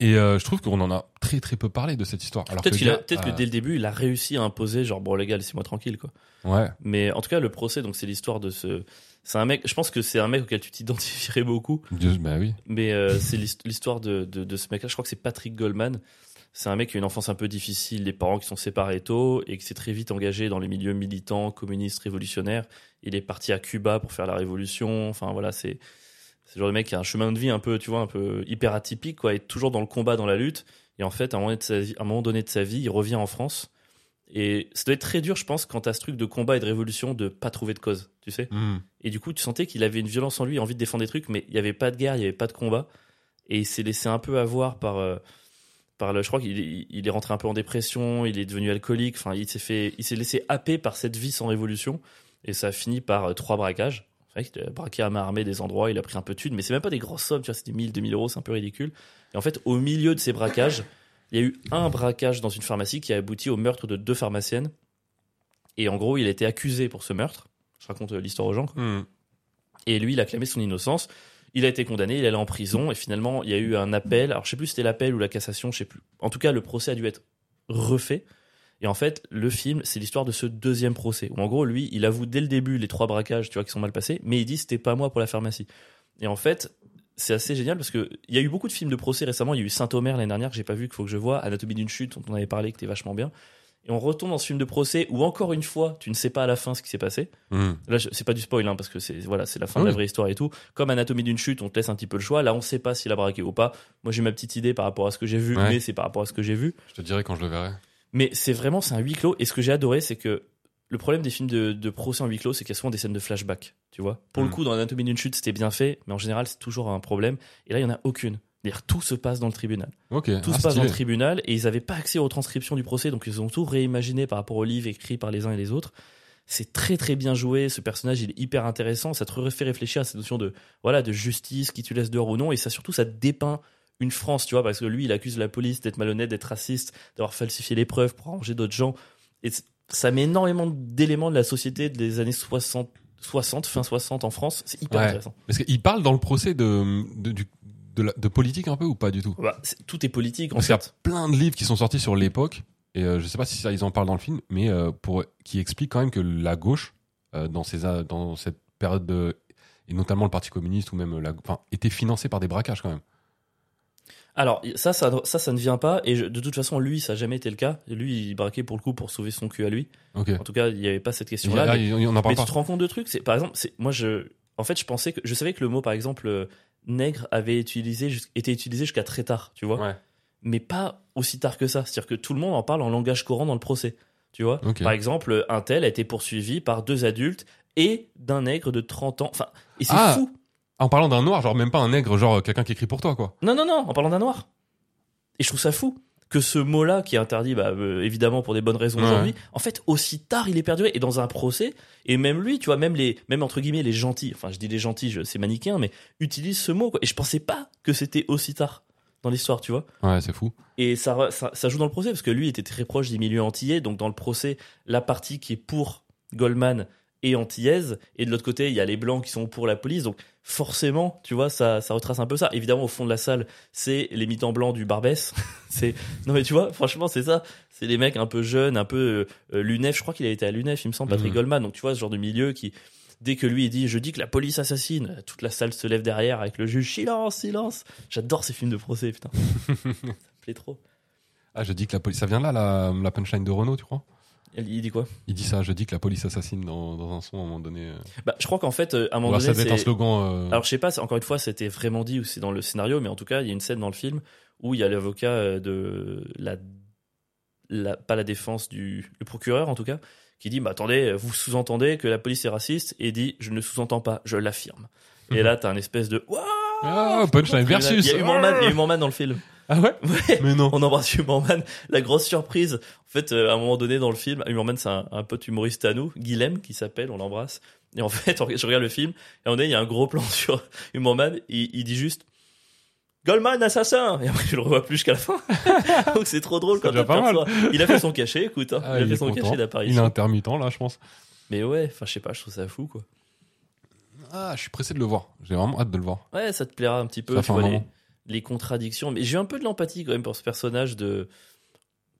Speaker 1: Et euh, je trouve qu'on en a très très peu parlé de cette histoire. Alors
Speaker 2: Peut-être
Speaker 1: que euh, Ah.
Speaker 2: qu'il a-
Speaker 1: le
Speaker 2: peut-être
Speaker 1: gars,
Speaker 2: que dès le début il a réussi à imposer genre bon les gars laissez-moi tranquille quoi.
Speaker 1: euh, ouais.
Speaker 2: Mais en tout cas, le procès, donc c'est l'histoire de ce. C'est un mec. Je pense que c'est un mec auquel tu t'identifierais beaucoup.
Speaker 1: Dieu, bah oui.
Speaker 2: Mais euh, c'est l'hist- l'histoire de, de, de ce mec-là. Je crois que c'est Patrick Goldman. C'est un mec qui a une enfance un peu difficile, des parents qui sont séparés tôt et qui s'est très vite engagé dans les milieux militants, communistes, révolutionnaires. Il est parti à Cuba pour faire la révolution. Enfin voilà, c'est c'est le genre de mec qui a un chemin de vie un peu, tu vois, un peu hyper atypique, quoi, et toujours dans le combat, dans la lutte. Et en fait, à un moment donné de sa vie, à un moment donné de sa vie il revient en France. Et ça doit être très dur, je pense, quand t'as ce truc de combat et de révolution, de pas trouver de cause, tu sais.
Speaker 1: Hmm.
Speaker 2: Et du coup, tu sentais qu'il avait une violence en lui, envie de défendre des trucs, mais il n'y avait pas de guerre, il n'y avait pas de combat. Et il s'est laissé un peu avoir par. euh, par le, je crois qu'il est- il est rentré un peu en dépression, il est devenu alcoolique, enfin, il s'est fait, il s'est laissé happer par cette vie sans révolution, et ça a fini par euh, trois braquages. C'est vrai qu'il a braqué à main armée des endroits, il a pris un peu de thunes, mais c'est même pas des grosses sommes, tu vois, c'est des 1000, 2000 euros, c'est un peu ridicule. Et en fait, au milieu de ces braquages, il y a eu un braquage dans une pharmacie qui a abouti au meurtre de deux pharmaciennes. Et en gros, il a été accusé pour ce meurtre. Je raconte euh, l'histoire aux gens, quoi.
Speaker 1: Hmm.
Speaker 2: Et lui, il a clamé son innocence. Il a été condamné, il est allé en prison. Et finalement, il y a eu un appel. Alors, je sais plus si c'était l'appel ou la cassation, je sais plus. En tout cas, le procès a dû être refait. Et en fait, le film, c'est l'histoire de ce deuxième procès. Où en gros, lui, il avoue dès le début les trois braquages, tu vois, qui sont mal passés. Mais il dit, c'était pas moi pour la pharmacie. Et en fait, c'est assez génial parce que il y a eu beaucoup de films de procès récemment. Il y a eu Saint-Omer l'année dernière que j'ai pas vu, qu'il faut que je vois. Anatomie d'une chute, dont on avait parlé, qui était vachement bien. Et on retombe dans ce film de procès où encore une fois, tu ne sais pas à la fin ce qui s'est passé.
Speaker 1: Hmm.
Speaker 2: Là, je- c'est pas du spoil, hein, parce que c'est voilà, c'est la
Speaker 1: Ah
Speaker 2: fin de la
Speaker 1: oui.
Speaker 2: vraie histoire et tout. Comme Anatomie d'une chute, on te laisse un petit peu le choix. Là, on sait pas s'il a braqué ou pas. Moi, j'ai ma petite idée par rapport à ce que j'ai vu,
Speaker 1: Ouais.
Speaker 2: mais c'est par rapport à ce que j'ai vu.
Speaker 1: Je te dirai quand je le verrai.
Speaker 2: Mais c'est vraiment, c'est un huis clos. Et ce que j'ai adoré, c'est que le problème des films de, de procès en huis clos, c'est qu'il y a souvent des scènes de flashback. Tu vois. Pour le
Speaker 1: Mhm.
Speaker 2: coup, dans Anatomie d'une chute, c'était bien fait, mais en général, c'est toujours un problème. Et là, il y en a aucune. C'est-à-dire, tout se passe dans le tribunal.
Speaker 1: Ok.
Speaker 2: Tout
Speaker 1: Ah,
Speaker 2: se passe dans le
Speaker 1: stylé.
Speaker 2: tribunal et ils n'avaient pas accès aux transcriptions du procès, donc ils ont tout réimaginé par rapport aux livres écrits par les uns et les autres. C'est très très bien joué, ce personnage il est hyper intéressant, ça te fait réfléchir à cette notion de voilà de justice, qui tu laisses dehors ou non, et ça surtout ça dépeint une France, tu vois, parce que lui il accuse la police d'être malhonnête, d'être raciste, d'avoir falsifié les preuves pour arranger d'autres gens, et c- ça met énormément d'éléments de la société des années 60, 60 fin 60 en France, c'est hyper
Speaker 1: Ouais.
Speaker 2: intéressant.
Speaker 1: Parce qu'il parle dans le procès de, de, du- de, la- de politique un peu ou pas du tout
Speaker 2: Bah, c'est- tout est politique en
Speaker 1: Parce qu'il y a
Speaker 2: fait.
Speaker 1: plein de livres qui sont sortis sur l'époque, et euh, je sais pas si ça, ils en parlent dans le film, mais euh, pour, qui expliquent quand même que la gauche, euh, dans, ces, a- dans cette période, de- et notamment le Parti communiste, ou même la, enfin, était financée par des braquages quand même.
Speaker 2: Alors ça, ça, ça, ça ne vient pas. Et je- de toute façon, lui, ça n'a jamais été le cas. Lui, il braquait pour le coup pour sauver son cul à lui.
Speaker 1: Ok.
Speaker 2: En tout cas, il n'y avait pas cette
Speaker 1: Il y a-
Speaker 2: question-là. Mais,
Speaker 1: il- il- on en
Speaker 2: mais
Speaker 1: parle
Speaker 2: tu
Speaker 1: pas.
Speaker 2: te rends compte de trucs. C'est par exemple, c'est moi, je, en fait, je pensais que je savais que le mot, par exemple, euh, nègre avait utilisé jus- été utilisé jusqu'à très tard. Tu vois,
Speaker 1: Ouais.
Speaker 2: mais pas aussi tard que ça. C'est-à-dire que tout le monde en parle en langage courant dans le procès. Tu vois.
Speaker 1: Ok.
Speaker 2: Par exemple, un tel a été poursuivi par deux adultes et d'un nègre de 30 ans. Enfin, et c'est
Speaker 1: Ah.
Speaker 2: fou.
Speaker 1: En parlant d'un noir, genre même pas un nègre, genre euh, quelqu'un qui écrit pour toi, quoi.
Speaker 2: Non, non, non, en parlant d'un noir. Et je trouve ça fou que ce mot-là, qui est interdit, bah, euh, évidemment pour des bonnes raisons
Speaker 1: Ouais.
Speaker 2: aujourd'hui, en fait, aussi tard, il est perduré. Et dans un procès, et même lui, tu vois, même les, même entre guillemets, les gentils, enfin, je dis les gentils, je- c'est manichéen, mais utilise ce mot, quoi. Et je pensais pas que c'était aussi tard dans l'histoire, tu vois.
Speaker 1: Ouais, c'est fou.
Speaker 2: Et ça, re- ça, ça joue dans le procès, parce que lui était très proche des milieux antillais, donc dans le procès, la partie qui est pour Goldman et antillaise. Et de l'autre côté, il y a les blancs qui sont pour la police. Donc forcément, tu vois, ça, ça retrace un peu ça. Évidemment, au fond de la salle, c'est les mi-temps blancs du Barbès. c'est non mais tu vois, franchement, c'est ça. C'est les mecs un peu jeunes, un peu euh, l'UNEF. Je crois qu'il a été à l'UNEF, il me semble, Patrick
Speaker 1: Mhm.
Speaker 2: Goldman. Donc tu vois, ce genre de milieu qui Dès que lui il dit je dis que la police assassine, toute la salle se lève derrière avec le juge silence silence. J'adore ces films de procès putain. ça me plaît trop.
Speaker 1: Ah, je dis que la police. Ça vient là, la, la punchline de Renault, tu crois
Speaker 2: Il il dit quoi
Speaker 1: Il dit ça, je dis que la police assassine dans, dans un son à un moment donné. euh.
Speaker 2: Bah, je crois qu'en fait, euh, à un
Speaker 1: Ou
Speaker 2: moment
Speaker 1: Alors, ça
Speaker 2: donné,
Speaker 1: devait être un
Speaker 2: c'est-
Speaker 1: slogan. euh,
Speaker 2: alors je sais pas. c'est- Encore une fois, c'était vraiment dit ou c'est dans le scénario, mais en tout cas, il y a une scène dans le film où il y a l'avocat euh, de la... la, pas la défense du, le procureur en tout cas, qui dit, bah attendez, vous sous-entendez que la police est raciste et dit, je ne sous-entends pas, je l'affirme. Et là, t'as un espèce de Ouah
Speaker 1: Mhm. Ah, punchline versus
Speaker 2: Il y a eu Morman, il y a eu Mormon dans le film.
Speaker 1: Ah ouais
Speaker 2: Ouais.
Speaker 1: Mais non.
Speaker 2: On embrasse Humorman. La grosse surprise, en fait, euh, à un moment donné dans le film, Humorman, c'est un, un pote humoriste à nous, Guilhem, qui s'appelle, on l'embrasse. Et en fait, on- je regarde le film, et on est, il y a un gros plan sur Humorman, il, il dit juste Goldman, assassin Et après, tu le revois plus jusqu'à la fin. Donc c'est trop drôle
Speaker 1: C'est
Speaker 2: quand
Speaker 1: déjà pas
Speaker 2: t'aperçois. Il a fait son cachet, écoute, hein.
Speaker 1: Ah,
Speaker 2: il a
Speaker 1: il
Speaker 2: fait
Speaker 1: est
Speaker 2: son
Speaker 1: content.
Speaker 2: cachet
Speaker 1: Il est
Speaker 2: d'apparition.
Speaker 1: intermittent, là, je pense.
Speaker 2: Mais ouais, enfin, je sais pas, je trouve ça fou, quoi.
Speaker 1: Ah, je suis pressé de le voir. J'ai vraiment hâte de le voir.
Speaker 2: Ouais, ça te plaira un petit peu,
Speaker 1: Ça
Speaker 2: tu
Speaker 1: fait un
Speaker 2: vois, les,
Speaker 1: moment.
Speaker 2: les contradictions. Mais j'ai eu un peu de l'empathie quand même pour ce personnage de.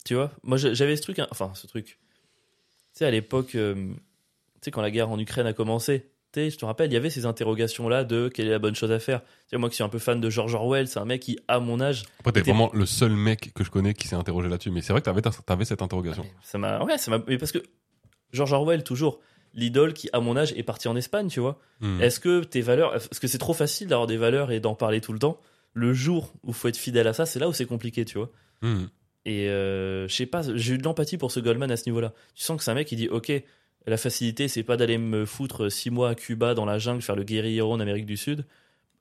Speaker 2: Tu vois Moi, j'a- j'avais ce truc, hein, enfin, ce truc. Tu sais, à l'époque, euh, tu sais, quand la guerre en Ukraine a commencé, tu sais, je te rappelle, il y avait ces interrogations-là de quelle est la bonne chose à faire. Tu sais, moi qui suis un peu fan de George Orwell, c'est un mec qui, à mon âge,
Speaker 1: Après, t'es
Speaker 2: T'es-
Speaker 1: vraiment le seul mec que je connais qui s'est interrogé là-dessus. Mais c'est vrai que t'avais, t'avais cette interrogation.
Speaker 2: ça m'a. Ouais, ça m'a. Mais parce que George Orwell, toujours, l'idole qui, à mon âge, est parti en Espagne, tu vois.
Speaker 1: Hmm.
Speaker 2: Est-ce que tes valeurs, est-ce que c'est trop facile d'avoir des valeurs et d'en parler tout le temps Le jour où faut être fidèle à ça, c'est là où c'est compliqué, tu vois.
Speaker 1: Hmm.
Speaker 2: Et euh, je sais pas, j'ai eu de l'empathie pour ce Goldman à ce niveau-là. Tu sens que c'est un mec qui dit Ok, la facilité, c'est pas d'aller me foutre six mois à Cuba dans la jungle, faire le guérillero en Amérique du Sud.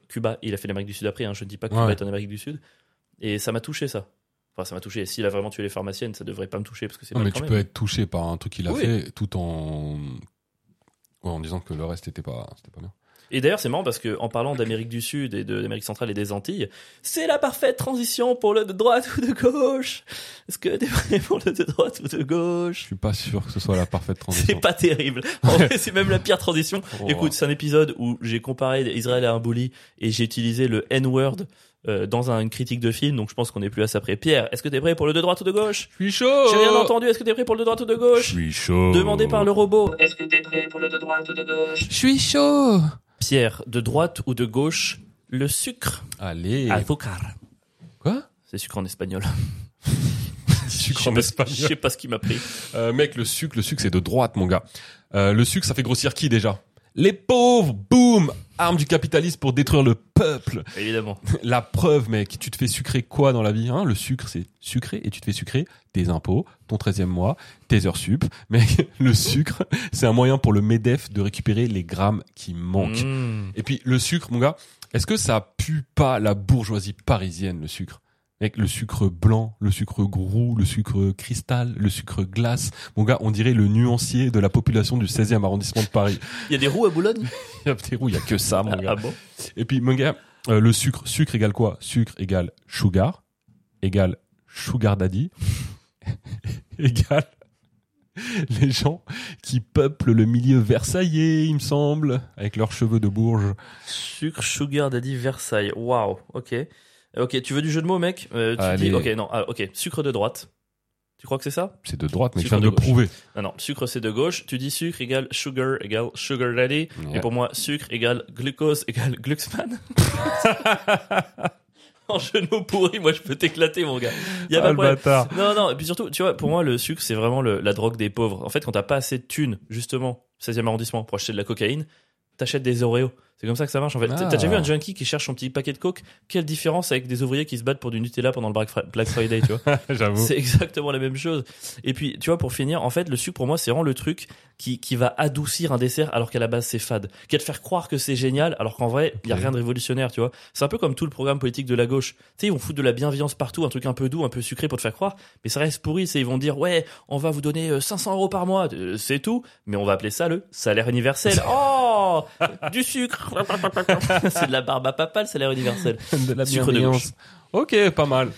Speaker 2: Cuba, il a fait l'Amérique du Sud après, hein, je ne dis pas que Cuba
Speaker 1: Ouais.
Speaker 2: est en Amérique du Sud. Et ça m'a touché, ça. Enfin, ça m'a touché. S'il a vraiment tué les pharmaciennes, ça devrait pas me toucher parce que c'est
Speaker 1: Non,
Speaker 2: pas
Speaker 1: mais
Speaker 2: le
Speaker 1: tu
Speaker 2: quand
Speaker 1: peux
Speaker 2: même.
Speaker 1: être touché par un truc qu'il a
Speaker 2: Oui.
Speaker 1: fait tout en. ouais, en disant que le reste était pas, c'était pas bien.
Speaker 2: Et d'ailleurs, c'est marrant parce que en parlant d'Amérique du Sud et de- d'Amérique centrale et des Antilles, c'est la parfaite transition pour le de droite ou de gauche. Est-ce que t'es prêt pour le de droite ou de
Speaker 1: Je
Speaker 2: gauche
Speaker 1: suis pas sûr que ce soit la parfaite
Speaker 2: C'est
Speaker 1: transition. Oh.
Speaker 2: pas terrible. En vrai, c'est même la pire transition
Speaker 1: On va
Speaker 2: Écoute, c'est un épisode où j'ai comparé Israël à un bully et j'ai utilisé le N-word euh, dans un- une critique de film, donc je pense qu'on est plus à ça près. Pierre, est-ce que t'es prêt pour le de droite ou de gauche
Speaker 1: Je suis chaud.
Speaker 2: J'ai rien entendu, est-ce que t'es prêt pour le de droite ou de
Speaker 1: Je
Speaker 2: gauche
Speaker 1: suis chaud.
Speaker 2: Demandé par le robot.
Speaker 3: Est-ce que t'es prêt pour le de droite ou de gauche
Speaker 1: Je suis chaud.
Speaker 2: Pierre, de droite ou de gauche, le sucre
Speaker 1: Allez.
Speaker 2: Azúcar.
Speaker 1: Quoi
Speaker 2: C'est sucre en espagnol.
Speaker 1: Sucre
Speaker 2: Je sais pas- Je sais pas ce qui m'a pris.
Speaker 1: Euh, mec, le sucre, le sucre, c'est de droite, mon gars. Euh, le sucre, ça fait grossir qui déjà Les pauvres. Boum. Arme du capitalisme pour détruire le peuple.
Speaker 2: Évidemment.
Speaker 1: La preuve, mec, tu te fais sucrer quoi dans la vie hein Le sucre, c'est sucré et tu te fais sucrer tes impôts, ton 13e mois, tes heures sup. Mec, le sucre, c'est un moyen pour le MEDEF de récupérer les grammes qui manquent.
Speaker 2: Mmh.
Speaker 1: Et puis, le sucre, mon gars, est-ce que ça pue pas la bourgeoisie parisienne, le sucre Mec, le sucre blanc, le sucre grou, le sucre cristal, le sucre glace. Mon gars, on dirait le nuancier de la population du 16e arrondissement de Paris.
Speaker 2: Il y a des roues à Boulogne
Speaker 1: Il y a des roues, il y a que ça, mon gars.
Speaker 2: Ah bon
Speaker 1: Et puis, mon gars, euh, le sucre, sucre égale quoi Sucre égale sugar, égale sugar daddy, égale les gens qui peuplent le milieu versaillais, il me semble, avec leurs cheveux de bourge.
Speaker 2: Sucre, sugar daddy, Versailles. Waouh, ok. Euh, Ok, tu veux du jeu de mots, mec Euh, tu
Speaker 1: Allez.
Speaker 2: dis, Ok, non, ah, ok. Sucre de droite. Tu crois que c'est ça
Speaker 1: C'est de droite, mais je
Speaker 2: Sucre
Speaker 1: viens de
Speaker 2: de
Speaker 1: le
Speaker 2: gauche.
Speaker 1: prouver.
Speaker 2: Non, non, sucre c'est de gauche. Tu dis sucre égale sugar égale sugar daddy. Et
Speaker 1: Ouais.
Speaker 2: pour moi, sucre égale glucose égale gluxman. en jeu de mots pourri, moi je peux t'éclater, mon gars. Y a
Speaker 1: Ah,
Speaker 2: pas de
Speaker 1: le
Speaker 2: problème.
Speaker 1: bâtard.
Speaker 2: Non, non, et puis surtout, tu vois, pour moi, le sucre, c'est vraiment le- la drogue des pauvres. En fait, quand t'as pas assez de thunes, justement, 16e arrondissement, pour acheter de la cocaïne, t'achètes des Oreos. C'est comme ça que ça marche, en fait. T'as-
Speaker 1: Ah.
Speaker 2: T'as déjà vu un junkie qui cherche son petit paquet de coke Quelle différence avec des ouvriers qui se battent pour du Nutella pendant le Black Fri- Black Friday, tu vois
Speaker 1: J'avoue.
Speaker 2: c'est exactement la même chose. Et puis, tu vois, pour finir, en fait, le sucre, pour moi, c'est vraiment le truc qui, qui va adoucir un dessert alors qu'à la base, c'est fade. Qui va te faire croire que c'est génial alors qu'en vrai, il y a
Speaker 1: Ok.
Speaker 2: rien de révolutionnaire, tu vois. C'est un peu comme tout le programme politique de la gauche. Tu sais, ils vont foutre de la bienveillance partout, un truc un peu doux, un peu sucré pour te faire croire, mais ça reste pourri. C'est ils vont dire, ouais, on va vous donner euh, 500 euros par mois, Euh, c'est tout, mais on va appeler ça le salaire universel. oh Du sucre C'est de la barbe à papa, le salaire universel.
Speaker 1: de la
Speaker 2: Sucre de
Speaker 1: bienveillance. Ok, pas mal.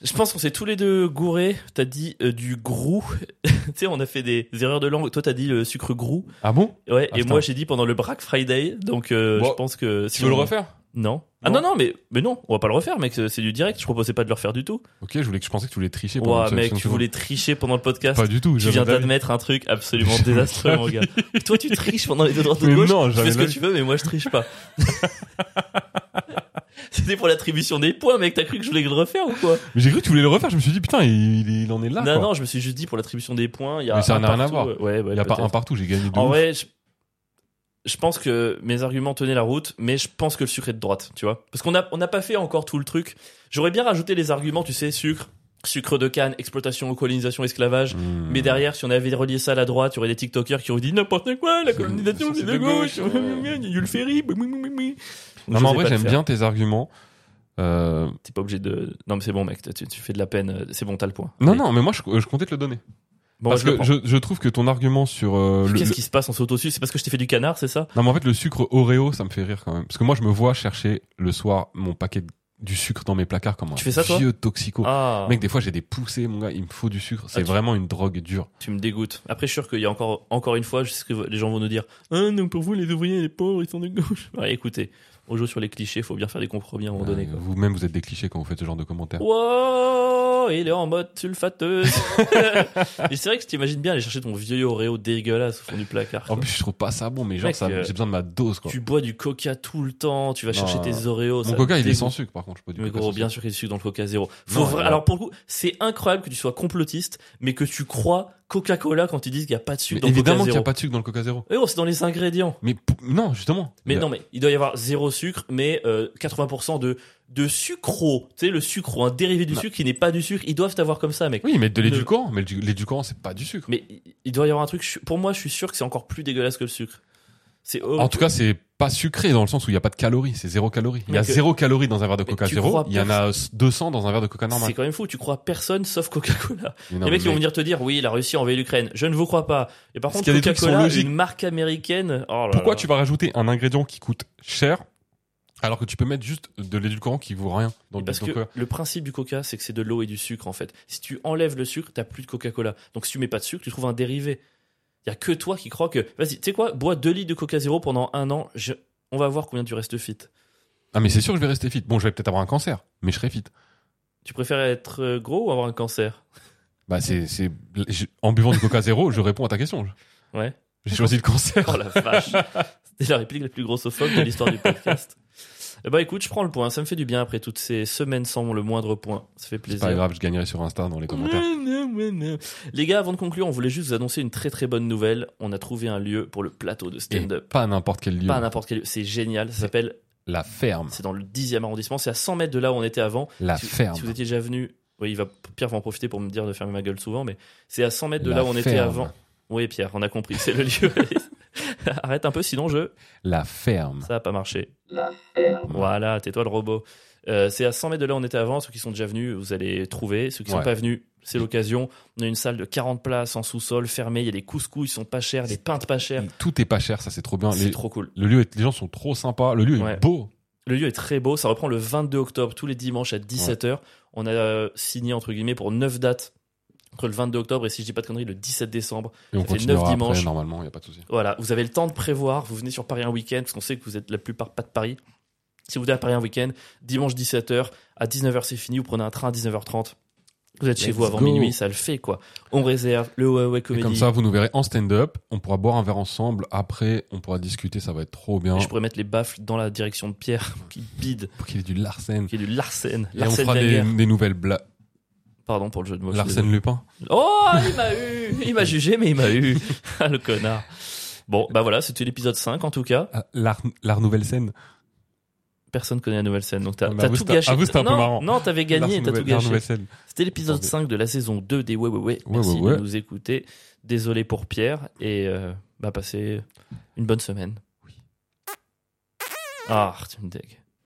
Speaker 2: Je pense qu'on s'est tous les deux gourés. T'as dit euh, du grou. tu sais, on a fait des erreurs de langue. Toi, t'as dit le sucre grou.
Speaker 1: Ah bon
Speaker 2: Ouais,
Speaker 1: Ah,
Speaker 2: et
Speaker 1: putain.
Speaker 2: moi, j'ai dit pendant le Black Friday. Donc, euh,
Speaker 1: Bon,
Speaker 2: je pense que.
Speaker 1: Tu veux le refaire
Speaker 2: Non. Ah non, non, mais, mais non, on va pas le refaire, mec. C'est c'est du direct. Je proposais pas de le refaire du tout.
Speaker 1: Ok, je voulais que je pensais que tu voulais tricher. pendant
Speaker 2: Ouah,
Speaker 1: que-
Speaker 2: mec,
Speaker 1: parce
Speaker 2: tu
Speaker 1: que-
Speaker 2: voulais tricher pendant le podcast.
Speaker 1: Pas du tout.
Speaker 2: Tu
Speaker 1: j'avais
Speaker 2: viens
Speaker 1: de la vie.
Speaker 2: d'admettre un truc absolument
Speaker 1: Jamais
Speaker 2: désastreux,
Speaker 1: de
Speaker 2: mon gars. Toi, tu triches pendant les deux droites de
Speaker 1: Mais
Speaker 2: gauche.
Speaker 1: non,
Speaker 2: tu fais
Speaker 1: jamais
Speaker 2: ce
Speaker 1: de
Speaker 2: que
Speaker 1: la
Speaker 2: tu veux, mais moi, je triche pas. C'était pour l'attribution des points, mec. T'as cru que je voulais le refaire ou quoi
Speaker 1: Mais j'ai cru que tu voulais le refaire. Je me suis dit, putain, il, il en est là.
Speaker 2: Non,
Speaker 1: quoi.
Speaker 2: non, je me suis juste dit pour l'attribution des points. Il y a
Speaker 1: Mais ça
Speaker 2: un
Speaker 1: n'a rien à
Speaker 2: partout.
Speaker 1: voir.
Speaker 2: Ouais, ouais,
Speaker 1: il n'y a pas
Speaker 2: peut-être.
Speaker 1: un partout. J'ai gagné deux.
Speaker 2: En vrai, je, je pense que mes arguments tenaient la route, mais je pense que le sucre est de droite, tu vois. Parce qu'on n'a on n'a pas fait encore tout le truc. J'aurais bien rajouté les arguments, tu sais, sucre, sucre de canne, exploitation, colonisation, esclavage.
Speaker 1: Hmm.
Speaker 2: Mais derrière, si on avait relié ça à la droite, il y aurait des TikTokers qui auraient dit n'importe quoi, la colonisation c'est de gauche, Yul Ferry, boum, boum, boum, boum.
Speaker 1: Non,
Speaker 2: J'osais
Speaker 1: mais en
Speaker 2: pas
Speaker 1: vrai,
Speaker 2: le
Speaker 1: j'aime
Speaker 2: faire.
Speaker 1: bien tes arguments. Euh,
Speaker 2: T'es pas obligé de. Non, mais c'est bon, mec, tu, tu fais de la peine, euh, c'est bon, t'as le point.
Speaker 1: Non,
Speaker 2: Allez.
Speaker 1: non, mais moi, je, je comptais te le donner.
Speaker 2: Bon,
Speaker 1: parce
Speaker 2: je le
Speaker 1: que
Speaker 2: prends.
Speaker 1: je, je trouve que ton argument sur euh, le,
Speaker 2: Qu'est-ce qui se passe en saute dessus C'est parce que je t'ai fait du canard, c'est ça
Speaker 1: Non, mais en fait, le sucre Oreo, ça me fait rire quand même. Parce que moi, je me vois chercher le soir mon paquet de- du sucre dans mes placards comme un
Speaker 2: Tu fais ça, toi
Speaker 1: vieux toxico.
Speaker 2: Ah,
Speaker 1: Mec, des fois, j'ai des poussées, mon gars. Il me faut du sucre. C'est
Speaker 2: tu-
Speaker 1: vraiment une drogue dure.
Speaker 2: tu me dégoûtes. Après, je suis sûr qu'il y a encore, encore une fois, je sais ce que les gens vont nous dire. Ah, non, pour vous, les ouvriers, les pauvres, ils sont de gauche. Ouais, écoutez, on joue sur les clichés, faut bien faire des compromis à un moment donné.
Speaker 1: Euh,
Speaker 2: Quoi. Oh,
Speaker 1: Vous-même, vous êtes des clichés quand vous faites ce genre de commentaires.
Speaker 2: Wow, il est en mode sulfateuse. Mais c'est vrai que tu t'imagines bien aller chercher ton vieux Oreo dégueulasse au fond du placard.
Speaker 1: En
Speaker 2: quoi.
Speaker 1: plus, je trouve pas ça bon, mais genre,
Speaker 2: Mec,
Speaker 1: ça-
Speaker 2: euh,
Speaker 1: j'ai besoin de ma dose, quoi.
Speaker 2: Tu bois du coca tout le temps, tu vas
Speaker 1: Non,
Speaker 2: chercher
Speaker 1: non,
Speaker 2: tes Oreos.
Speaker 1: Mon
Speaker 2: ça
Speaker 1: coca, il est
Speaker 2: dégoûte.
Speaker 1: sans sucre, par contre. Je peux du
Speaker 2: Mais
Speaker 1: coca
Speaker 2: gros,
Speaker 1: sans
Speaker 2: bien
Speaker 1: sucre.
Speaker 2: sûr qu'il y a du sucre dans le Coca Zéro. Faut
Speaker 1: il y
Speaker 2: vra-
Speaker 1: a-
Speaker 2: Alors pour le coup, c'est incroyable que tu sois complotiste, mais que tu crois Coca-Cola quand ils disent qu'il n'y a pas de sucre
Speaker 1: Mais
Speaker 2: dans le Coca
Speaker 1: évidemment qu'il n'y a
Speaker 2: Zéro.
Speaker 1: pas de sucre dans le coca zéro.
Speaker 2: Eh oh, c'est dans les ingrédients.
Speaker 1: Mais p- non, justement.
Speaker 2: Mais
Speaker 1: Il y a-
Speaker 2: non, mais il doit y avoir zéro sucre, mais euh, 80% de, de sucro. Tu sais, le sucro, un dérivé du
Speaker 1: Non.
Speaker 2: sucre qui n'est pas du sucre, ils doivent avoir comme ça, mec.
Speaker 1: Oui, ils mettent de
Speaker 2: Le-
Speaker 1: l'édulcorant, mais le- l'édulcorant, c'est pas du sucre.
Speaker 2: Mais il- il doit y avoir un truc. je suis- Pour moi, je suis sûr que c'est encore plus dégueulasse que le sucre. C'est horrible.
Speaker 1: En tout cas, c'est pas sucré dans le sens où il n'y a pas de calories, c'est zéro calorie. Il y a
Speaker 2: Donc, euh,
Speaker 1: zéro calorie dans un verre de
Speaker 2: mais
Speaker 1: coca
Speaker 2: tu
Speaker 1: zéro,
Speaker 2: crois
Speaker 1: il y en a euh, 200 dans un verre de coca
Speaker 2: c'est
Speaker 1: normal.
Speaker 2: quand même fou. Tu crois personne sauf Coca-Cola.
Speaker 1: Mais non,
Speaker 2: Les mecs qui
Speaker 1: mais
Speaker 2: vont venir te dire, oui, la Russie a envahi l'Ukraine. Je ne vous crois pas. Et par
Speaker 1: Parce
Speaker 2: contre,
Speaker 1: qu'il y a des trucs qui sont
Speaker 2: Coca-Cola,
Speaker 1: logiques.
Speaker 2: une marque américaine. Oh là
Speaker 1: Pourquoi
Speaker 2: là.
Speaker 1: tu vas rajouter un ingrédient qui coûte cher alors que tu peux mettre juste de l'édulcorant qui vaut rien dans le
Speaker 2: Parce
Speaker 1: dans
Speaker 2: que
Speaker 1: le coca
Speaker 2: le principe du coca, c'est que c'est de l'eau et du sucre en fait. Si tu enlèves le sucre, t'as plus de Coca-Cola. Donc si tu mets pas de sucre, tu trouves un dérivé. Il y a que toi qui crois que. Vas-y, tu sais quoi Bois 2 litres de Coca Zéro pendant un an. je- On va voir combien tu restes fit.
Speaker 1: Ah, mais c'est sûr que je vais rester fit. Bon, je vais peut-être avoir un cancer, mais je serai fit.
Speaker 2: Tu préfères être euh, gros ou avoir un cancer
Speaker 1: Bah, c'est, c'est, je- en buvant du coca zéro, je réponds à ta question.
Speaker 2: Ouais.
Speaker 1: J'ai choisi le cancer.
Speaker 2: Oh la vache C'était la réplique la plus grossophobe de l'histoire du podcast. Eh bah écoute, je prends le point. Ça me fait du bien après toutes ces semaines sans le moindre point. Ça fait
Speaker 1: C'est
Speaker 2: plaisir. Mmh.
Speaker 1: pas grave, je gagnerai sur Insta dans les commentaires.
Speaker 2: Ouais, non, ouais, non. Les gars, avant de conclure, on voulait juste vous annoncer une très très bonne nouvelle. On a trouvé un lieu pour le plateau de
Speaker 1: Et
Speaker 2: stand-up.
Speaker 1: pas n'importe quel lieu.
Speaker 2: Pas à n'importe quel lieu. C'est génial. Ça s'appelle.
Speaker 1: La ferme.
Speaker 2: C'est dans le 10e arrondissement. C'est à 100 mètres de là où on était avant.
Speaker 1: La
Speaker 2: si,
Speaker 1: ferme.
Speaker 2: si vous étiez déjà venu. Oui, il va, Pierre va en profiter pour me dire de fermer ma gueule souvent, mais c'est à 100 mètres de
Speaker 1: La
Speaker 2: là où on était
Speaker 1: ferme.
Speaker 2: avant. Oui, Pierre, on a compris. C'est le lieu. Arrête un peu, sinon je.
Speaker 1: La ferme.
Speaker 2: Ça n'a pas marché.
Speaker 3: La ferme.
Speaker 2: Voilà, tais-toi le robot. Euh, c'est à 100 mètres de là où on était avant. Ceux qui sont déjà venus, vous allez trouver. Ceux qui
Speaker 1: Ouais.
Speaker 2: sont pas venus, c'est l'occasion. On a une salle de 40 places en sous-sol fermée. Il y a des couscous, ils sont pas chers, des pintes pas chères.
Speaker 1: Tout est pas cher, ça c'est trop bien.
Speaker 2: C'est
Speaker 1: Les,
Speaker 2: trop cool.
Speaker 1: le lieu est- les gens sont trop sympas. Le lieu
Speaker 2: Ouais.
Speaker 1: est beau.
Speaker 2: Le lieu est très beau. Ça reprend le 22 octobre, tous les dimanches à 17h. On a euh, signé, entre guillemets, pour 9 dates. Entre le 22 octobre et si je dis pas de conneries, le 17 décembre.
Speaker 1: Et on
Speaker 2: Ça fait neuf
Speaker 1: continuera après,
Speaker 2: dimanches.
Speaker 1: normalement, il a pas de souci.
Speaker 2: Voilà, vous avez le temps de prévoir. Vous venez sur Paris un week-end, parce qu'on sait que vous êtes la plupart pas de Paris. Si vous venez à Paris un week-end, dimanche 17h, à 19h c'est fini, vous prenez un train à 19h30. Vous êtes chez
Speaker 1: Let's
Speaker 2: vous avant
Speaker 1: go.
Speaker 2: minuit, ça le fait quoi. On réserve le Huawei
Speaker 1: Et
Speaker 2: Comedy.
Speaker 1: comme ça, vous nous verrez en stand-up. On pourra boire un verre ensemble. Après, on pourra discuter. Ça va être trop bien.
Speaker 2: Et je pourrais mettre les baffles dans la direction de Pierre pour qu'il bide,
Speaker 1: Pour qu'il y ait du Larsen.
Speaker 2: pour qu'il y ait du Larsen.
Speaker 1: Et on
Speaker 2: Larsen
Speaker 1: fera des,
Speaker 2: Lager.
Speaker 1: des nouvelles blagues.
Speaker 2: Pardon pour le jeu de mots. je suis
Speaker 1: Larsen Lupin.
Speaker 2: Oh, il m'a eu Il m'a jugé, mais il m'a eu Ah, Le connard Bon, bah voilà, c'était l'épisode 5 en tout cas.
Speaker 1: Ah, L'art l'art nouvelle scène.
Speaker 2: Personne connaît la nouvelle scène, donc t'as
Speaker 1: Ah, mais
Speaker 2: t'as
Speaker 1: avoue,
Speaker 2: tout
Speaker 1: c'était-
Speaker 2: gâché.
Speaker 1: avoue, c'était un peu
Speaker 2: Non,
Speaker 1: marrant.
Speaker 2: Non, t'avais gagné,
Speaker 1: L'art
Speaker 2: t'as tout
Speaker 1: nouvelle- l'art
Speaker 2: gâché.
Speaker 1: nouvelle scène.
Speaker 2: C'était l'épisode
Speaker 1: Attendez.
Speaker 2: 5 de la saison 2 des Ouais Ouais Ouais.
Speaker 1: Ouais,
Speaker 2: Merci
Speaker 1: ouais, ouais.
Speaker 2: de nous écouter. Désolé pour Pierre et euh, bah, passez une bonne semaine. Ah, tu me dégues.